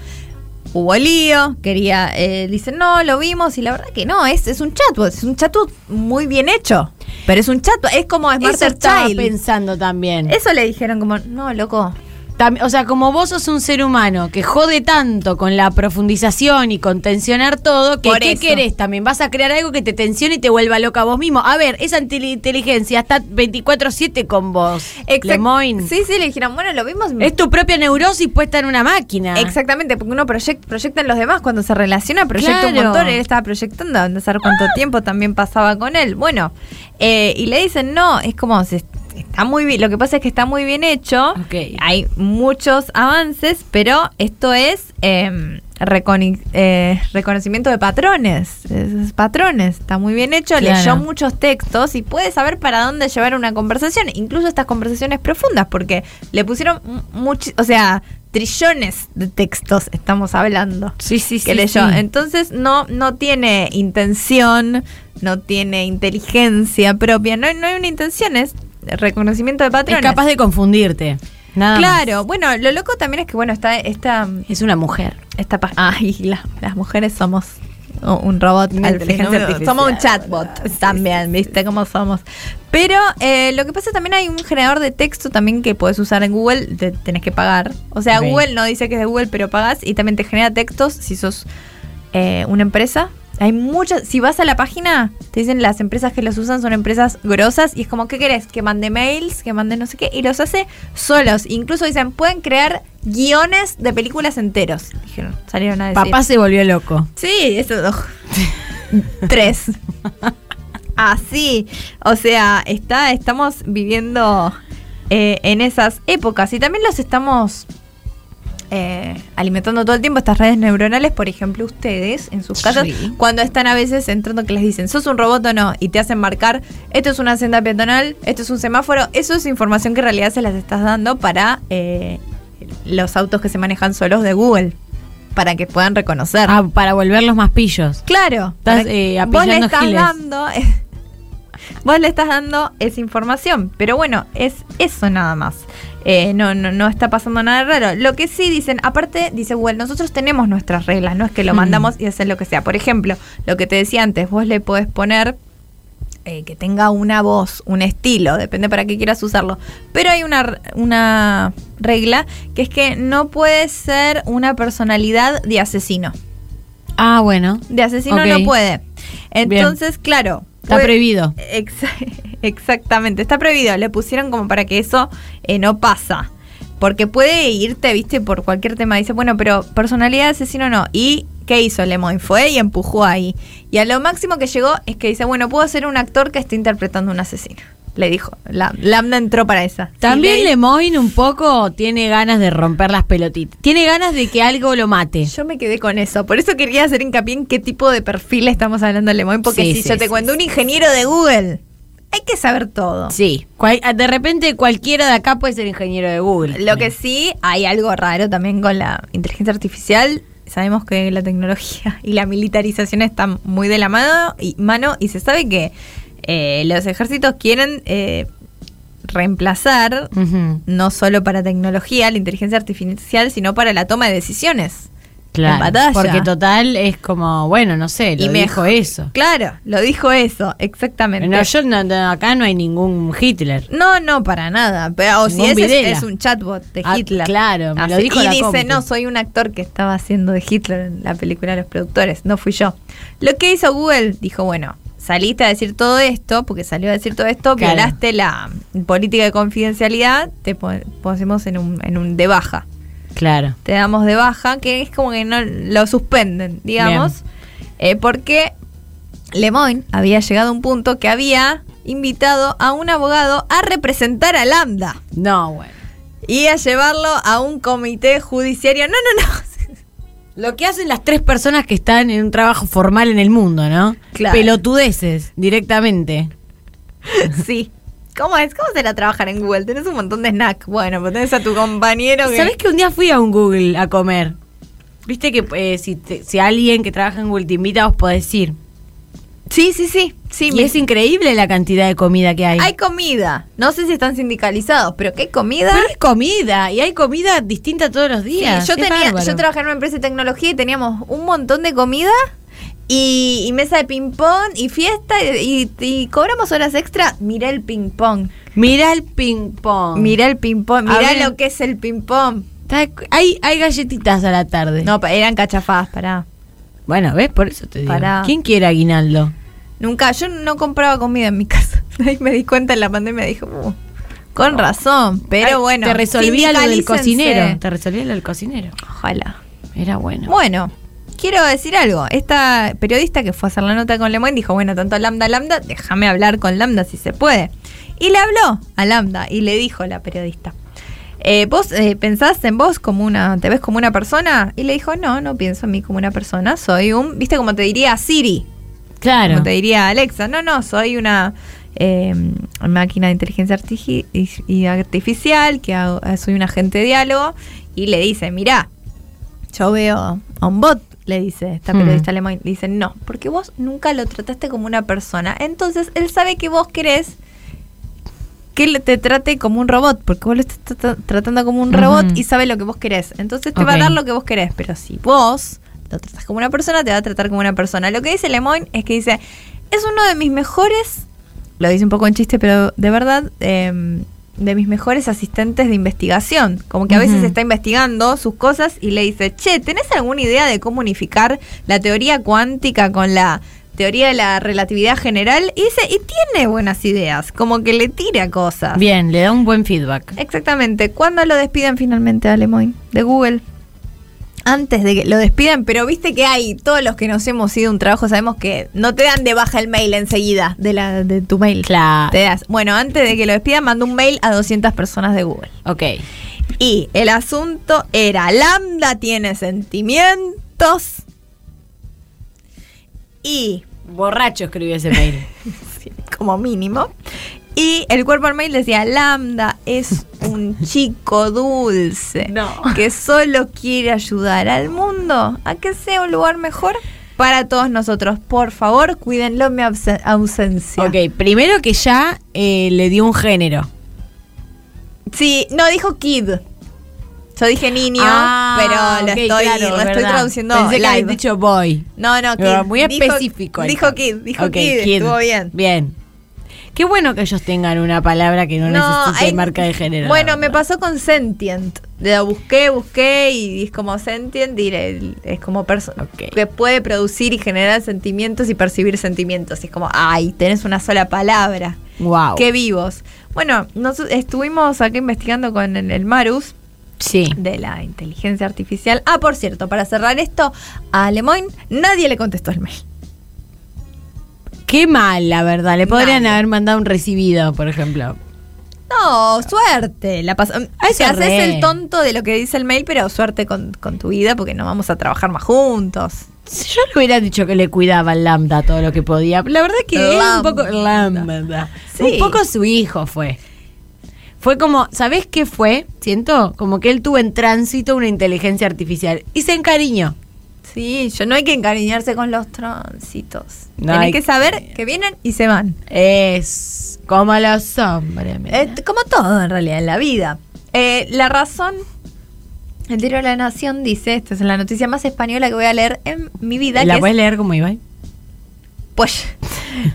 [SPEAKER 2] hubo lío, quería, eh, dice, no, lo vimos, y la verdad que no, es, es un chatbot, es un chatbot muy bien hecho, pero es un chatbot, es como
[SPEAKER 3] Eso
[SPEAKER 2] Smarter
[SPEAKER 3] estaba
[SPEAKER 2] Child.
[SPEAKER 3] pensando también.
[SPEAKER 2] Eso le dijeron como, no, loco,
[SPEAKER 3] Tam- o sea, como vos sos un ser humano que jode tanto con la profundización y con tensionar todo, que
[SPEAKER 2] Por
[SPEAKER 3] ¿qué
[SPEAKER 2] eso.
[SPEAKER 3] querés también? Vas a crear algo que te tensione y te vuelva loca vos mismo. A ver, esa intel- inteligencia está 24-7 con vos.
[SPEAKER 2] Exact-
[SPEAKER 3] Lemoyne.
[SPEAKER 2] Sí, sí, le dijeron, bueno, lo vimos.
[SPEAKER 3] Es tu propia neurosis puesta en una máquina.
[SPEAKER 2] Exactamente, porque uno proyect- proyecta en los demás cuando se relaciona, proyecta un
[SPEAKER 3] Claro. Ah.
[SPEAKER 2] montón. Él estaba proyectando, a saber cuánto tiempo también pasaba con él. Bueno, eh, y le dicen, no, es como, se- está muy bien, lo que pasa es que está muy bien hecho.
[SPEAKER 3] Ok.
[SPEAKER 2] Hay muchos avances, pero esto es eh, reconi- eh, reconocimiento de patrones. Es- es patrones, está muy bien hecho,
[SPEAKER 3] Claro.
[SPEAKER 2] leyó muchos textos y puede saber para dónde llevar una conversación, incluso estas conversaciones profundas, porque le pusieron mucho, o sea, trillones de textos estamos hablando.
[SPEAKER 3] Sí, sí,
[SPEAKER 2] que
[SPEAKER 3] sí,
[SPEAKER 2] leyó.
[SPEAKER 3] sí.
[SPEAKER 2] Entonces no, no tiene intención, no tiene inteligencia propia, no, hay- no hay una intención, es reconocimiento de
[SPEAKER 3] Es
[SPEAKER 2] patrones.
[SPEAKER 3] capaz de confundirte. Nada.
[SPEAKER 2] claro, bueno, lo loco también es que bueno, está esta
[SPEAKER 3] más. Es una mujer.
[SPEAKER 2] esta pa- Ay, Ah, la- las mujeres somos u- un robot,
[SPEAKER 3] Una
[SPEAKER 2] al
[SPEAKER 3] inteligencia
[SPEAKER 2] final,
[SPEAKER 3] artificial,
[SPEAKER 2] somos un chatbot también, ¿viste cómo somos? Pero eh, lo que pasa también hay un generador de texto también que podés usar en Google, te tenés que pagar. O sea,
[SPEAKER 3] Ok.
[SPEAKER 2] Google no dice que es de Google, pero pagás y también te genera textos si sos eh, una empresa. Hay muchas, si vas a la página, te dicen las empresas que los usan son empresas grosas y es como, ¿qué querés? Que mande mails, que mande no sé qué, y los hace solos. Incluso dicen, pueden crear guiones de películas enteros. Dijeron, salieron a decir.
[SPEAKER 3] Papá se volvió loco.
[SPEAKER 2] Sí, eso. oj. Tres. Así. O sea, está, estamos viviendo eh, en esas épocas. Y también los estamos eh, alimentando todo el tiempo estas redes neuronales, por ejemplo, ustedes en sus casas,
[SPEAKER 3] Sí.
[SPEAKER 2] cuando están a veces entrando que les dicen, sos un robot o no, y te hacen marcar, esto es una senda peatonal, esto es un semáforo, eso es información que en realidad se las estás dando para eh, los autos que se manejan solos de Google, para que puedan reconocer.
[SPEAKER 3] Ah, para volverlos más pillos.
[SPEAKER 2] Claro. para
[SPEAKER 3] Estás,
[SPEAKER 2] que-
[SPEAKER 3] eh,
[SPEAKER 2] vos le
[SPEAKER 3] apillando
[SPEAKER 2] estás
[SPEAKER 3] giles.
[SPEAKER 2] dando. vos le estás dando esa información. Pero bueno, es eso nada más. Eh, no, no, no está pasando nada raro. Lo que sí dicen, aparte, dice Google, nosotros tenemos nuestras reglas, no es que lo
[SPEAKER 3] Mm.
[SPEAKER 2] mandamos y hacen lo que sea. Por ejemplo, lo que te decía antes, vos le podés poner eh, que tenga una voz, un estilo, depende para qué quieras usarlo. Pero hay una, r- una regla que es que no puede ser una personalidad de asesino.
[SPEAKER 3] Ah, bueno.
[SPEAKER 2] De asesino
[SPEAKER 3] Ok.
[SPEAKER 2] no puede. Entonces, claro.
[SPEAKER 3] Está
[SPEAKER 2] fue-
[SPEAKER 3] prohibido.
[SPEAKER 2] Exa- exactamente, está prohibido. Le pusieron como para que eso eh, no pasa. Porque puede irte, viste, por cualquier tema. Dice, bueno, pero personalidad de asesino no. ¿Y qué hizo Lemoyne? Fue y empujó ahí. Y a lo máximo que llegó es que dice, bueno, puedo ser un actor que esté interpretando un asesino. Le dijo. La, Lambda entró para esa.
[SPEAKER 3] También
[SPEAKER 2] Y le-
[SPEAKER 3] Lemoyne un poco tiene ganas de romper las pelotitas. Tiene ganas de que algo lo mate.
[SPEAKER 2] Yo me quedé con eso. Por eso quería hacer hincapié en qué tipo de perfil estamos hablando de Lemoyne. Porque
[SPEAKER 3] Sí,
[SPEAKER 2] si
[SPEAKER 3] sí,
[SPEAKER 2] yo te
[SPEAKER 3] sí,
[SPEAKER 2] cuento
[SPEAKER 3] sí,
[SPEAKER 2] un ingeniero de Google, hay que saber todo.
[SPEAKER 3] Sí. Cual- ah, de repente cualquiera de acá puede ser ingeniero de Google.
[SPEAKER 2] Lo que sí, hay algo raro también con la inteligencia artificial. Sabemos que la tecnología y la militarización están muy de la mano y, mano, y se sabe que eh, los ejércitos quieren eh, reemplazar
[SPEAKER 3] Ujú,
[SPEAKER 2] no solo para tecnología la inteligencia artificial, sino para la toma de decisiones. En
[SPEAKER 3] Claro.
[SPEAKER 2] batalla.
[SPEAKER 3] Porque total es como, bueno, no sé, lo dijo eso.
[SPEAKER 2] Claro, lo dijo eso, exactamente.
[SPEAKER 3] No, yo no- no, acá no hay ningún Hitler.
[SPEAKER 2] No, no, para nada. Pero, o si
[SPEAKER 3] Ningún
[SPEAKER 2] ese es,
[SPEAKER 3] Videla.
[SPEAKER 2] es un chatbot de
[SPEAKER 3] Ah,
[SPEAKER 2] Hitler.
[SPEAKER 3] claro, me lo dijo
[SPEAKER 2] y
[SPEAKER 3] la
[SPEAKER 2] dice,
[SPEAKER 3] compu.
[SPEAKER 2] no, soy un actor que estaba haciendo de Hitler en la película de los productores, no fui yo. Lo que hizo Google, dijo, bueno, saliste a decir todo esto, porque salió a decir todo esto,
[SPEAKER 3] Claro.
[SPEAKER 2] violaste la política de confidencialidad, te pon- pusimos en un, en un de baja.
[SPEAKER 3] Claro.
[SPEAKER 2] Te damos de baja, que es como que no lo suspenden, digamos. Eh, porque Lemoyne había llegado a un punto que había invitado a un abogado a representar a Lambda
[SPEAKER 3] No, bueno.
[SPEAKER 2] y a llevarlo a un comité judiciario. No, no, no.
[SPEAKER 3] Lo que hacen las tres personas que están en un trabajo formal en el mundo, ¿no?
[SPEAKER 2] Claro.
[SPEAKER 3] Pelotudeces, directamente.
[SPEAKER 2] Sí. ¿Cómo es? ¿Cómo será trabajar en Google? Tenés un montón de snack. Bueno, pero tenés a tu compañero que...
[SPEAKER 3] ¿Sabés que un día fui a un Google a comer? Viste que eh, si, te- si alguien que trabaja en Google te invita, vos podés ir.
[SPEAKER 2] Sí, sí, sí. sí
[SPEAKER 3] y
[SPEAKER 2] me-
[SPEAKER 3] es increíble la cantidad de comida que hay.
[SPEAKER 2] Hay comida. No sé si están sindicalizados, pero ¿qué comida?
[SPEAKER 3] Pero hay comida, y hay comida distinta todos los
[SPEAKER 2] Sí,
[SPEAKER 3] días.
[SPEAKER 2] yo,
[SPEAKER 3] Qué
[SPEAKER 2] tenía,
[SPEAKER 3] bárbaro.
[SPEAKER 2] yo trabajé en una empresa de tecnología y teníamos un montón de comida y, y mesa de ping-pong y fiesta y, y- y cobramos horas extra. Mirá el ping-pong.
[SPEAKER 3] Mirá el ping-pong.
[SPEAKER 2] Mirá el ping-pong.
[SPEAKER 3] A
[SPEAKER 2] Mirá
[SPEAKER 3] ver.
[SPEAKER 2] lo que es el ping-pong.
[SPEAKER 3] Está- Hay, hay galletitas a la tarde.
[SPEAKER 2] No, pa- eran cachafadas, pará.
[SPEAKER 3] Bueno, ¿ves? Por eso te digo.
[SPEAKER 2] Pará.
[SPEAKER 3] ¿Quién quiere aguinaldo?
[SPEAKER 2] Nunca, yo no compraba comida en mi casa. Ahí me di cuenta en la pandemia, dije, "Uh, con razón, pero
[SPEAKER 3] Ay,
[SPEAKER 2] bueno.
[SPEAKER 3] Te resolvía lo del
[SPEAKER 2] sindicalicen-se.
[SPEAKER 3] cocinero. Te resolvía lo del cocinero.
[SPEAKER 2] Ojalá.
[SPEAKER 3] Era bueno.
[SPEAKER 2] Bueno, quiero decir algo. Esta periodista que fue a hacer la nota con Lemoyne dijo, bueno, tanto Lambda, Lambda, déjame hablar con Lambda si se puede. Y le habló a Lambda y le dijo la periodista. eh, ¿Vos eh, pensás en vos como una, te ves como una persona? Y le dijo, no, no pienso en mí como una persona, soy un, viste como te diría Siri,
[SPEAKER 3] claro.
[SPEAKER 2] como te diría Alexa, no, no, soy una eh, máquina de inteligencia artifi- y- y artificial, que hago- eh, soy un agente de diálogo y le dice, mirá, yo veo a un bot, le dice esta
[SPEAKER 3] Mm.
[SPEAKER 2] periodista alemán. Dice, no, porque vos nunca lo trataste como una persona. Entonces, él sabe que vos querés que él te trate como un robot, porque vos lo estás trata- tratando como un
[SPEAKER 3] Ujú.
[SPEAKER 2] robot y sabe lo que vos querés. Entonces, te va a
[SPEAKER 3] Ok.
[SPEAKER 2] dar lo que vos querés. Pero si vos lo tratas como una persona, te va a tratar como una persona. Lo que dice Lemoyne es que dice, es uno de mis mejores lo dice un poco en chiste, pero de verdad, eh, de mis mejores asistentes de investigación. Como que a veces
[SPEAKER 3] Ujú.
[SPEAKER 2] está investigando sus cosas y le dice, che, ¿tenés alguna idea de cómo unificar la teoría cuántica con la teoría de la relatividad general? Y dice, y tiene buenas ideas, como que le tira cosas.
[SPEAKER 3] Bien, le da un buen feedback.
[SPEAKER 2] Exactamente. ¿Cuándo lo despiden finalmente a Lemoyne? De Google. Antes de que lo despidan, pero viste que hay todos los que nos hemos ido a un trabajo sabemos que no te dan de baja el mail enseguida de la de tu mail.
[SPEAKER 3] Claro.
[SPEAKER 2] Te das. Bueno, antes de que lo despidan, mandó un mail a 200 personas de Google.
[SPEAKER 3] Ok.
[SPEAKER 2] Y el asunto era, Lambda tiene sentimientos. Y,
[SPEAKER 3] Borracho escribió ese mail.
[SPEAKER 2] como mínimo, y el cuerpo al mail decía, Lambda es un chico dulce
[SPEAKER 3] No.
[SPEAKER 2] que solo quiere ayudar al mundo a que sea un lugar mejor para todos nosotros. Por favor, cuídenlo en mi absen- ausencia.
[SPEAKER 3] Ok, primero que ya eh, le dio un género.
[SPEAKER 2] Sí, no dijo kid. Yo dije niño,
[SPEAKER 3] Ah,
[SPEAKER 2] pero lo
[SPEAKER 3] ok,
[SPEAKER 2] estoy,
[SPEAKER 3] claro,
[SPEAKER 2] lo
[SPEAKER 3] es
[SPEAKER 2] estoy
[SPEAKER 3] verdad.
[SPEAKER 2] traduciendo
[SPEAKER 3] Pensé que habías
[SPEAKER 2] live.
[SPEAKER 3] dicho boy.
[SPEAKER 2] No, no, kid.
[SPEAKER 3] Pero muy
[SPEAKER 2] Dijo-
[SPEAKER 3] específico.
[SPEAKER 2] Dijo,
[SPEAKER 3] esto.
[SPEAKER 2] kid, dijo
[SPEAKER 3] Ok,
[SPEAKER 2] kid, estuvo bien.
[SPEAKER 3] Bien. Qué bueno que ellos tengan una palabra que no, necesite
[SPEAKER 2] hay-
[SPEAKER 3] marca de género.
[SPEAKER 2] Bueno,
[SPEAKER 3] la
[SPEAKER 2] me
[SPEAKER 3] verdad.
[SPEAKER 2] pasó con sentient. La busqué, busqué y es como sentient y le- es como persona
[SPEAKER 3] Ok.
[SPEAKER 2] que puede producir y generar sentimientos y percibir sentimientos. Y es como, ay, tenés una sola palabra.
[SPEAKER 3] Wow.
[SPEAKER 2] Qué vivos. Bueno, nos estuvimos acá investigando con el- el Marus.
[SPEAKER 3] sí.
[SPEAKER 2] de la inteligencia artificial. Ah, por cierto, para cerrar esto, a Lemoyne nadie le contestó el mail.
[SPEAKER 3] Qué mal, la verdad. Le podrían
[SPEAKER 2] Nadie.
[SPEAKER 3] haber mandado un recibido, por ejemplo.
[SPEAKER 2] No, suerte. La pasó.
[SPEAKER 3] Ay,
[SPEAKER 2] Te
[SPEAKER 3] se
[SPEAKER 2] haces
[SPEAKER 3] re.
[SPEAKER 2] el tonto de lo que dice el mail, pero suerte con, con tu vida porque no vamos a trabajar más juntos.
[SPEAKER 3] Si yo le hubiera dicho que le cuidaba al Lambda todo lo que podía. La verdad que era un poco
[SPEAKER 2] Lambda.
[SPEAKER 3] Lambda.
[SPEAKER 2] Sí.
[SPEAKER 3] Un poco su hijo fue. Fue como, ¿sabés qué fue? Siento como que él tuvo en tránsito una inteligencia artificial y se encariñó.
[SPEAKER 2] Sí, yo no hay que encariñarse con los tránsitos.
[SPEAKER 3] No
[SPEAKER 2] Tenés
[SPEAKER 3] hay
[SPEAKER 2] que
[SPEAKER 3] que-
[SPEAKER 2] saber que vienen y se van.
[SPEAKER 3] Es como los hombres. mira.
[SPEAKER 2] Eh, como todo en realidad en la vida. Eh, la razón, el diario de la Nación dice, esta es la noticia más española que voy a leer en mi vida.
[SPEAKER 3] ¿La
[SPEAKER 2] que es-
[SPEAKER 3] puedes leer como Ibai?
[SPEAKER 2] Pues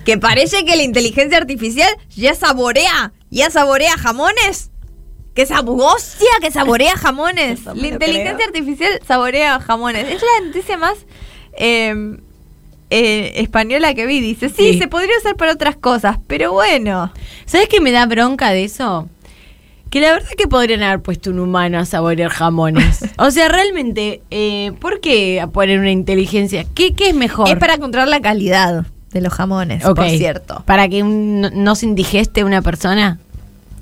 [SPEAKER 2] que parece que la inteligencia artificial ya saborea, ya saborea jamones. Que saborea, hostia, que saborea jamones.
[SPEAKER 5] Eso me
[SPEAKER 2] la
[SPEAKER 5] lo
[SPEAKER 2] inteligencia
[SPEAKER 5] creo.
[SPEAKER 2] artificial saborea jamones. Es la noticia más eh, eh, española que vi. Dice, sí,
[SPEAKER 3] Sí.
[SPEAKER 2] se podría usar para otras cosas, pero bueno.
[SPEAKER 3] ¿Sabes qué me da bronca de eso? Que la verdad que podrían haber puesto un humano a saborear jamones. O sea, realmente, eh, ¿por qué poner una inteligencia? ¿Qué, qué es mejor?
[SPEAKER 2] Es para controlar la calidad de los jamones,
[SPEAKER 3] Ok.
[SPEAKER 2] por cierto.
[SPEAKER 3] ¿Para que un- no, no se indigeste una persona?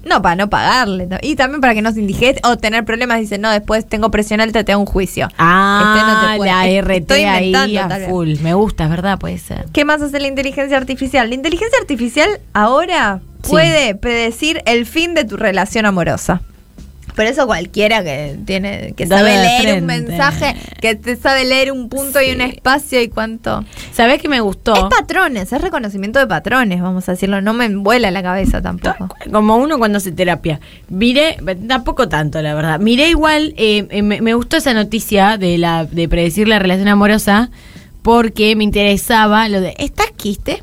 [SPEAKER 2] No, para no pagarle. ¿no? Y también para que no se indigeste o tener problemas. Dice, no, después tengo presión alta, te hago un juicio.
[SPEAKER 3] Ah,
[SPEAKER 2] Este no te
[SPEAKER 3] la
[SPEAKER 2] puede-
[SPEAKER 3] RT
[SPEAKER 2] estoy
[SPEAKER 3] ahí
[SPEAKER 2] inventando,
[SPEAKER 3] a
[SPEAKER 2] tal vez.
[SPEAKER 3] full. Me gusta, ¿verdad? Puede ser.
[SPEAKER 2] ¿Qué más hace la inteligencia artificial? La inteligencia artificial ahora
[SPEAKER 3] Sí.
[SPEAKER 2] puede predecir el fin de tu relación amorosa. Por eso cualquiera que tiene que
[SPEAKER 3] Da
[SPEAKER 2] sabe
[SPEAKER 3] de
[SPEAKER 2] leer un
[SPEAKER 3] frente.
[SPEAKER 2] mensaje, que te sabe leer un punto y un espacio y cuánto.
[SPEAKER 3] ¿Sabés que me gustó?
[SPEAKER 2] Es patrones, es reconocimiento de patrones, vamos a decirlo. No me vuela la cabeza tampoco.
[SPEAKER 3] Como uno cuando hace terapia. Miré, tampoco tanto, la verdad. Miré igual, eh, eh, me, me gustó esa noticia de, la, de predecir la relación amorosa porque me interesaba lo de, ¿estás quiste?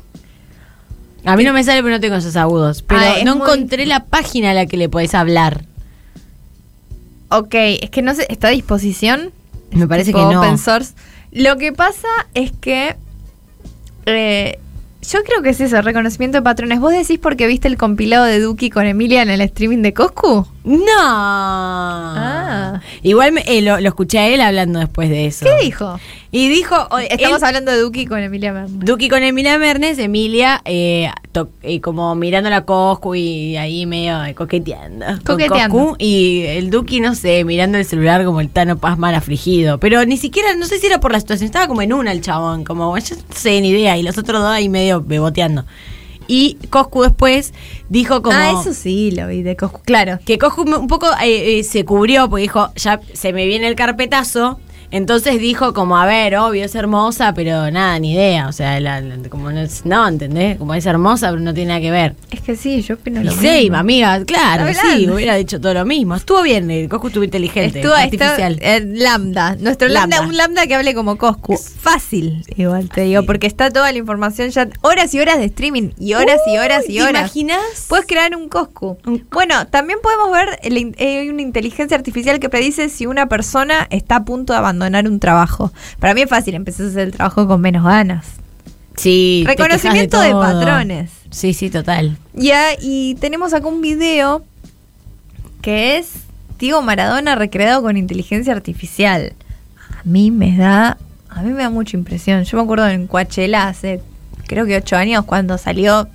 [SPEAKER 3] A mí no me sale, pero no tengo esos agudos. Pero
[SPEAKER 2] Ah, es
[SPEAKER 3] no
[SPEAKER 2] muy-
[SPEAKER 3] encontré la página a la que le podés hablar.
[SPEAKER 2] Ok, es que no sé, ¿está a disposición?
[SPEAKER 3] Me parece
[SPEAKER 2] Tipo
[SPEAKER 3] que no.
[SPEAKER 2] Open source. Lo que pasa es que eh, yo creo que es eso, reconocimiento de patrones. ¿Vos decís porque viste el compilado de Duki con Emilia en el streaming de Coscu?
[SPEAKER 3] No.
[SPEAKER 2] Ah.
[SPEAKER 3] Igual me- eh, lo, lo escuché a él hablando después de eso.
[SPEAKER 2] ¿Qué dijo?
[SPEAKER 3] Y dijo, o-
[SPEAKER 2] Estamos
[SPEAKER 3] él-
[SPEAKER 2] hablando de Duki con Emilia Mernes.
[SPEAKER 3] Duki con Emilia Mernes, Emilia eh, to- eh, como mirando la Coscu y ahí medio eh, coqueteando. con
[SPEAKER 2] Coqueteando.
[SPEAKER 3] Coscu. y el Duki, no sé, mirando el celular como el Tano Paz mal afligido. Pero ni siquiera, no sé si era por la situación, estaba como en una el chabón, como yo no sé, ni idea. Y los otros dos ahí medio beboteando. y Coscu después dijo como...
[SPEAKER 2] Ah, eso sí, lo vi de Coscu. Claro.
[SPEAKER 3] Que Coscu un poco eh, eh, se cubrió porque dijo, ya se me viene el carpetazo. Entonces dijo como, a ver, obvio, es hermosa, pero nada, ni idea. O sea, la- la- como no, es- no, ¿entendés? Como es hermosa, pero no tiene nada que ver.
[SPEAKER 2] Es que sí, yo opino
[SPEAKER 3] Y
[SPEAKER 2] lo
[SPEAKER 3] Seima, amiga, claro,
[SPEAKER 2] Está
[SPEAKER 3] sí,
[SPEAKER 2] hablando.
[SPEAKER 3] hubiera dicho todo lo mismo. Estuvo bien, el Coscu estuvo inteligente,
[SPEAKER 2] Estuvo
[SPEAKER 3] artificial.
[SPEAKER 2] esto- eh, lambda, nuestro lambda.
[SPEAKER 3] Lambda.
[SPEAKER 2] un lambda que hable como Coscu. Fácil, igual te digo, porque está toda la información ya, horas y horas de streaming, y horas y horas
[SPEAKER 3] Uy,
[SPEAKER 2] y
[SPEAKER 3] ¿te
[SPEAKER 2] horas. Pues,
[SPEAKER 3] imaginas?
[SPEAKER 2] Puedes crear un Coscu. Bueno, también podemos ver, el in- eh, hay una inteligencia artificial que predice si una persona está a punto de abandonar un trabajo. Para mí es fácil, empezás a hacer el trabajo con menos ganas.
[SPEAKER 3] Sí, te quejas
[SPEAKER 2] Reconocimiento de
[SPEAKER 3] todo.
[SPEAKER 2] patrones.
[SPEAKER 3] Sí, sí, total.
[SPEAKER 2] Ya, y tenemos acá un video que es Diego Maradona recreado con inteligencia artificial. A mí me da, a mí me da mucha impresión. Yo me acuerdo en Coachella hace creo que ocho años cuando salió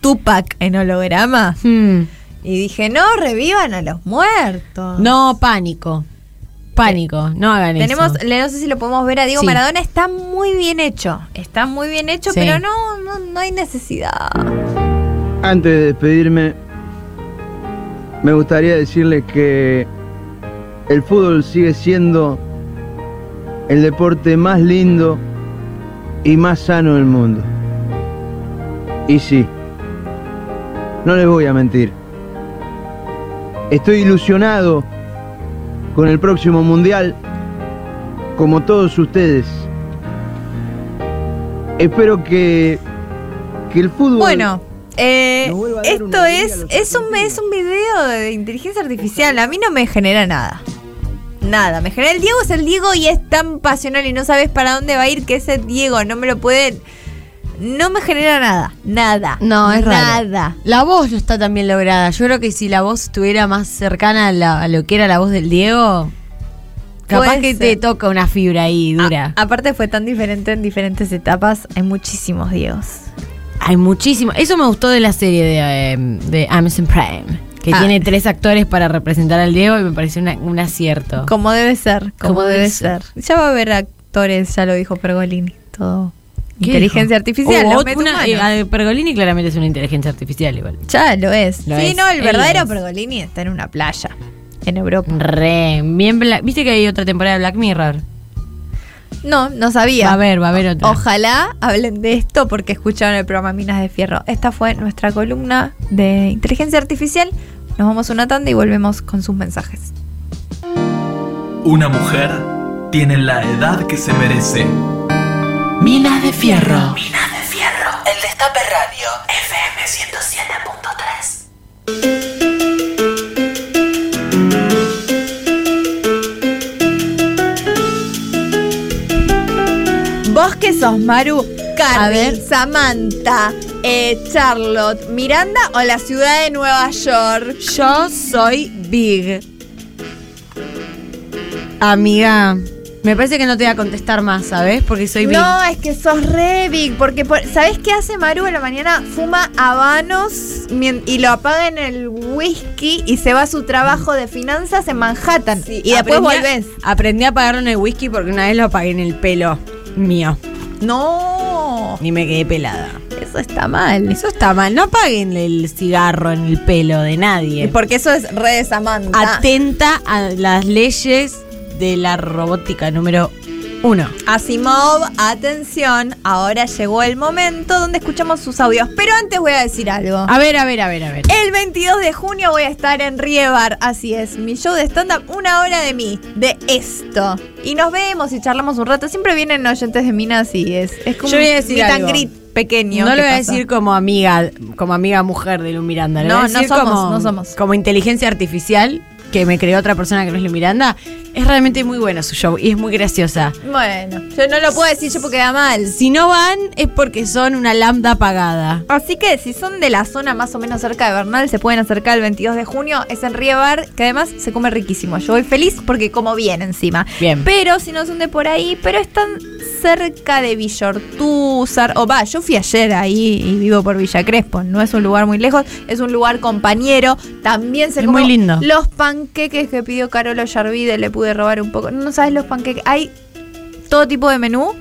[SPEAKER 2] Tupac en holograma
[SPEAKER 3] Hmm.
[SPEAKER 2] y dije, no, revivan a los muertos.
[SPEAKER 3] No, pánico. Pánico, no hagan
[SPEAKER 2] Tenemos,
[SPEAKER 3] eso.
[SPEAKER 2] le- no sé si lo podemos ver a Diego
[SPEAKER 3] Sí.
[SPEAKER 2] Maradona, está muy bien hecho, está muy bien hecho,
[SPEAKER 3] Sí.
[SPEAKER 2] pero no, no, no hay necesidad.
[SPEAKER 6] Antes de despedirme, me gustaría decirles que el fútbol sigue siendo el deporte más lindo y más sano del mundo. Y sí, no les voy a mentir. Estoy ilusionado con el próximo mundial, como todos ustedes. Espero que, que el fútbol...
[SPEAKER 2] Bueno, eh,
[SPEAKER 6] Nos vuelve a dar
[SPEAKER 2] esto
[SPEAKER 6] una alegría a
[SPEAKER 2] es
[SPEAKER 6] los
[SPEAKER 2] es un es un video de inteligencia artificial. A mí no me genera nada, nada. Me genera el Diego es el Diego y es tan pasional y no sabes para dónde va a ir que ese Diego no me lo puede. No me genera nada, nada.
[SPEAKER 7] No, es raro.
[SPEAKER 2] nada.
[SPEAKER 7] La voz no está tan bien lograda. Yo creo que si la voz estuviera más cercana a, la- a lo que era la voz del Diego, capaz
[SPEAKER 2] Puede
[SPEAKER 7] que
[SPEAKER 2] ser.
[SPEAKER 7] te toca una fibra ahí dura.
[SPEAKER 3] Ah,
[SPEAKER 2] A- aparte fue tan diferente en diferentes etapas. Hay muchísimos Diegos.
[SPEAKER 3] ah. Hay muchísimo. Eso me gustó de la serie de, eh, de Amazon Prime, que
[SPEAKER 2] Ah.
[SPEAKER 3] tiene tres actores para representar al Diego y me pareció una- un acierto.
[SPEAKER 2] Como debe ser, como,
[SPEAKER 3] Como
[SPEAKER 2] debe
[SPEAKER 3] debe
[SPEAKER 2] ser. Ya va a haber actores, ya lo dijo Pergolini, todo.
[SPEAKER 3] ¿Qué
[SPEAKER 2] Inteligencia
[SPEAKER 3] dijo?
[SPEAKER 2] artificial,
[SPEAKER 3] O
[SPEAKER 2] los
[SPEAKER 3] ot-
[SPEAKER 2] mete
[SPEAKER 3] una-
[SPEAKER 2] humanos.
[SPEAKER 3] eh, a de Pergolini claramente es una inteligencia artificial igual.
[SPEAKER 2] Ya lo es.
[SPEAKER 3] Lo
[SPEAKER 2] sí,
[SPEAKER 3] es.
[SPEAKER 2] no, el
[SPEAKER 3] Él
[SPEAKER 2] verdadero
[SPEAKER 3] es.
[SPEAKER 2] Pergolini está en una playa, en Europa.
[SPEAKER 3] Re, bien Bla- Viste que hay otra temporada de Black Mirror.
[SPEAKER 2] No, no sabía.
[SPEAKER 3] Va a haber, va a haber otra.
[SPEAKER 2] Ojalá hablen de esto porque escucharon el programa Minas de Fierro. Esta fue nuestra columna de inteligencia artificial. Nos vamos a una tanda y volvemos con sus mensajes.
[SPEAKER 1] Una mujer tiene la edad que se merece. Minas de Fierro. Minas de Fierro. El Destape Radio. FM 107.3.
[SPEAKER 2] Vos que sos Maru,
[SPEAKER 7] A
[SPEAKER 2] Carmen,
[SPEAKER 7] ver.
[SPEAKER 2] Samantha, eh, Charlotte, Miranda o la ciudad de Nueva York.
[SPEAKER 3] Yo soy Big. Amiga, me parece que no te voy a contestar más, ¿sabes? Porque soy Big.
[SPEAKER 2] No, es que sos re big, porque por- ¿sabés qué hace Maru a la mañana? Fuma habanos mien- y lo apaga en el whisky y se va a su trabajo de finanzas en Manhattan.
[SPEAKER 3] Sí,
[SPEAKER 2] y después
[SPEAKER 3] aprendí a-
[SPEAKER 2] volvés.
[SPEAKER 3] Aprendí a apagarlo en el whisky porque una vez lo apagué en el pelo mío
[SPEAKER 2] No,
[SPEAKER 3] y me quedé pelada.
[SPEAKER 2] eso está mal.
[SPEAKER 3] Eso está mal. No apaguen el cigarro en el pelo de nadie.
[SPEAKER 2] Porque eso es re de Samantha.
[SPEAKER 3] Atenta a las leyes de la robótica número uno.
[SPEAKER 2] Asimov, atención, ahora llegó el momento donde escuchamos sus audios. Pero antes voy a decir algo.
[SPEAKER 3] A ver, a ver, a ver, a ver.
[SPEAKER 2] El 22 de junio voy a estar en Riebar, así es, mi show de stand-up, una hora de mí, de esto. Y nos vemos y charlamos un rato. Siempre vienen oyentes de Minas y es, es como
[SPEAKER 3] Yo voy a
[SPEAKER 2] un
[SPEAKER 3] decir
[SPEAKER 2] meet and
[SPEAKER 3] algo.
[SPEAKER 2] greet pequeño.
[SPEAKER 3] No
[SPEAKER 2] que
[SPEAKER 3] lo voy a
[SPEAKER 2] pasa.
[SPEAKER 3] decir como amiga, como amiga mujer de Lu Miranda. lo
[SPEAKER 2] No,
[SPEAKER 3] voy a decir
[SPEAKER 2] no somos,
[SPEAKER 3] como,
[SPEAKER 2] no somos.
[SPEAKER 3] Como inteligencia artificial que me creó otra persona que no es Lu Miranda. Es realmente muy bueno su show y es muy graciosa.
[SPEAKER 2] Bueno, yo no lo puedo decir yo porque da mal.
[SPEAKER 3] Si no van es porque son una lambda apagada.
[SPEAKER 2] Así que si son de la zona más o menos cerca de Bernal, se pueden acercar el 22 de junio. Es en Riebar, que además se come riquísimo. Yo voy feliz porque como bien encima.
[SPEAKER 3] Bien.
[SPEAKER 2] Pero si no son de por ahí, pero están cerca de Villortúzar. O va, yo fui ayer ahí y vivo por Villa Crespo. No es un lugar muy lejos, es un lugar compañero. También se
[SPEAKER 3] Es
[SPEAKER 2] come
[SPEAKER 3] muy lindo.
[SPEAKER 2] los panqueques que pidió Carolo Yarvide. Le pude robar un poco. No sabes los panqueques. Hay todo tipo de menú.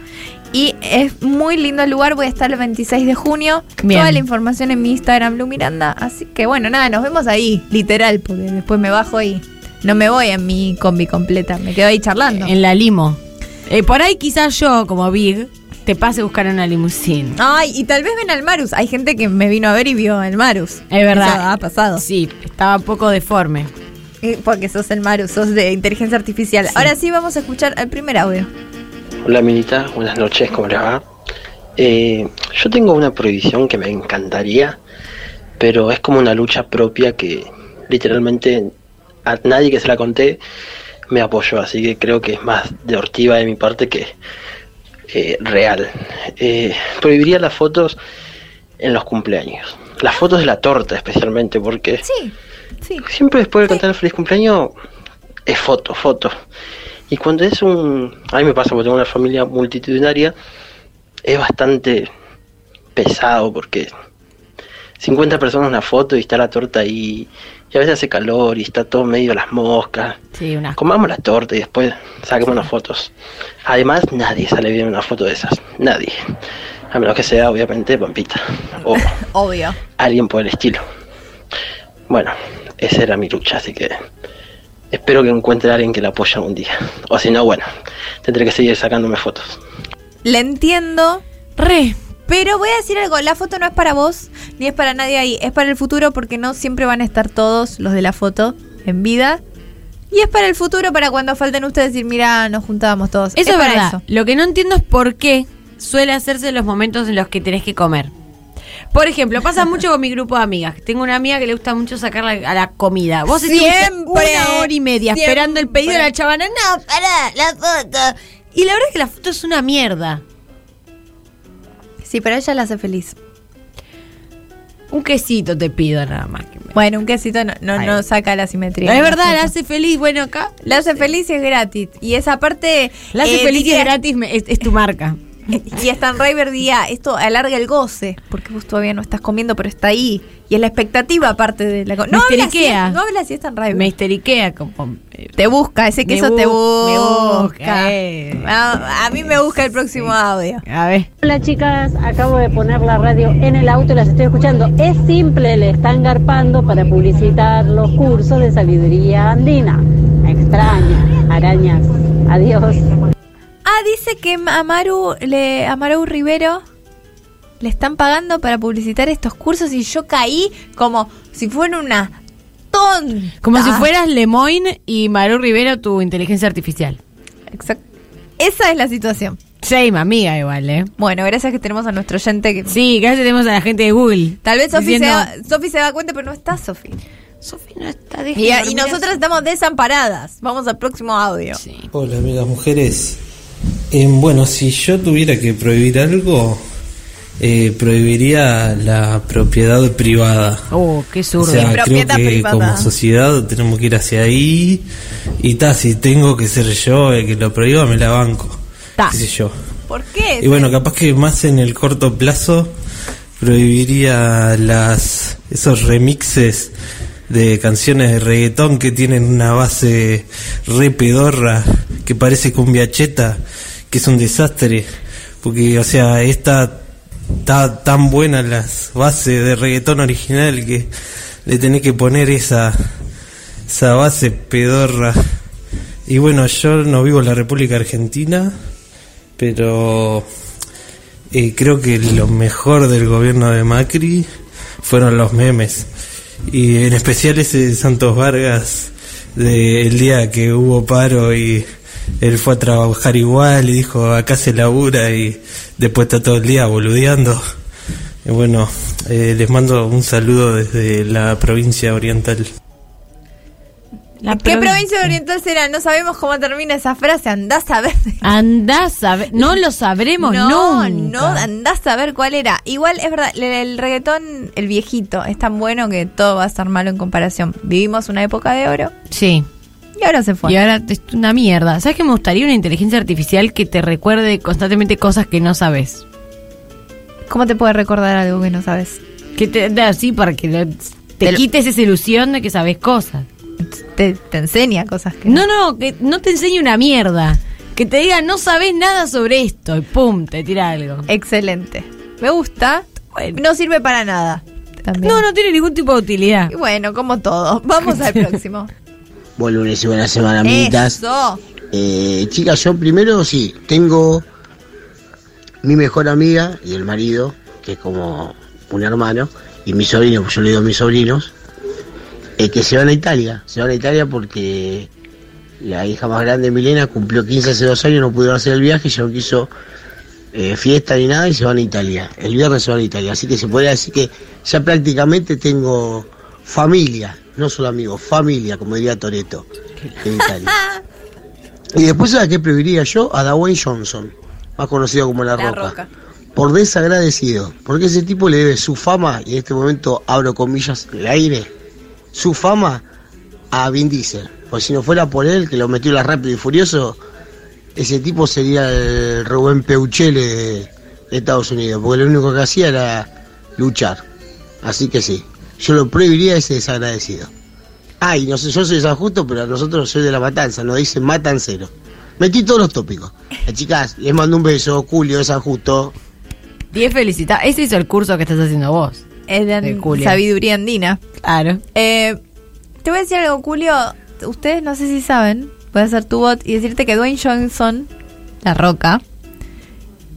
[SPEAKER 2] Y es muy lindo el lugar, voy a estar el 26 de junio.
[SPEAKER 8] Bien.
[SPEAKER 2] Toda la información en mi Instagram, Lu Miranda. Así que bueno, nada, nos vemos ahí, literal, porque después me bajo y no me voy en mi combi completa, me quedo ahí charlando.
[SPEAKER 3] En la limo. Eh, por ahí quizás yo, como Big, te pase a buscar una limusín.
[SPEAKER 2] Ay, y tal vez ven al Marus. Hay gente que me vino a ver y vio al Marus.
[SPEAKER 3] Es verdad.
[SPEAKER 2] Eso ha pasado.
[SPEAKER 3] Sí, estaba un poco deforme.
[SPEAKER 2] Eh, Porque sos el Marus, sos de inteligencia artificial. Ahora sí vamos a escuchar el primer audio.
[SPEAKER 9] Hola Milita, buenas noches, ¿cómo les va? Eh, yo tengo una prohibición que me encantaría, pero es como una lucha propia que literalmente a nadie que se la conté me apoyó, así que creo que es más de ortiva de mi parte que eh, real. Eh, prohibiría las fotos en los cumpleaños, las fotos de la torta especialmente, porque
[SPEAKER 2] Sí, sí.
[SPEAKER 9] siempre después de cantar el feliz cumpleaños es foto, foto. Y cuando es un... A mí me pasa porque tengo una familia multitudinaria, es bastante pesado porque 50 personas una foto y está la torta ahí, y a veces hace calor y está todo medio a las moscas.
[SPEAKER 3] Sí, una.
[SPEAKER 9] Comamos la torta y después saquemos unas fotos. Además, nadie sale bien en una foto de esas, nadie. A menos que sea, obviamente, Pampita. O
[SPEAKER 2] Obvio.
[SPEAKER 9] alguien por el estilo. Bueno, esa era mi lucha, así que espero que encuentre a alguien que la apoye algún día. O si no, bueno, tendré que seguir sacándome fotos.
[SPEAKER 2] Le entiendo,
[SPEAKER 3] Re.
[SPEAKER 2] pero voy a decir algo. La foto no es para vos, ni es para nadie ahí. Es para el futuro porque no siempre van a estar todos los de la foto en vida. Y es para el futuro, para cuando falten ustedes decir, mira, nos juntábamos todos.
[SPEAKER 3] Eso es
[SPEAKER 2] para
[SPEAKER 3] verdad.
[SPEAKER 2] eso.
[SPEAKER 3] Lo que no entiendo es por qué suele hacerse en los momentos en los que tenés que comer. Por ejemplo, pasa mucho con mi grupo de amigas. Tengo una amiga que le gusta mucho sacar la- a la comida. Vos estuviste
[SPEAKER 2] Siempre,
[SPEAKER 3] una hora y media
[SPEAKER 2] siempre.
[SPEAKER 3] esperando el pedido de la chavana. No, pará, la foto. Y la verdad es que la foto es una mierda.
[SPEAKER 2] Sí, pero ella la hace feliz.
[SPEAKER 3] Un quesito te pido nada más. que me-
[SPEAKER 2] Bueno, un quesito no, no,
[SPEAKER 3] Ay.
[SPEAKER 2] no saca la simetría.
[SPEAKER 3] es
[SPEAKER 2] La
[SPEAKER 3] verdad, la
[SPEAKER 2] foto.
[SPEAKER 3] hace feliz. Bueno, acá.
[SPEAKER 2] La hace feliz y es gratis. Y esa parte.
[SPEAKER 3] La hace
[SPEAKER 2] eh,
[SPEAKER 3] feliz y
[SPEAKER 2] diría-
[SPEAKER 3] es gratis, me- es, es tu marca.
[SPEAKER 2] Y hasta en River día, esto alarga el goce, porque vos todavía no estás comiendo, pero está ahí. Y es la expectativa aparte de la co- No
[SPEAKER 3] Mister
[SPEAKER 2] hablas si
[SPEAKER 3] Ikea.
[SPEAKER 2] es- no hablas si está en River.
[SPEAKER 3] Me histeriquea como. eh,
[SPEAKER 2] te busca, ese
[SPEAKER 3] me
[SPEAKER 2] queso te
[SPEAKER 3] bu- me
[SPEAKER 2] busca.
[SPEAKER 3] busca, eh.
[SPEAKER 2] A, a mí me busca el próximo audio.
[SPEAKER 3] A ver.
[SPEAKER 10] Hola chicas, acabo de poner la radio en el auto y las estoy escuchando. Es simple, le están garpando para publicitar los cursos de sabiduría andina. Extraña, arañas. Adiós.
[SPEAKER 2] Ah, dice que a Maru, le, a Maru Rivero le están pagando para publicitar estos cursos y yo caí como si fuera una tonta.
[SPEAKER 3] Como si fueras Lemoyne y Maru Rivero tu inteligencia artificial.
[SPEAKER 2] Exacto. Esa es la situación.
[SPEAKER 3] Same, amiga, igual, ¿eh?
[SPEAKER 2] Bueno, gracias que tenemos a nuestro oyente que
[SPEAKER 3] Sí, gracias tenemos a la gente de Google.
[SPEAKER 2] Tal vez Sofi se,
[SPEAKER 3] diciendo,
[SPEAKER 2] da- Sofi se da cuenta, pero no está Sofi.
[SPEAKER 3] Sofi no está
[SPEAKER 2] Y, y nosotras estamos desamparadas. Vamos al próximo audio.
[SPEAKER 11] Hola amigas mujeres. Em, bueno, si yo tuviera que prohibir algo, eh, prohibiría la propiedad privada.
[SPEAKER 3] Oh, qué
[SPEAKER 11] O
[SPEAKER 3] zurdo.
[SPEAKER 11] sea, creo
[SPEAKER 2] Propiedad
[SPEAKER 11] que
[SPEAKER 2] privada.
[SPEAKER 11] como sociedad tenemos que ir hacia ahí y ta, si tengo que ser yo el que lo prohíba, me la banco.
[SPEAKER 2] Ta.
[SPEAKER 11] Qué sé yo.
[SPEAKER 2] ¿Por qué?
[SPEAKER 11] Y bueno, capaz que más en el corto plazo prohibiría las esos remixes de canciones de reggaetón que tienen una base re pedorra, que parece cumbia cheta, que es un desastre, porque o sea, esta está tan buena las bases de reggaetón original que le tenés que poner esa esa base pedorra. Y bueno, yo no vivo en la República Argentina, pero eh, creo que lo mejor del gobierno de Macri fueron los memes. Y en especial ese de Santos Vargas, del día que hubo paro y él fue a trabajar igual y dijo, acá se labura y después está todo el día boludeando. Y bueno, eh, les mando un saludo desde la provincia oriental.
[SPEAKER 3] La
[SPEAKER 2] ¿Qué
[SPEAKER 3] pro-
[SPEAKER 2] provincia oriental será? No sabemos cómo termina esa frase. Andás a ver.
[SPEAKER 3] Andás a ver. No lo sabremos
[SPEAKER 2] no,
[SPEAKER 3] nunca.
[SPEAKER 2] no, andás a ver cuál era. Igual es verdad, el, el reggaetón, el viejito, es tan bueno que todo va a estar malo en comparación. Vivimos una época de oro
[SPEAKER 3] Sí.
[SPEAKER 2] y ahora se fue.
[SPEAKER 3] Y ahora es una mierda. ¿Sabes que me gustaría una inteligencia artificial que te recuerde constantemente cosas que no sabes?
[SPEAKER 2] ¿Cómo te puede recordar algo que no sabes?
[SPEAKER 3] Que te da así para que lo-
[SPEAKER 2] Te
[SPEAKER 3] te
[SPEAKER 2] lo-
[SPEAKER 3] quites esa ilusión de que sabes cosas.
[SPEAKER 2] Te, te enseña cosas que
[SPEAKER 3] No, no, que no te enseñe una mierda. Que te diga, no sabes nada sobre esto. Y pum, te tira algo.
[SPEAKER 2] Excelente. Me gusta. No sirve para nada. También.
[SPEAKER 3] No, no tiene ningún tipo de utilidad.
[SPEAKER 2] Y bueno, como todo. Vamos al próximo.
[SPEAKER 9] Buen lunes y buena semana, amiguitas.
[SPEAKER 2] Eso.
[SPEAKER 9] Eh, chicas, yo primero sí, tengo mi mejor amiga y el marido, que es como un hermano, y mis sobrinos, yo le digo mis sobrinos, eh, que se van a Italia. Se van a Italia porque la hija más grande, Milena, cumplió 15 hace dos años, no pudo hacer el viaje, ya no quiso eh, fiesta ni nada y se van a Italia. El viernes se van a Italia, así que se podría decir que ya prácticamente tengo familia, no solo amigos, familia, como diría Toreto, en Italia. Y después, ¿sabes qué preferiría yo? A Dwayne Johnson, más conocido como La,
[SPEAKER 2] La
[SPEAKER 9] Roca.
[SPEAKER 2] Roca.
[SPEAKER 9] Por desagradecido, porque ese tipo le debe su fama, y en este momento abro comillas en el aire, su fama a Vin Diesel. Pues si no fuera por él, que lo metió en la Rápido y Furioso, ese tipo sería el Rubén Peuchele de, de Estados Unidos, porque lo único que hacía era luchar. Así que sí, yo lo prohibiría a ese desagradecido. Ay, no sé, yo soy desajusto, pero a nosotros soy de la matanza, nos dicen matancero. Metí todos los tópicos. Eh, chicas, les mando un beso, Julio, desajusto.
[SPEAKER 12] 10 felicita. Ese hizo el curso que estás haciendo vos.
[SPEAKER 2] Es de an-
[SPEAKER 12] De Julia.
[SPEAKER 2] sabiduría andina.
[SPEAKER 12] Claro.
[SPEAKER 2] Eh, te voy a decir algo, Julio. Ustedes no sé si saben. Voy a hacer tu bot y decirte que Dwayne Johnson, La Roca,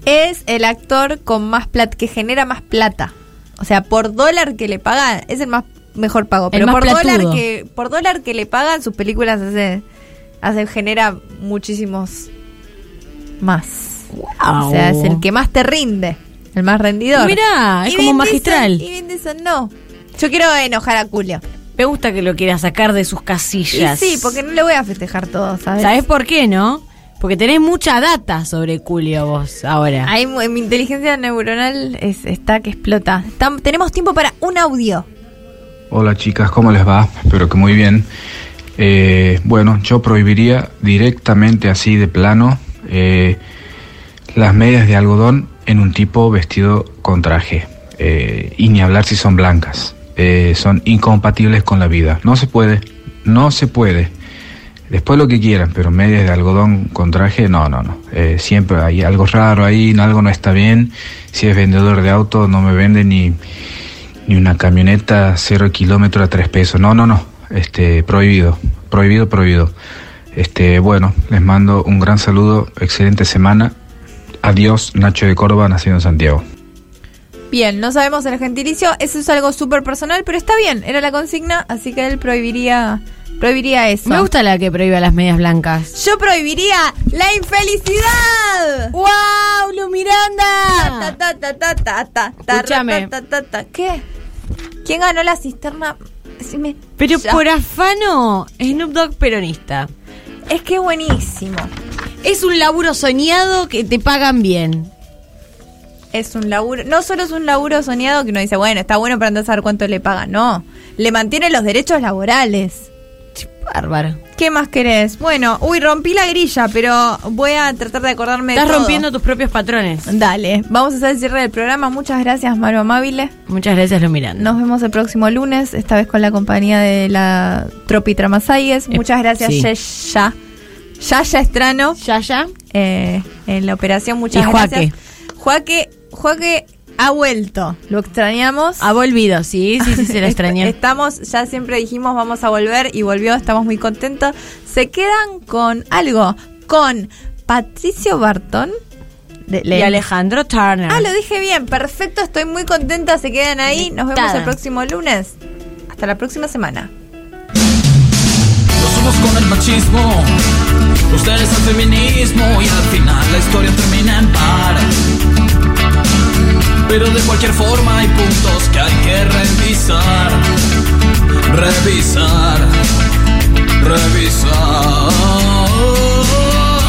[SPEAKER 2] es el actor con más plata, que genera más plata. O sea, por dólar que le pagan, es el más mejor pago. Pero
[SPEAKER 12] más
[SPEAKER 2] por dólar
[SPEAKER 12] platudo.
[SPEAKER 2] que, por dólar que le pagan, sus películas hace, hace, genera muchísimos más. O sea, es el que más te rinde, el más rendidor.
[SPEAKER 3] Mirá, es
[SPEAKER 2] Y
[SPEAKER 3] como
[SPEAKER 2] Vin
[SPEAKER 3] magistral.
[SPEAKER 2] Diesel- Y Vin Diesel no. Yo quiero enojar a Julio.
[SPEAKER 3] Me gusta que lo quiera sacar de sus
[SPEAKER 2] Y
[SPEAKER 3] casillas.
[SPEAKER 2] sí, porque no le voy a festejar todo, ¿sabes?
[SPEAKER 3] ¿Sabés por qué, no? Porque tenés mucha data sobre Julio vos ahora.
[SPEAKER 2] Ahí mu- mi inteligencia neuronal es, está que explota. Tam- tenemos tiempo para un audio.
[SPEAKER 10] Hola chicas, ¿cómo les va? Espero que muy bien. Eh, bueno, yo prohibiría directamente así de plano eh, las medias de algodón en un tipo vestido con traje. Eh, y ni hablar si son blancas. Eh, son incompatibles con la vida. No se puede, no se puede. Después lo que quieran, pero medias de algodón con traje, no, no, no. Eh, siempre hay algo raro ahí, algo no está bien. Si es vendedor de auto, no me vende ni, ni una camioneta cero kilómetro a tres pesos. No, no, no. Este, prohibido, prohibido, prohibido. Este, bueno, les mando un gran saludo, excelente semana. Adiós, Nacho de Córdoba, nacido en Santiago.
[SPEAKER 2] Bien, no sabemos el gentilicio, eso es algo súper personal, pero está bien, era la consigna, así que él prohibiría, prohibiría eso.
[SPEAKER 12] Me gusta la que prohíbe las medias blancas.
[SPEAKER 2] Yo prohibiría la infelicidad.
[SPEAKER 12] ¡Wow! ¡Lu
[SPEAKER 2] Ta,
[SPEAKER 12] Miranda!
[SPEAKER 2] ta, ta, ta, ta, ta, ta,
[SPEAKER 3] Escúchame.
[SPEAKER 2] ta, ta, ta, ta. ¿Qué? ¿Quién ganó la cisterna? Decime
[SPEAKER 3] Pero
[SPEAKER 2] ya.
[SPEAKER 3] por afano, Snoop Dogg peronista.
[SPEAKER 2] Es que es buenísimo.
[SPEAKER 3] Es un laburo soñado que te pagan bien.
[SPEAKER 2] Es un laburo, no solo es un laburo soñado que uno dice, bueno, está bueno para andar a saber cuánto le pagan, no. Le mantiene los derechos laborales.
[SPEAKER 12] Bárbaro.
[SPEAKER 2] ¿Qué más querés? Bueno, uy, rompí la grilla, pero voy a tratar de acordarme de
[SPEAKER 3] Estás
[SPEAKER 2] todo.
[SPEAKER 3] rompiendo tus propios patrones.
[SPEAKER 2] Dale, vamos a hacer el cierre del programa. Muchas gracias, Maru Amabile.
[SPEAKER 3] Muchas gracias, Lu Miranda.
[SPEAKER 2] Nos vemos el próximo lunes, esta vez con la compañía de la Tropi Tramasayes.
[SPEAKER 3] Eh,
[SPEAKER 2] Muchas gracias,
[SPEAKER 3] sí.
[SPEAKER 2] Yaya. Yaya Estrano.
[SPEAKER 3] Yaya.
[SPEAKER 2] eh, en la operación. Muchas
[SPEAKER 3] Y Joaque.
[SPEAKER 2] gracias. Joaque. Joaque ha vuelto. Lo extrañamos.
[SPEAKER 3] Ha volvido, sí, Ah, sí, sí, se la
[SPEAKER 2] Est-
[SPEAKER 3] extrañé.
[SPEAKER 2] Estamos, ya siempre dijimos vamos a volver y volvió, estamos muy contentos. Se quedan con algo, con Patricio Bartón de-
[SPEAKER 3] Y
[SPEAKER 2] le-
[SPEAKER 3] Alejandro Turner.
[SPEAKER 2] Ah, lo dije bien, perfecto, estoy muy contenta, se quedan ahí, nos vemos
[SPEAKER 3] Dictada.
[SPEAKER 2] el próximo lunes. Hasta la próxima semana.
[SPEAKER 1] Los somos con el machismo, ustedes al feminismo y al final la historia termina en par. Pero de cualquier forma hay puntos que hay que revisar, revisar, revisar.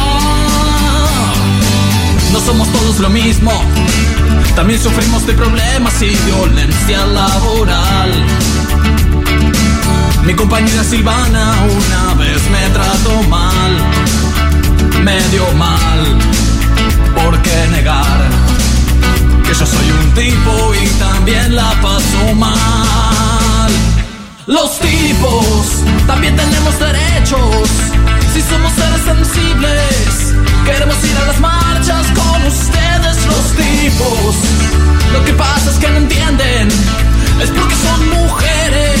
[SPEAKER 1] No somos todos lo mismo, también sufrimos de problemas y violencia laboral. Mi compañera Silvana una vez me trató mal, medio mal. ¿Por qué negar que yo soy un tipo y también la paso mal? Los tipos también tenemos derechos, si somos seres sensibles, Queremos ir a las marchas con ustedes los tipos. Lo que pasa es que no entienden, es porque son mujeres.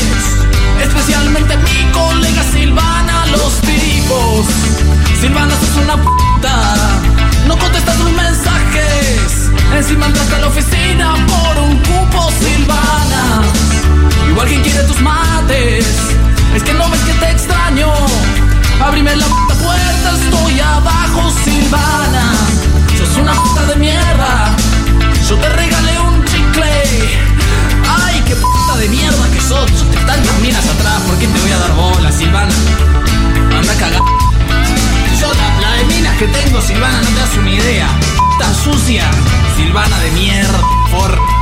[SPEAKER 1] Especialmente mi colega Silvana, los tipos. Silvana, sos una puta. No contestas tus mensajes. Encima andaste a la oficina por un cupo, Silvana. Igual quien quiere tus mates. Es que no ves que te extraño. Abrime la puta puerta, estoy abajo, Silvana. Sos una puta de mierda. Yo te regalé un chicle. Ay, qué puta de mierda que sos. Yo te tantas minas atrás, ¿por qué te voy a dar bola, Silvana? Anda a cagar. Yo la, la de minas que tengo, Silvana, no te das una idea. Tan sucia, Silvana de mierda, por.